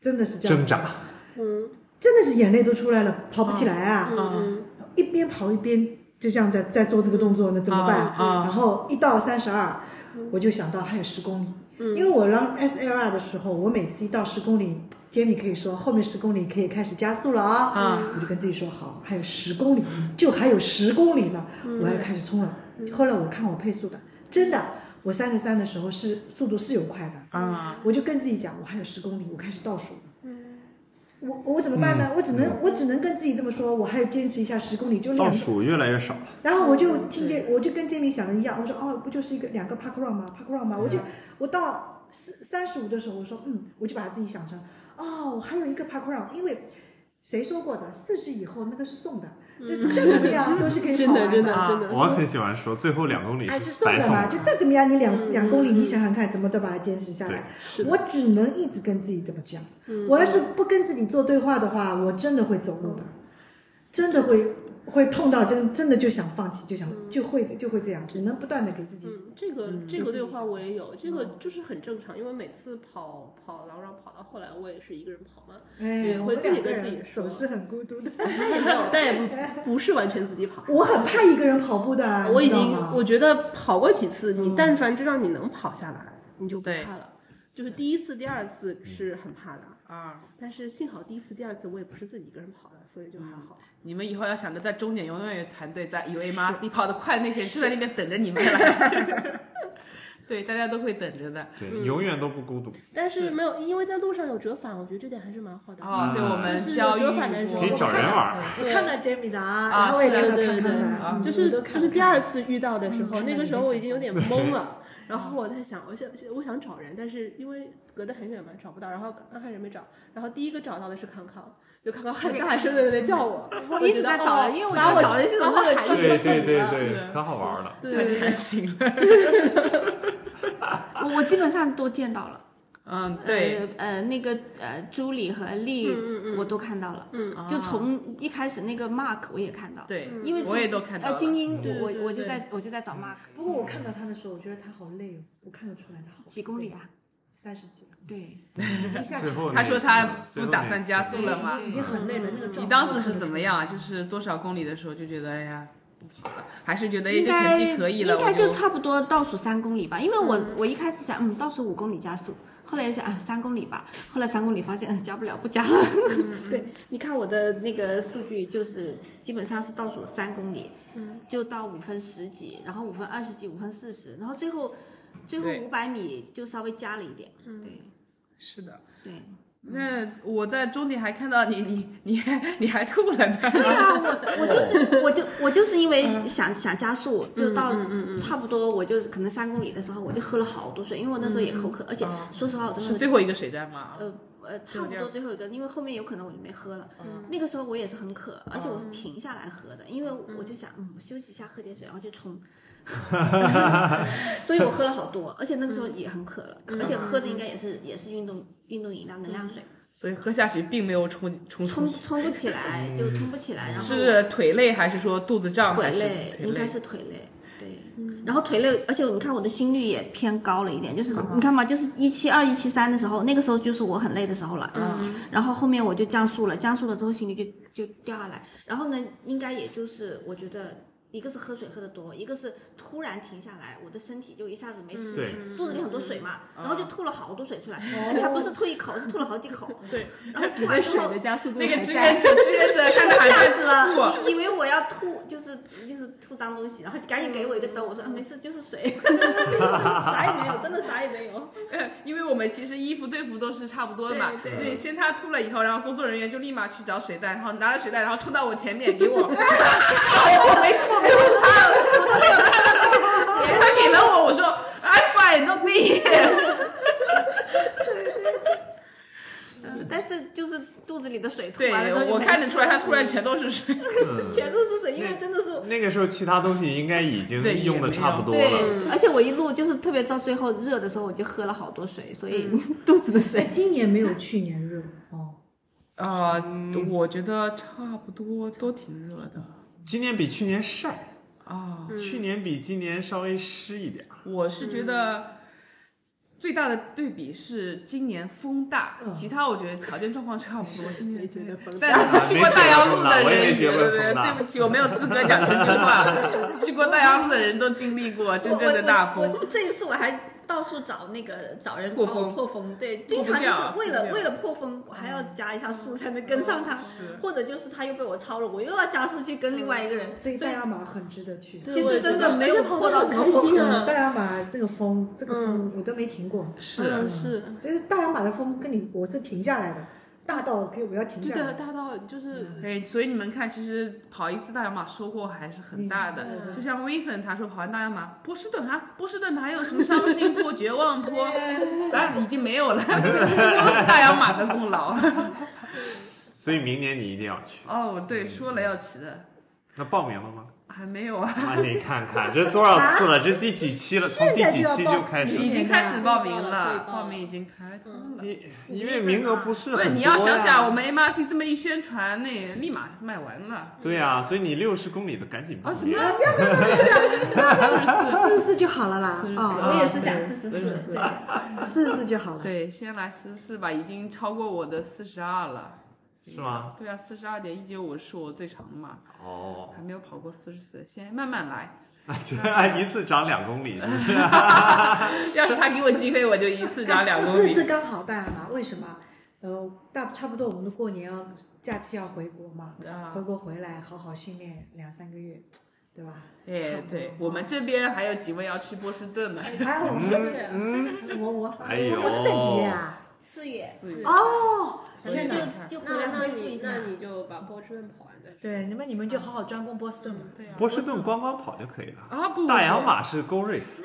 Speaker 4: 真的是这样
Speaker 2: 挣扎，
Speaker 6: 嗯
Speaker 4: 真的是眼泪都出来了，跑不起来啊！
Speaker 6: 嗯嗯
Speaker 4: 一边跑一边就这样在在做这个动作，那怎么办？
Speaker 6: 嗯
Speaker 1: 啊
Speaker 4: 然后一到三十二，我就想到还有十公里，
Speaker 1: 嗯
Speaker 4: 因为我让 SLR 的时候，我每次一到十公里，杰米可以说后面十公里可以开始加速了啊、
Speaker 1: 啊
Speaker 4: 我就跟自己说好，还有十公里，就还有十公里呢，
Speaker 1: 嗯
Speaker 4: 我要开始冲了。后来我看我配速的，真的，我三十三的时候是速度是有快的，
Speaker 1: 啊！嗯
Speaker 4: 我就跟自己讲，我还有十公里，我开始倒数了。我我怎么办呢？我只能我只能跟自己这么说，我还有坚持一下十公里，就
Speaker 2: 倒
Speaker 4: 两
Speaker 2: 数越来越少了。
Speaker 4: 然后我
Speaker 6: 嗯
Speaker 4: 就听见，我就跟杰米想的一样，我说哦，不就是一个两个 park run 吗？park run 吗？我就
Speaker 6: 嗯
Speaker 4: 我到四三十五的时候，我说嗯，我就把自己想成哦，我还有一个 park run，因为谁说过的？四十以后那个是送的，就再怎么样都是可以
Speaker 6: 嗯 [laughs] 真
Speaker 4: 跑完
Speaker 6: 的真的
Speaker 1: 啊
Speaker 6: 真的，
Speaker 2: 我很喜欢说最后两公里
Speaker 4: 哎，是送
Speaker 2: 白
Speaker 4: 的
Speaker 2: 送
Speaker 4: 嘛，
Speaker 2: 的，
Speaker 4: 就再怎么样，你两两公里，你想想看，怎么都把它坚持下来。我只能一直跟自己这么讲。
Speaker 6: 嗯
Speaker 4: 我要是不跟自己做对话的话，我真的会走路的，真的会会痛到真真的就想放弃，就想就会就会这样，只能不断的给自己。
Speaker 6: 嗯，这个这个对话我也有，
Speaker 4: 嗯
Speaker 6: 这个就是很正常，因为每次跑跑狼让跑到后来，我也是一个人跑嘛，
Speaker 4: 哎，
Speaker 6: 嗯对
Speaker 4: 我
Speaker 6: 会
Speaker 4: 们
Speaker 6: 自己
Speaker 4: 两个
Speaker 6: 跟自己
Speaker 4: 人
Speaker 6: 说
Speaker 4: 总是很孤独的。
Speaker 6: 但也没有， [laughs] 但也不不是完全自己跑。
Speaker 4: 我很怕一个人跑步的，啊
Speaker 6: [laughs] 我
Speaker 4: 你
Speaker 6: 已
Speaker 4: 知道
Speaker 6: 经
Speaker 4: 吗
Speaker 6: 我觉得跑过几次，你但凡知道你能跑下来，你就不
Speaker 1: 对
Speaker 6: 怕了。就是第一次、第二次是很怕的，
Speaker 1: 啊，
Speaker 6: 但是幸好第一次、第二次我也不是自己一个人跑的，所以就还好。
Speaker 1: 你们以后要想着在终点永远有团队在 U A 吗？C 跑得快的那些人就在那边等着你们来。
Speaker 6: [laughs]
Speaker 1: 对，大家都会等着的。
Speaker 2: 对，永远都不孤独，
Speaker 6: 但是没有，因为在路上有折返，我觉得这点还是蛮好的。
Speaker 1: 哦，对，
Speaker 2: 嗯
Speaker 1: 我们
Speaker 6: 就是
Speaker 1: 教育
Speaker 6: 折返的时候
Speaker 2: 可以找人玩儿。
Speaker 4: 我看到杰米的
Speaker 1: 啊
Speaker 4: 啊，然后我也
Speaker 1: 是
Speaker 4: 看到
Speaker 6: 对
Speaker 4: 康
Speaker 6: 对
Speaker 4: 康的，
Speaker 1: 啊
Speaker 4: 嗯
Speaker 6: 就是
Speaker 4: 我都看
Speaker 6: 就是第
Speaker 4: 看
Speaker 6: 二次遇到的时候，
Speaker 4: 嗯
Speaker 6: 那个时候我已经有点懵了。然后我在想，我想我想找人，但是因为隔得很远嘛，找不到。然后刚开始没找，然后第一个找到的是康康，就康康很大声的在那边叫我，
Speaker 3: 我
Speaker 6: 觉
Speaker 3: 一直
Speaker 6: 得
Speaker 3: 在找
Speaker 6: 哦
Speaker 3: 人，因为我
Speaker 6: 把
Speaker 3: 觉
Speaker 6: 我
Speaker 3: 得找人是
Speaker 6: 把
Speaker 3: 种
Speaker 6: 我
Speaker 3: 乐
Speaker 6: 孩
Speaker 3: 趣
Speaker 6: 子。
Speaker 2: 对
Speaker 6: 送
Speaker 2: 对对
Speaker 6: 了
Speaker 2: 对，
Speaker 1: 是
Speaker 2: 可好玩了。
Speaker 6: 对对
Speaker 1: 还
Speaker 6: 对，
Speaker 1: 行。
Speaker 3: 我我基本上都见到了，
Speaker 1: 嗯，对，
Speaker 3: 呃，呃那个呃朱莉和丽
Speaker 6: 嗯嗯嗯
Speaker 3: 我都看到了，
Speaker 1: 啊
Speaker 3: 就从一开始那个 Mark 我也看到，
Speaker 1: 对，
Speaker 3: 因
Speaker 6: 嗯
Speaker 3: 为
Speaker 1: 我也都
Speaker 6: 哎
Speaker 1: 看到
Speaker 3: 呃
Speaker 1: 了。
Speaker 3: 精英
Speaker 6: 对对
Speaker 3: 我我就
Speaker 6: 对
Speaker 3: 在我就在找 Mark
Speaker 4: 不过我看到他的时候，我觉得他好累哦，我看得出来他好
Speaker 3: 几公里啊，
Speaker 4: 三十几了，
Speaker 3: 对，
Speaker 6: 嗯
Speaker 4: 已经下去
Speaker 2: 最后
Speaker 1: 他说他不打算加
Speaker 4: 已
Speaker 1: 速
Speaker 4: 经
Speaker 1: 了嘛
Speaker 4: 已经很累了。那个状态
Speaker 1: 你当时是
Speaker 4: 我看得
Speaker 1: 怎
Speaker 4: 出
Speaker 1: 么
Speaker 4: 来？
Speaker 1: 样？啊就是多少公里的时候就觉得，哎呀，还是觉得哎
Speaker 3: 应
Speaker 1: 这成
Speaker 3: 该
Speaker 1: 绩可以了，
Speaker 3: 应该
Speaker 1: 我
Speaker 3: 就差不多倒数三公里吧，因为我、我一开始想，嗯，倒数五公里加速，后来又想啊三公里吧，后来三公里发现嗯加不了，不加了。
Speaker 1: 嗯
Speaker 3: [laughs] 对，你看我的那个数据就是基本上是倒数三公里，嗯，就到五分十几，然后五分二十几，五分四十，然后最后最后
Speaker 1: 对嗯
Speaker 3: 五百米就稍微加了一点，对
Speaker 1: 是的。
Speaker 3: 对。
Speaker 1: 那我在终点还看到你，你你还你还吐了呢。
Speaker 3: 对啊，
Speaker 1: [laughs]
Speaker 3: 我我就是 [laughs] 我就我就是因
Speaker 1: 嗯
Speaker 3: 为想想加速，就到差不多我就可能三公里的时候，我就喝了好多水，因为我那时候也口
Speaker 1: 嗯
Speaker 3: 渴，而且说实话我真
Speaker 1: 哦是
Speaker 3: 的
Speaker 1: 最后一个水站吗？
Speaker 3: 呃呃差不多最后一个，因为后面有可能我就没喝了。
Speaker 1: 嗯
Speaker 3: 那个时候我也是很渴，而且我是停下来喝的，因为我就想嗯我休息一下喝点水，然后
Speaker 1: [laughs]
Speaker 3: 就冲。所以我喝了好多，而且那个时
Speaker 1: 嗯
Speaker 3: 候也很渴了，而且喝的应该也是也是运动运动饮料能量水，
Speaker 1: 所以喝下去并没有冲冲出
Speaker 3: 冲
Speaker 1: 去，
Speaker 3: 冲不起来就冲不起来，然后
Speaker 1: 是腿累还是说肚子胀
Speaker 3: 腿
Speaker 1: 还是
Speaker 3: 累，
Speaker 1: 腿
Speaker 3: 应该
Speaker 1: 累？
Speaker 3: 是腿累。对，然后腿累，而且你看我的心率也偏高了一点，就是你看嘛，就是一七二、一七三的时候，那个时候就是我很累的时候了。嗯。然后后面我就降速了，降速了之后心率就就掉下来。然后呢，应该也就是我觉得，一个是喝水喝的多，一个是突然停下来，我的身体就一下子没
Speaker 2: 嗯
Speaker 3: 湿
Speaker 2: 对
Speaker 3: 力，肚子里很多水嘛，然后就吐了好多水出来，而且还不是吐一口，是吐了好几口。
Speaker 1: 对。
Speaker 3: 然后吐
Speaker 6: 对
Speaker 3: 完之
Speaker 6: 水
Speaker 3: 后
Speaker 6: 的，加速度
Speaker 1: 那个
Speaker 6: 还
Speaker 1: 志
Speaker 6: 在
Speaker 1: 愿者，志愿者 [laughs] 看着还
Speaker 3: [laughs] 吓
Speaker 1: 在
Speaker 3: 死了
Speaker 1: 吐，，啊
Speaker 3: 以以为我要吐，就是就是吐脏东西，然后赶紧给我一个兜，我说、啊、没事，就是水，啥也没有，真的啥也
Speaker 1: [laughs]
Speaker 3: 没有。
Speaker 1: 因为我们其实衣服队服都是差不多的嘛。
Speaker 3: 对
Speaker 1: 对，先他吐了以后，然后工作人员就立马去找水袋，然后拿着水袋，然后冲到我前面给
Speaker 3: [laughs]
Speaker 1: 我，
Speaker 3: 我没吐，没有啥，我都没有看到那个细节。
Speaker 1: 他给了 [laughs] 我，我说 I'm fine, not me。
Speaker 3: 但是就是肚子里的水
Speaker 1: [laughs]
Speaker 3: 吐
Speaker 1: 对
Speaker 3: 完了之后，就
Speaker 1: 我
Speaker 3: 没
Speaker 1: 看得
Speaker 3: 事
Speaker 1: 出来，他突
Speaker 3: [laughs]
Speaker 1: 然全都是 [laughs] 水。
Speaker 2: 嗯
Speaker 11: 全都是水，因为真的是
Speaker 2: 那个时候其他东西应该已经
Speaker 1: 对也
Speaker 2: 用
Speaker 1: 没
Speaker 2: 的
Speaker 1: 有
Speaker 2: 差不多了。
Speaker 3: 对，而且我一路就是特别到最后热的时候，我就喝了好多水，所以
Speaker 1: 嗯
Speaker 3: [laughs] 肚子的水。
Speaker 4: 今年没有去年热哦，
Speaker 1: 啊、我觉得差不多都挺热的
Speaker 2: 今年比去年晒，
Speaker 1: 啊。
Speaker 2: 去年比今年稍微湿一点儿。
Speaker 1: 我是觉得最大的对比是今年风大，
Speaker 4: 嗯
Speaker 1: 其他我觉得条件状况差不多。今年
Speaker 6: 没觉得风大
Speaker 1: 但去过大洋路的
Speaker 2: 我也
Speaker 1: 人，
Speaker 2: 没觉得风大
Speaker 1: 对不起，我没有资格讲这句话。去过大洋路的人都经历过 [laughs] 真正的大
Speaker 3: 我我
Speaker 1: 风
Speaker 3: 我。我这一次我还到处找那个找人
Speaker 1: 破
Speaker 3: 帮我
Speaker 1: 风
Speaker 3: 破风，对，
Speaker 1: 破不
Speaker 3: 经常就
Speaker 1: 掉啊嗯
Speaker 3: 是为
Speaker 1: 破
Speaker 3: 了
Speaker 1: 不
Speaker 3: 为了破风，我还要加一下速才能跟上他，
Speaker 1: 是
Speaker 3: 或者就是他又被我超了，我又要加速去跟另外一个人。
Speaker 4: 所以大亚马很值得去。
Speaker 6: 对
Speaker 3: 其
Speaker 6: 我
Speaker 3: 实
Speaker 6: 也
Speaker 3: 真
Speaker 6: 觉
Speaker 3: 的
Speaker 6: 得
Speaker 3: 没
Speaker 6: 而且
Speaker 3: 有
Speaker 6: 跑
Speaker 3: 破
Speaker 6: 得
Speaker 3: 到
Speaker 6: 很
Speaker 3: 什
Speaker 6: 开
Speaker 3: 么
Speaker 6: 心
Speaker 3: 风。
Speaker 6: 啊
Speaker 4: 大亚马这个风，这个
Speaker 1: 嗯
Speaker 4: 风我都没停过。
Speaker 1: 是
Speaker 6: 嗯，是。
Speaker 4: 就是大洋马的风跟你我是停下来的，大到可以我要停
Speaker 6: 对
Speaker 4: 下
Speaker 6: 的，
Speaker 4: 来。
Speaker 6: 大到就是
Speaker 1: 对，哎所以你们看，其实跑一次大洋马收获还是很大的。
Speaker 6: 嗯
Speaker 1: 就像 Vincent 他说跑完大洋马，波士顿啊，波士顿哪有什么伤心坡、绝望
Speaker 6: [laughs]
Speaker 1: 坡，
Speaker 6: 哎
Speaker 1: 啊，已经没有了， [laughs] 都是大洋马的功劳。
Speaker 2: 所以明年你一定要去。
Speaker 1: 哦，对，说了要吃的，
Speaker 2: 那报名了吗？
Speaker 1: 还没有啊，
Speaker 2: 啊，你看看这多少次了？这第几期了？从第几期就开始了
Speaker 1: 已？经开始报名了，
Speaker 6: 可以报了
Speaker 1: 报名已经开通了。
Speaker 2: 因因为名额不是
Speaker 1: 不是，
Speaker 2: 很
Speaker 1: 你
Speaker 2: 多
Speaker 1: 要想想，我
Speaker 2: 呀。
Speaker 1: 们 MRC 这么一宣传，那立马卖完了。
Speaker 2: 对呀、所以你六十公里的赶紧报
Speaker 1: 啊什
Speaker 2: 名
Speaker 1: 么。？
Speaker 4: 试试就好了啦
Speaker 1: 是，嗯
Speaker 4: 啊，
Speaker 1: 是
Speaker 3: 我也是想试试
Speaker 1: 对
Speaker 3: 试，对
Speaker 4: 试试就
Speaker 2: 嗯
Speaker 4: 好了。
Speaker 1: 对，先来十四吧，已经超过我的四十二了。
Speaker 2: 是吗？
Speaker 1: 对啊，四十二点一九五是我最长的嘛，
Speaker 2: 哦，啊
Speaker 1: 还没有跑过四十四，先慢慢来。 [laughs]
Speaker 2: 一次涨两公里是不是？
Speaker 1: 要是他给我机会，我就一次长两公
Speaker 2: [laughs]
Speaker 4: 试
Speaker 1: 里。
Speaker 4: 试刚好大亚马，为什么？呃，大差不多我们的过年要假期要回国嘛，
Speaker 1: 啊
Speaker 4: 回，国回来好好训练两三个月，对吧？
Speaker 1: 哎，对我们这边还有几位要去波士顿呢。
Speaker 4: 还有我
Speaker 6: 对
Speaker 4: 们，
Speaker 6: 啊
Speaker 1: 嗯
Speaker 4: 我我
Speaker 2: 哎呦
Speaker 4: 我是等级啊？
Speaker 3: 四月
Speaker 1: 四
Speaker 4: 哦，天哪！
Speaker 3: 那就就回
Speaker 6: 那
Speaker 3: 来
Speaker 6: 那
Speaker 3: 恢复一
Speaker 6: 你
Speaker 3: 下。
Speaker 6: 那你就把波士顿跑完再说。
Speaker 4: 对，你们你们就好好专攻波士顿吧。
Speaker 1: 对啊，
Speaker 2: 波士顿光光跑就可以了。
Speaker 1: 啊不，
Speaker 2: 大洋，马是 Go Race，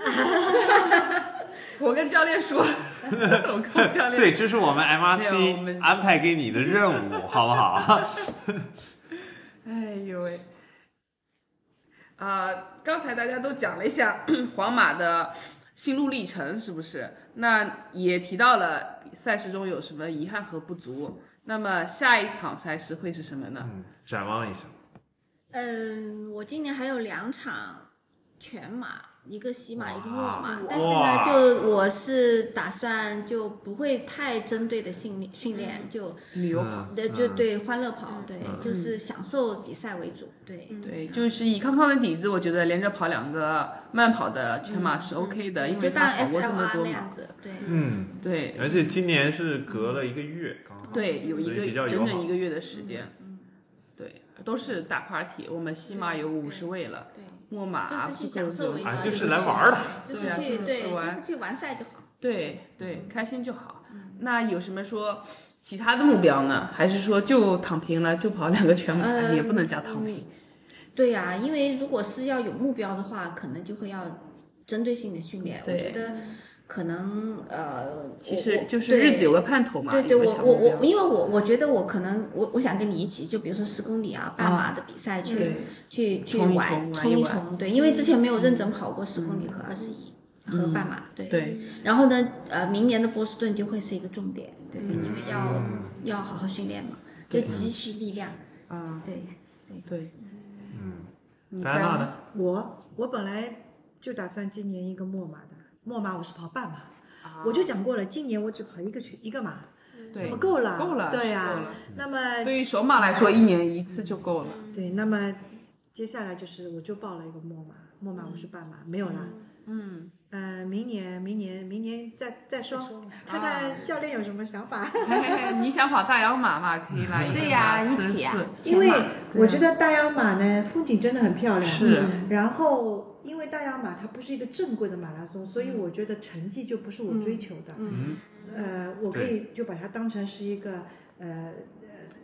Speaker 1: 我跟教练说， [laughs] 我跟教练
Speaker 2: 对，这是我们
Speaker 1: 没有我们
Speaker 2: MRC 安排给你的任
Speaker 1: [laughs]
Speaker 2: 务，好不好？
Speaker 1: 哎呦喂！啊、刚才大家都讲了一下 [clears throat] 皇马的心路历程，是不是？那也提到了赛事中有什么遗憾和不足。那么下一场赛事会是什么呢？
Speaker 2: 嗯，展望一下，
Speaker 3: 嗯，我今年还有两场全马，一个喜马，
Speaker 2: 哇
Speaker 3: 一个沃马
Speaker 2: 哇。
Speaker 3: 但是呢，就我是打算就不会太针对的训练训练，就
Speaker 1: 旅游跑，
Speaker 2: 嗯
Speaker 3: 对就
Speaker 2: 嗯
Speaker 3: 对欢乐跑，对，就是享受比赛为主，对。
Speaker 1: 对，就是以康康的底子，我觉得连着跑两个慢跑的全马是 OK 的，因为
Speaker 3: 嗯就当
Speaker 1: 他跑
Speaker 3: S
Speaker 1: 过这
Speaker 3: L
Speaker 1: 么
Speaker 3: R
Speaker 1: 多
Speaker 3: 那样
Speaker 1: 嘛。
Speaker 3: 子，对，
Speaker 2: 嗯，
Speaker 1: 对
Speaker 2: 而且今年是隔了一个月，刚好
Speaker 3: 哦
Speaker 1: 对，有一
Speaker 2: 所以比较
Speaker 1: 个
Speaker 2: 友
Speaker 1: 整整
Speaker 2: 好
Speaker 1: 一个月的时间，
Speaker 3: 嗯
Speaker 1: 对，都是大 party。我们喜马有五十位了，
Speaker 3: 对，
Speaker 1: 沃马
Speaker 3: 就是去享受为主，
Speaker 2: 啊就是来玩儿的，
Speaker 3: 就是
Speaker 1: 对啊
Speaker 3: 去
Speaker 1: 就是
Speaker 3: 对，
Speaker 1: 去玩
Speaker 3: 就是去完赛就好。
Speaker 1: 对对，开心就好。
Speaker 3: 嗯
Speaker 1: 那有什么说其他的目标呢？还是说就躺平了，就跑两个全马，
Speaker 3: 呃
Speaker 1: 也不能叫躺平。
Speaker 3: 对呀、因为如果是要有目标的话，可能就会要针对性的训练。我
Speaker 1: 对
Speaker 3: 觉得可能呃，
Speaker 1: 其
Speaker 3: 我
Speaker 1: 实
Speaker 3: 我
Speaker 1: 就是
Speaker 3: 对
Speaker 1: 日子有个盼头嘛，
Speaker 3: 对
Speaker 1: 有
Speaker 3: 对，我
Speaker 1: 个小
Speaker 3: 我
Speaker 1: 目标
Speaker 3: 我，因为我我觉得我可能我我想跟你一起，就比如说十公里啊、半马的比赛去、
Speaker 1: 对
Speaker 3: 去去
Speaker 1: 冲一冲
Speaker 3: 玩
Speaker 1: 玩
Speaker 3: 冲
Speaker 1: 一
Speaker 3: 一
Speaker 1: 玩
Speaker 3: 冲，对，因为之前没有认真跑过十公里和二十一和半马，对。
Speaker 1: 对
Speaker 3: 然后呢，呃，明年的波士顿就会是一个重点，对，因为要要好好训练嘛，就急需力量，
Speaker 1: 啊
Speaker 3: 对。
Speaker 1: 对，嗯，
Speaker 2: 戴安娜呢？
Speaker 4: 我我本来就打算今年一个墨马的，墨马我是跑半马，
Speaker 1: 啊
Speaker 4: 我就讲过了，今年我只跑一个圈一个马，
Speaker 1: 对
Speaker 4: 那么，够了，
Speaker 1: 够了，
Speaker 4: 对呀、
Speaker 1: 是够了。
Speaker 4: 那
Speaker 3: 哎
Speaker 4: 么
Speaker 1: 对于首马来说，一年一次就够了。
Speaker 4: 对，那么接下来就是我就报了一个墨马，墨马我是半马，没有啦。
Speaker 1: 嗯，
Speaker 4: 嗯、明年，明年，明年再再说，看
Speaker 1: 啊
Speaker 4: 看教练有什么想法。
Speaker 1: 嘿嘿嘿 [laughs] 你想跑大洋马嘛？可以来一个
Speaker 3: 对呀
Speaker 1: 马
Speaker 3: 一
Speaker 1: 四
Speaker 3: 起啊
Speaker 1: 四
Speaker 4: 因为
Speaker 1: 对
Speaker 4: 我觉得大洋马呢，风景真的很漂亮。
Speaker 1: 是
Speaker 4: 然后，因为大洋马它不是一个正规的马拉松，所以
Speaker 3: 嗯
Speaker 4: 我觉得成绩就不是我追求的。
Speaker 2: 嗯，
Speaker 4: 呃，我可以就把它当成是一个呃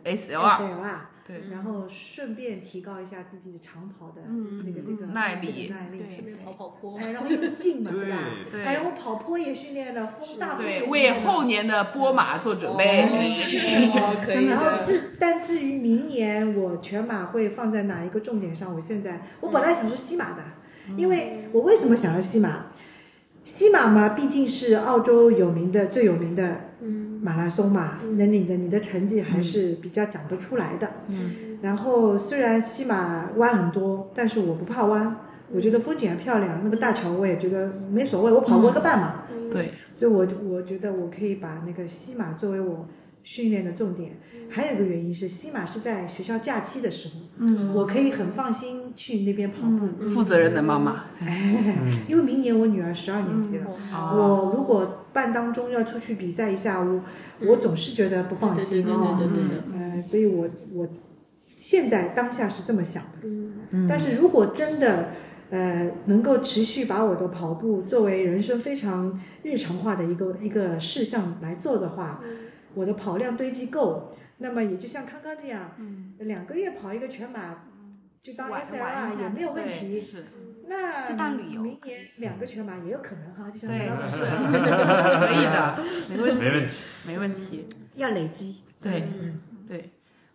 Speaker 1: S L
Speaker 4: S
Speaker 1: R，
Speaker 4: L 啊，
Speaker 1: 对
Speaker 6: 嗯
Speaker 4: 然后顺便提高一下自己的长跑的
Speaker 3: 嗯
Speaker 4: 这个这个
Speaker 1: 耐力
Speaker 4: 这个耐力，
Speaker 3: 对
Speaker 6: 顺便跑跑坡，
Speaker 4: 哎，然后又近嘛，对吧？
Speaker 1: [laughs]
Speaker 2: 对
Speaker 1: 对
Speaker 4: 哎，我跑坡也训练了，风大风
Speaker 1: 对，
Speaker 4: 也训
Speaker 1: 为
Speaker 4: 练了
Speaker 1: 后年的波马做准备。
Speaker 6: 哦可以
Speaker 4: 然后
Speaker 6: 的，
Speaker 4: 至但至于明年我全马会放在哪一个重点上，我现在我本来想说西马的，
Speaker 6: 嗯
Speaker 4: 因为我为什么想要西马？西马嘛，毕竟是澳洲有名的最有名的
Speaker 6: 嗯
Speaker 4: 马拉松嘛，那你的你的成绩还是比较讲得出来的。
Speaker 6: 嗯
Speaker 4: 然后虽然西马弯很多，但是我不怕
Speaker 6: 嗯
Speaker 4: 弯，我觉得风景很漂亮。那么大桥我也觉得没所谓，我跑过一个半马，
Speaker 6: 嗯
Speaker 1: 对，
Speaker 4: 所以我我觉得我可以把那个西马作为我训练的重点。还有一个原因是西马是在学校假期的时候，
Speaker 3: 嗯
Speaker 4: 我可以很放心去那边跑步，
Speaker 3: 嗯
Speaker 1: 负责任的妈妈，
Speaker 6: 嗯
Speaker 4: 因为明年我女儿十二年级了。
Speaker 1: 哦
Speaker 4: 我如果半当中要出去比赛一下，我我总是觉得不放
Speaker 6: 对对对
Speaker 4: 心
Speaker 6: 对
Speaker 4: 哦
Speaker 6: 对。对对，
Speaker 4: 呃，所以我我现在当下是这么想的。
Speaker 6: 嗯
Speaker 4: 但是如果真的，呃，能够持续把我的跑步作为人生非常日常化的一个一个事项来做的话，
Speaker 3: 嗯
Speaker 4: 我的跑量堆积够，那么也就像康康这样，两个月跑一个全马，就当
Speaker 3: 嗯玩
Speaker 4: S L
Speaker 3: 玩
Speaker 4: R
Speaker 3: 一下
Speaker 4: 也没有问
Speaker 1: 对，
Speaker 4: 题。
Speaker 1: 是，
Speaker 4: 那
Speaker 3: 就当旅游
Speaker 4: 明年两个全马也有可能哈，就像
Speaker 1: 对
Speaker 4: 刚刚
Speaker 1: 是， [laughs]
Speaker 4: 说的
Speaker 1: 可以的，没问题，
Speaker 2: 没问题。
Speaker 1: 没问题，
Speaker 4: 要累积。
Speaker 1: 对
Speaker 6: 嗯
Speaker 1: 对，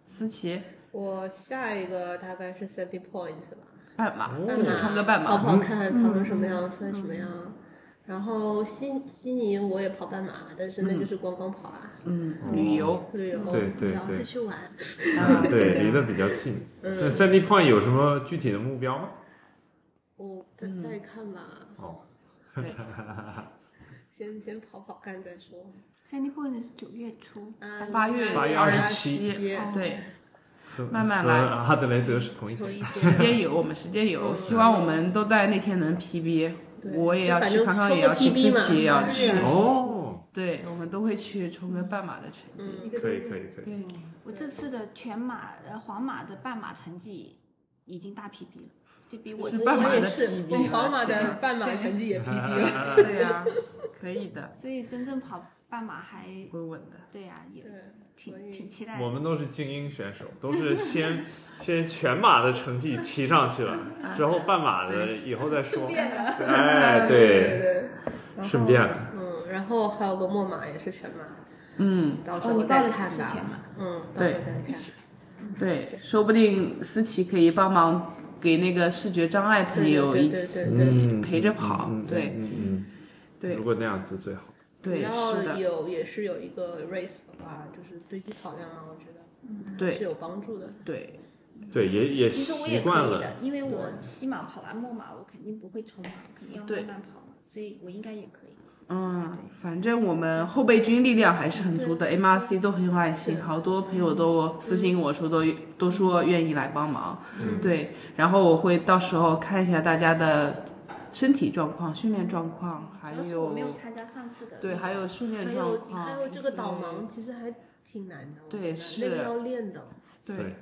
Speaker 1: 思琪
Speaker 6: 我下一个大概是 seventy points 吧。
Speaker 1: 半马，
Speaker 2: 哦
Speaker 1: 就是冲个半
Speaker 6: 跑
Speaker 1: 马，
Speaker 6: 跑看跑成什么样，算什么样。然后悉悉尼我也跑半马，但是那就是观光跑啊，
Speaker 1: 嗯，旅游，
Speaker 6: 旅游，
Speaker 2: 对对
Speaker 6: 然后
Speaker 2: 对
Speaker 6: 去玩。
Speaker 1: 啊
Speaker 2: 对，
Speaker 1: 的
Speaker 2: 离得比较近。那
Speaker 6: 嗯，
Speaker 2: 三 D Point 有什么具体的目标吗？
Speaker 6: 我再
Speaker 1: 嗯
Speaker 6: 再看吧，
Speaker 2: 哦，
Speaker 6: 先先跑跑看再说。
Speaker 11: 三 D point 是九月初，
Speaker 6: 啊，
Speaker 1: 八月
Speaker 2: 八月
Speaker 1: 二
Speaker 2: 十
Speaker 1: 七
Speaker 2: 七，
Speaker 1: 对，
Speaker 2: 和
Speaker 1: 慢慢来
Speaker 2: 和哈德雷德是同一
Speaker 6: 头
Speaker 2: 天。
Speaker 6: 一
Speaker 1: 时
Speaker 6: 天，
Speaker 1: 间有，我们时间有，希望我们都在那天能 PB。
Speaker 6: 对
Speaker 1: 我也要
Speaker 6: 就反
Speaker 1: 去，
Speaker 6: 正
Speaker 1: 康康也
Speaker 6: 冲个
Speaker 1: 要去，思
Speaker 6: PB 嘛
Speaker 1: 琪也要
Speaker 4: 当
Speaker 1: 去，
Speaker 4: 然
Speaker 2: 哦，
Speaker 1: 对，我们都会去冲个半马的成绩。
Speaker 6: 嗯
Speaker 4: 一个
Speaker 2: 可
Speaker 4: 多
Speaker 2: 以
Speaker 4: 月
Speaker 2: 可以可以。
Speaker 1: 对，
Speaker 11: 我这次的全马呃黄马的半马成绩已经大 PB 了，就比我
Speaker 1: 是
Speaker 11: 之
Speaker 1: 半
Speaker 11: 前
Speaker 1: 马
Speaker 6: 我
Speaker 1: 的
Speaker 6: 也是，
Speaker 1: PB
Speaker 6: 我跑马
Speaker 1: 还是
Speaker 6: 的半马成绩也 PB 了。
Speaker 1: 对呀、可以的，
Speaker 11: 所以真正跑半马还
Speaker 1: 会稳的。
Speaker 11: 对呀、也
Speaker 6: 对，所
Speaker 11: 挺
Speaker 6: 以
Speaker 11: 挺期待
Speaker 2: 我们都是精英选手，都是先先全马的成绩提上去了，之后半马的以后再说。哎，
Speaker 6: 对
Speaker 2: 对，
Speaker 6: 对。然后
Speaker 2: 顺便了。
Speaker 6: 嗯，然后还有个墨马也是全马，
Speaker 1: 嗯，
Speaker 6: 到时
Speaker 11: 哦，
Speaker 6: 候
Speaker 11: 你报
Speaker 6: 再
Speaker 11: 了
Speaker 6: 看
Speaker 11: 是
Speaker 6: 吧
Speaker 11: 全。马，
Speaker 6: 嗯，到
Speaker 1: 对
Speaker 6: 时候再看。
Speaker 1: 对，说不定思琪可以帮忙给那个视觉障碍朋友
Speaker 6: 对对
Speaker 1: 一
Speaker 6: 对
Speaker 1: 起
Speaker 6: 对对
Speaker 2: 嗯，
Speaker 1: 陪着跑
Speaker 2: 嗯嗯
Speaker 1: 对
Speaker 2: 嗯嗯，嗯
Speaker 1: 对
Speaker 2: 如果那样子最好。
Speaker 6: 只
Speaker 1: 对，是
Speaker 6: 要
Speaker 1: 的，
Speaker 6: 有也是有一个 race 的话，就是堆积跑量嘛，啊我觉得是
Speaker 1: 对
Speaker 6: 有帮助的。
Speaker 1: 对，
Speaker 2: 对，也也
Speaker 11: 其实我
Speaker 2: 习
Speaker 11: 也
Speaker 2: 惯
Speaker 11: 可以
Speaker 2: 了。
Speaker 11: 的，因为我西马跑完墨马，我肯定不会冲马，肯定要
Speaker 1: 对
Speaker 11: 慢慢跑嘛，所以我应该也可以。
Speaker 1: 嗯，反正我们后备军力量还是很足的，MRC 都很有爱心，好多朋友都私信我说都都说愿意来帮忙，对，然后我会到时候看一下大家的身体状况、训练状况，还
Speaker 11: 主要是我没有参加上次的那个，
Speaker 1: 对，还有训练
Speaker 6: 还
Speaker 1: 状
Speaker 6: 有
Speaker 1: 况，
Speaker 6: 还有这个导
Speaker 1: 对
Speaker 6: 盲，其实还挺难的，我
Speaker 1: 对
Speaker 6: 觉得
Speaker 1: 是
Speaker 6: 那个要练的。
Speaker 1: 对
Speaker 2: 对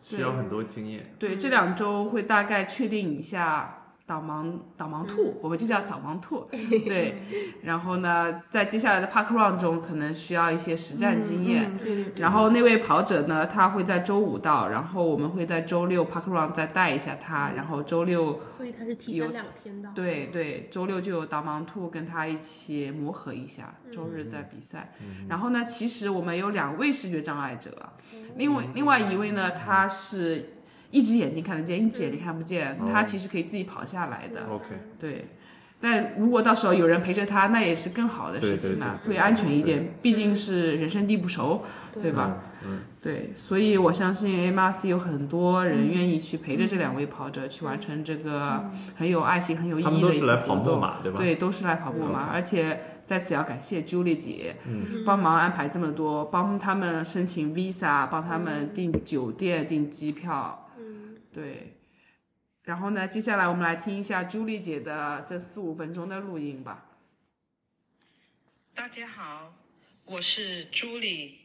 Speaker 2: 需要很多经验。
Speaker 1: 对，这两周会大概确定一下导盲导盲兔，我们就叫导盲兔。对，然后呢，在接下来的 Park Run 中，可能需要一些实战经验。
Speaker 11: 嗯，对对
Speaker 1: 然后那位跑者呢，他会在周五到，然后我们会在周六 Park Run 再带一下他，然后周六
Speaker 6: 所以他是提
Speaker 1: 有
Speaker 6: 前两天到。
Speaker 1: 对对，周六就有导盲兔跟他一起磨合一下，周日再比赛。
Speaker 2: 嗯
Speaker 1: 然后呢，其实我们有两位视觉障碍者，啊另
Speaker 2: 嗯
Speaker 1: 外另外一位呢，他是一只眼睛看得见，一只眼睛看不见，
Speaker 2: 嗯
Speaker 1: 他其实可以自己跑下来的。
Speaker 2: OK，
Speaker 1: 对，但如果到时候有人陪着他，那也是更好的事
Speaker 2: 对对
Speaker 1: 情了，
Speaker 2: 对对
Speaker 1: 会
Speaker 2: 对
Speaker 1: 安全一点，毕竟是人生地不熟，对吧？
Speaker 2: 嗯？
Speaker 1: 对，所以我相信 MRC 有很多人愿意去陪着这两位跑者去完成这个很有爱心、很有
Speaker 2: 嗯，
Speaker 1: 意
Speaker 2: 他们
Speaker 1: 义
Speaker 2: 都
Speaker 1: 的一
Speaker 2: 是
Speaker 1: 次
Speaker 2: 来跑
Speaker 1: 活
Speaker 2: 木
Speaker 1: 动。
Speaker 2: 马，对吧？
Speaker 1: 对，都是来跑步嘛，
Speaker 2: OK
Speaker 1: 而且在此要感谢 Julie 姐
Speaker 2: 嗯，
Speaker 1: 帮忙安排这么多，帮他们申请 visa，帮他们订酒店、订机票，
Speaker 6: 嗯，
Speaker 1: 对。然后呢，接下来我们来听一下 Julie 姐的这四五分钟的录音吧。
Speaker 12: 大家好，我是朱莉。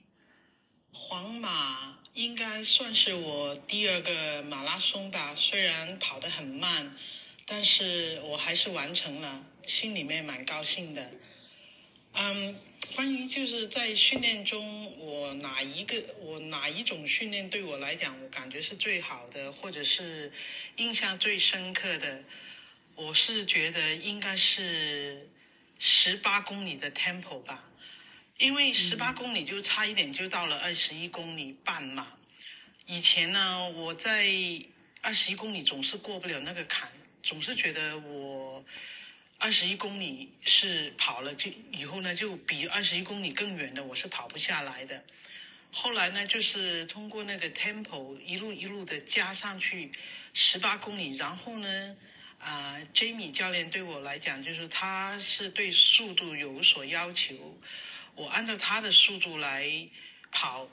Speaker 12: 皇马应该算是我第二个马拉松吧，虽然跑得很慢，但是我还是完成了，心里面蛮高兴的。嗯，关于就是在训练中，我哪一个我哪一种训练对我来讲，我感觉是最好的，或者是印象最深刻的，我是觉得应该是十八公里的 tempo 吧，因为十八公里就差一点就到了二十一公里半嘛。以前呢，我在二十一公里总是过不了那个坎，总是觉得我二十一公里是跑了就以后呢，就比二十一公里更远的我是跑不下来的。后来呢，就是通过那个 tempo 一路一路的加上去十八公里，然后呢，啊、j a m i e 教练对我来讲就是他是对速度有所要求，我按照他的速度来跑，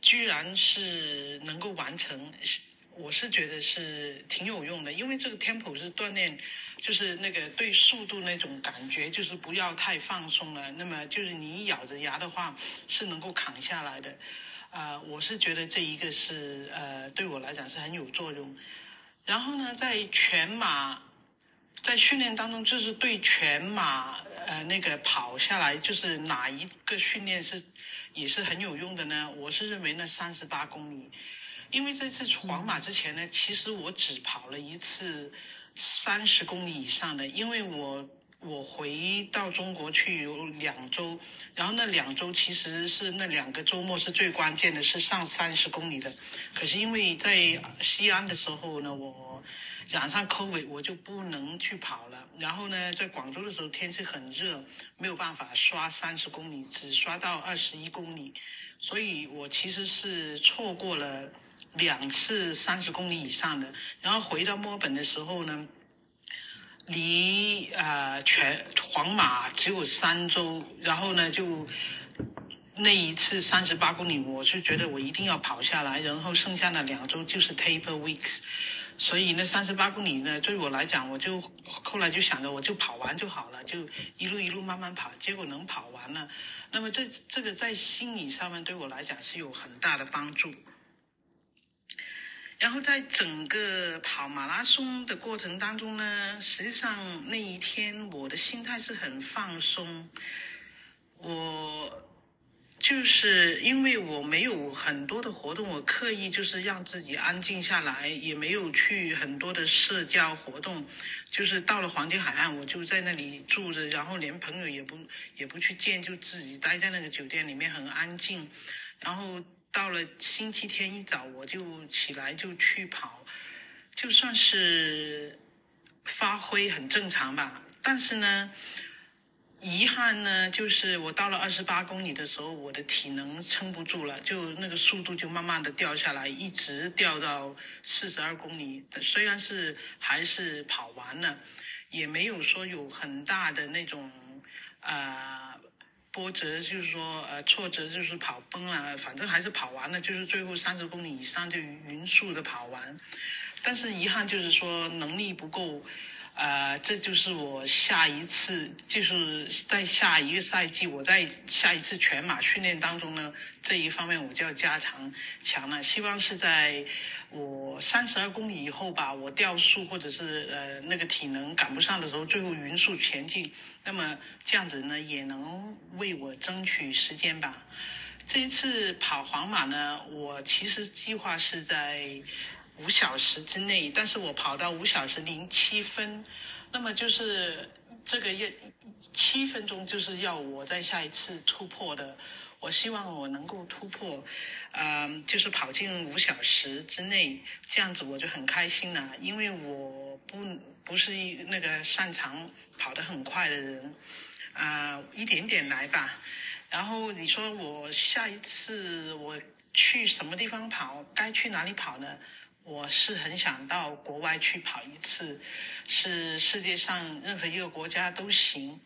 Speaker 12: 居然是能够完成，是我是觉得是挺有用的，因为这个 tempo 是锻炼，就是那个对速度那种感觉，就是不要太放松了。那么就是你咬着牙的话，是能够扛下来的。啊、我是觉得这一个是呃，对我来讲是很有作用。然后呢，在全马，在训练当中，就是对全马呃那个跑下来，就是哪一个训练是也是很有用的呢？我是认为那三十八公里，因为这次皇马之前呢，其实我只跑了一次三十公里以上的，因为我我回到中国去有两周，然后那两周其实是那两个周末是最关键的，是上三十公里的。可是因为在西安的时候呢，我染上 COVID，我就不能去跑了。然后呢，在广州的时候天气很热，没有办法刷三十公里，只刷到二十一公里，所以我其实是错过了两次三十公里以上的。然后回到墨尔本的时候呢，离呃全皇马只有三周，然后呢就。那一次三十八公里，我是觉得我一定要跑下来，然后剩下的两周就是 taper weeks，所以那三十八公里呢，对我来讲，我就后来就想着我就跑完就好了，就一路一路慢慢跑，结果能跑完了，那么这这个在心理上面对我来讲是有很大的帮助。然后在整个跑马拉松的过程当中呢，实际上那一天我的心态是很放松，我就是因为我没有很多的活动，我刻意就是让自己安静下来，也没有去很多的社交活动，就是到了黄金海岸，我就在那里住着，然后连朋友也不也不去见，就自己待在那个酒店里面很安静。然后到了星期天一早，我就起来就去跑，就算是发挥很正常吧。但是呢，遗憾呢，就是我到了二十八公里的时候，我的体能撑不住了，就那个速度就慢慢的掉下来，一直掉到四十二公里。虽然是还是跑完了，也没有说有很大的那种呃波折，就是说呃挫折，就是跑崩了，反正还是跑完了，就是最后三十公里以上就匀速的跑完。但是遗憾就是说能力不够，呃，这就是我下一次就是在下一个赛季，我在下一次全马训练当中呢，这一方面我就要加强强了。希望是在我三十二公里以后吧，我掉速或者是呃那个体能赶不上的时候，最后匀速前进，那么这样子呢也能为我争取时间吧。这一次跑皇马呢，我其实计划是在五小时之内，但是我跑到五小时零七分，那么就是这个要七分钟就是要我在下一次突破的。我希望我能够突破，嗯，就是跑进五小时之内，这样子我就很开心了，因为我不不是一那个擅长跑得很快的人，啊、一点点来吧。然后你说我下一次我去什么地方跑，该去哪里跑呢？我是很想到国外去跑一次，是世界上任何一个国家都行，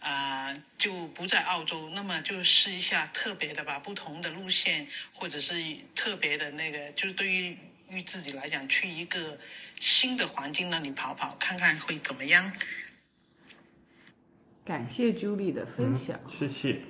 Speaker 12: 啊、就不在澳洲，那么就试一下特别的吧，不同的路线或者是特别的那个，就是对于于自己来讲，去一个新的环境那里跑跑，看看会怎么样。
Speaker 1: 感谢 Julie 的分享。
Speaker 2: 谢谢。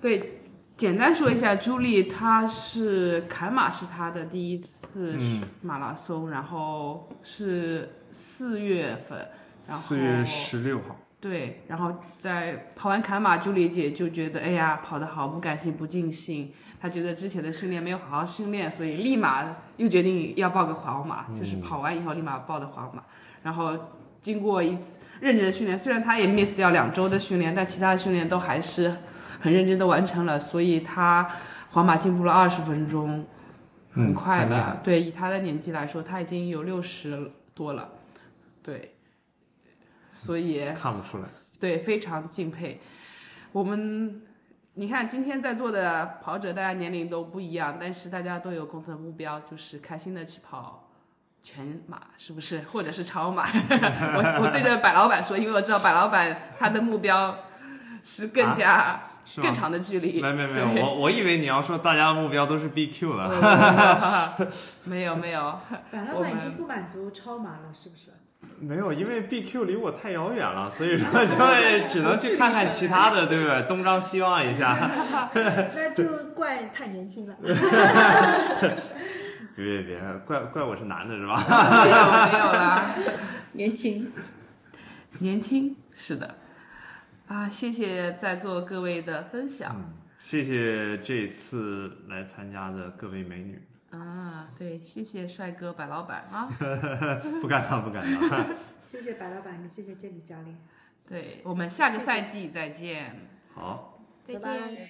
Speaker 1: 对，简单说一下，朱莉她是坎马是她的第一次
Speaker 2: 嗯
Speaker 1: 马拉松，然后是四月份，然后
Speaker 2: 四月十六号，
Speaker 1: 对，然后在跑完坎马，朱莉姐就觉得，哎呀，跑得好不甘心不尽兴，她觉得之前的训练没有好好训练，所以立马又决定要报个黄马，就是跑完以后立马报的黄马。然后经过一次认真的训练，虽然她也 miss 掉两周的训练，但其他的训练都还是很认真的完成了，所以她黄马进步了二十分钟，很快
Speaker 2: 很厉
Speaker 1: 的
Speaker 2: 害。
Speaker 1: 对，以她的年纪来说，她已经有六十多了，对，所以。
Speaker 2: 看不出来。
Speaker 1: 对，非常敬佩。我们你看，今天在座的跑者，大家年龄都不一样，但是大家都有共同目标，就是开心的去跑全马，是不是？或者是超马？ [laughs] 我我对着百老板说，因为我知道百老板他的目标是更加、
Speaker 2: 啊是吗
Speaker 1: 更长的距离。
Speaker 2: 没没没有，
Speaker 1: 对 [laughs]
Speaker 2: 我我以为你要说大家目标都是 BQ 的， [laughs]
Speaker 1: 没有没有，
Speaker 4: 百老
Speaker 1: 我
Speaker 4: 板已
Speaker 1: 们
Speaker 4: 经不满足超马了，是
Speaker 3: [laughs]
Speaker 4: 不是？
Speaker 2: 没有，因为 BQ 离我太遥远了，所以说就只能去看看其他的，对不对？东张西望一下。 [laughs]
Speaker 4: 那就怪太年轻了。
Speaker 2: 别别别，怪怪我是男的是吧？ [laughs]
Speaker 1: 没有没有啦。
Speaker 3: 年轻，
Speaker 1: 年轻是的，啊，谢谢在座各位的分享。
Speaker 2: 谢谢这次来参加的各位美女，
Speaker 1: 啊，对，谢谢帅哥白老板啊！
Speaker 2: 不敢当不敢当。 [laughs]
Speaker 4: 谢谢白老板，也谢谢健美教练。
Speaker 1: 对我们下个赛季再见。
Speaker 2: 好。
Speaker 3: 再
Speaker 4: 拜拜
Speaker 3: 见。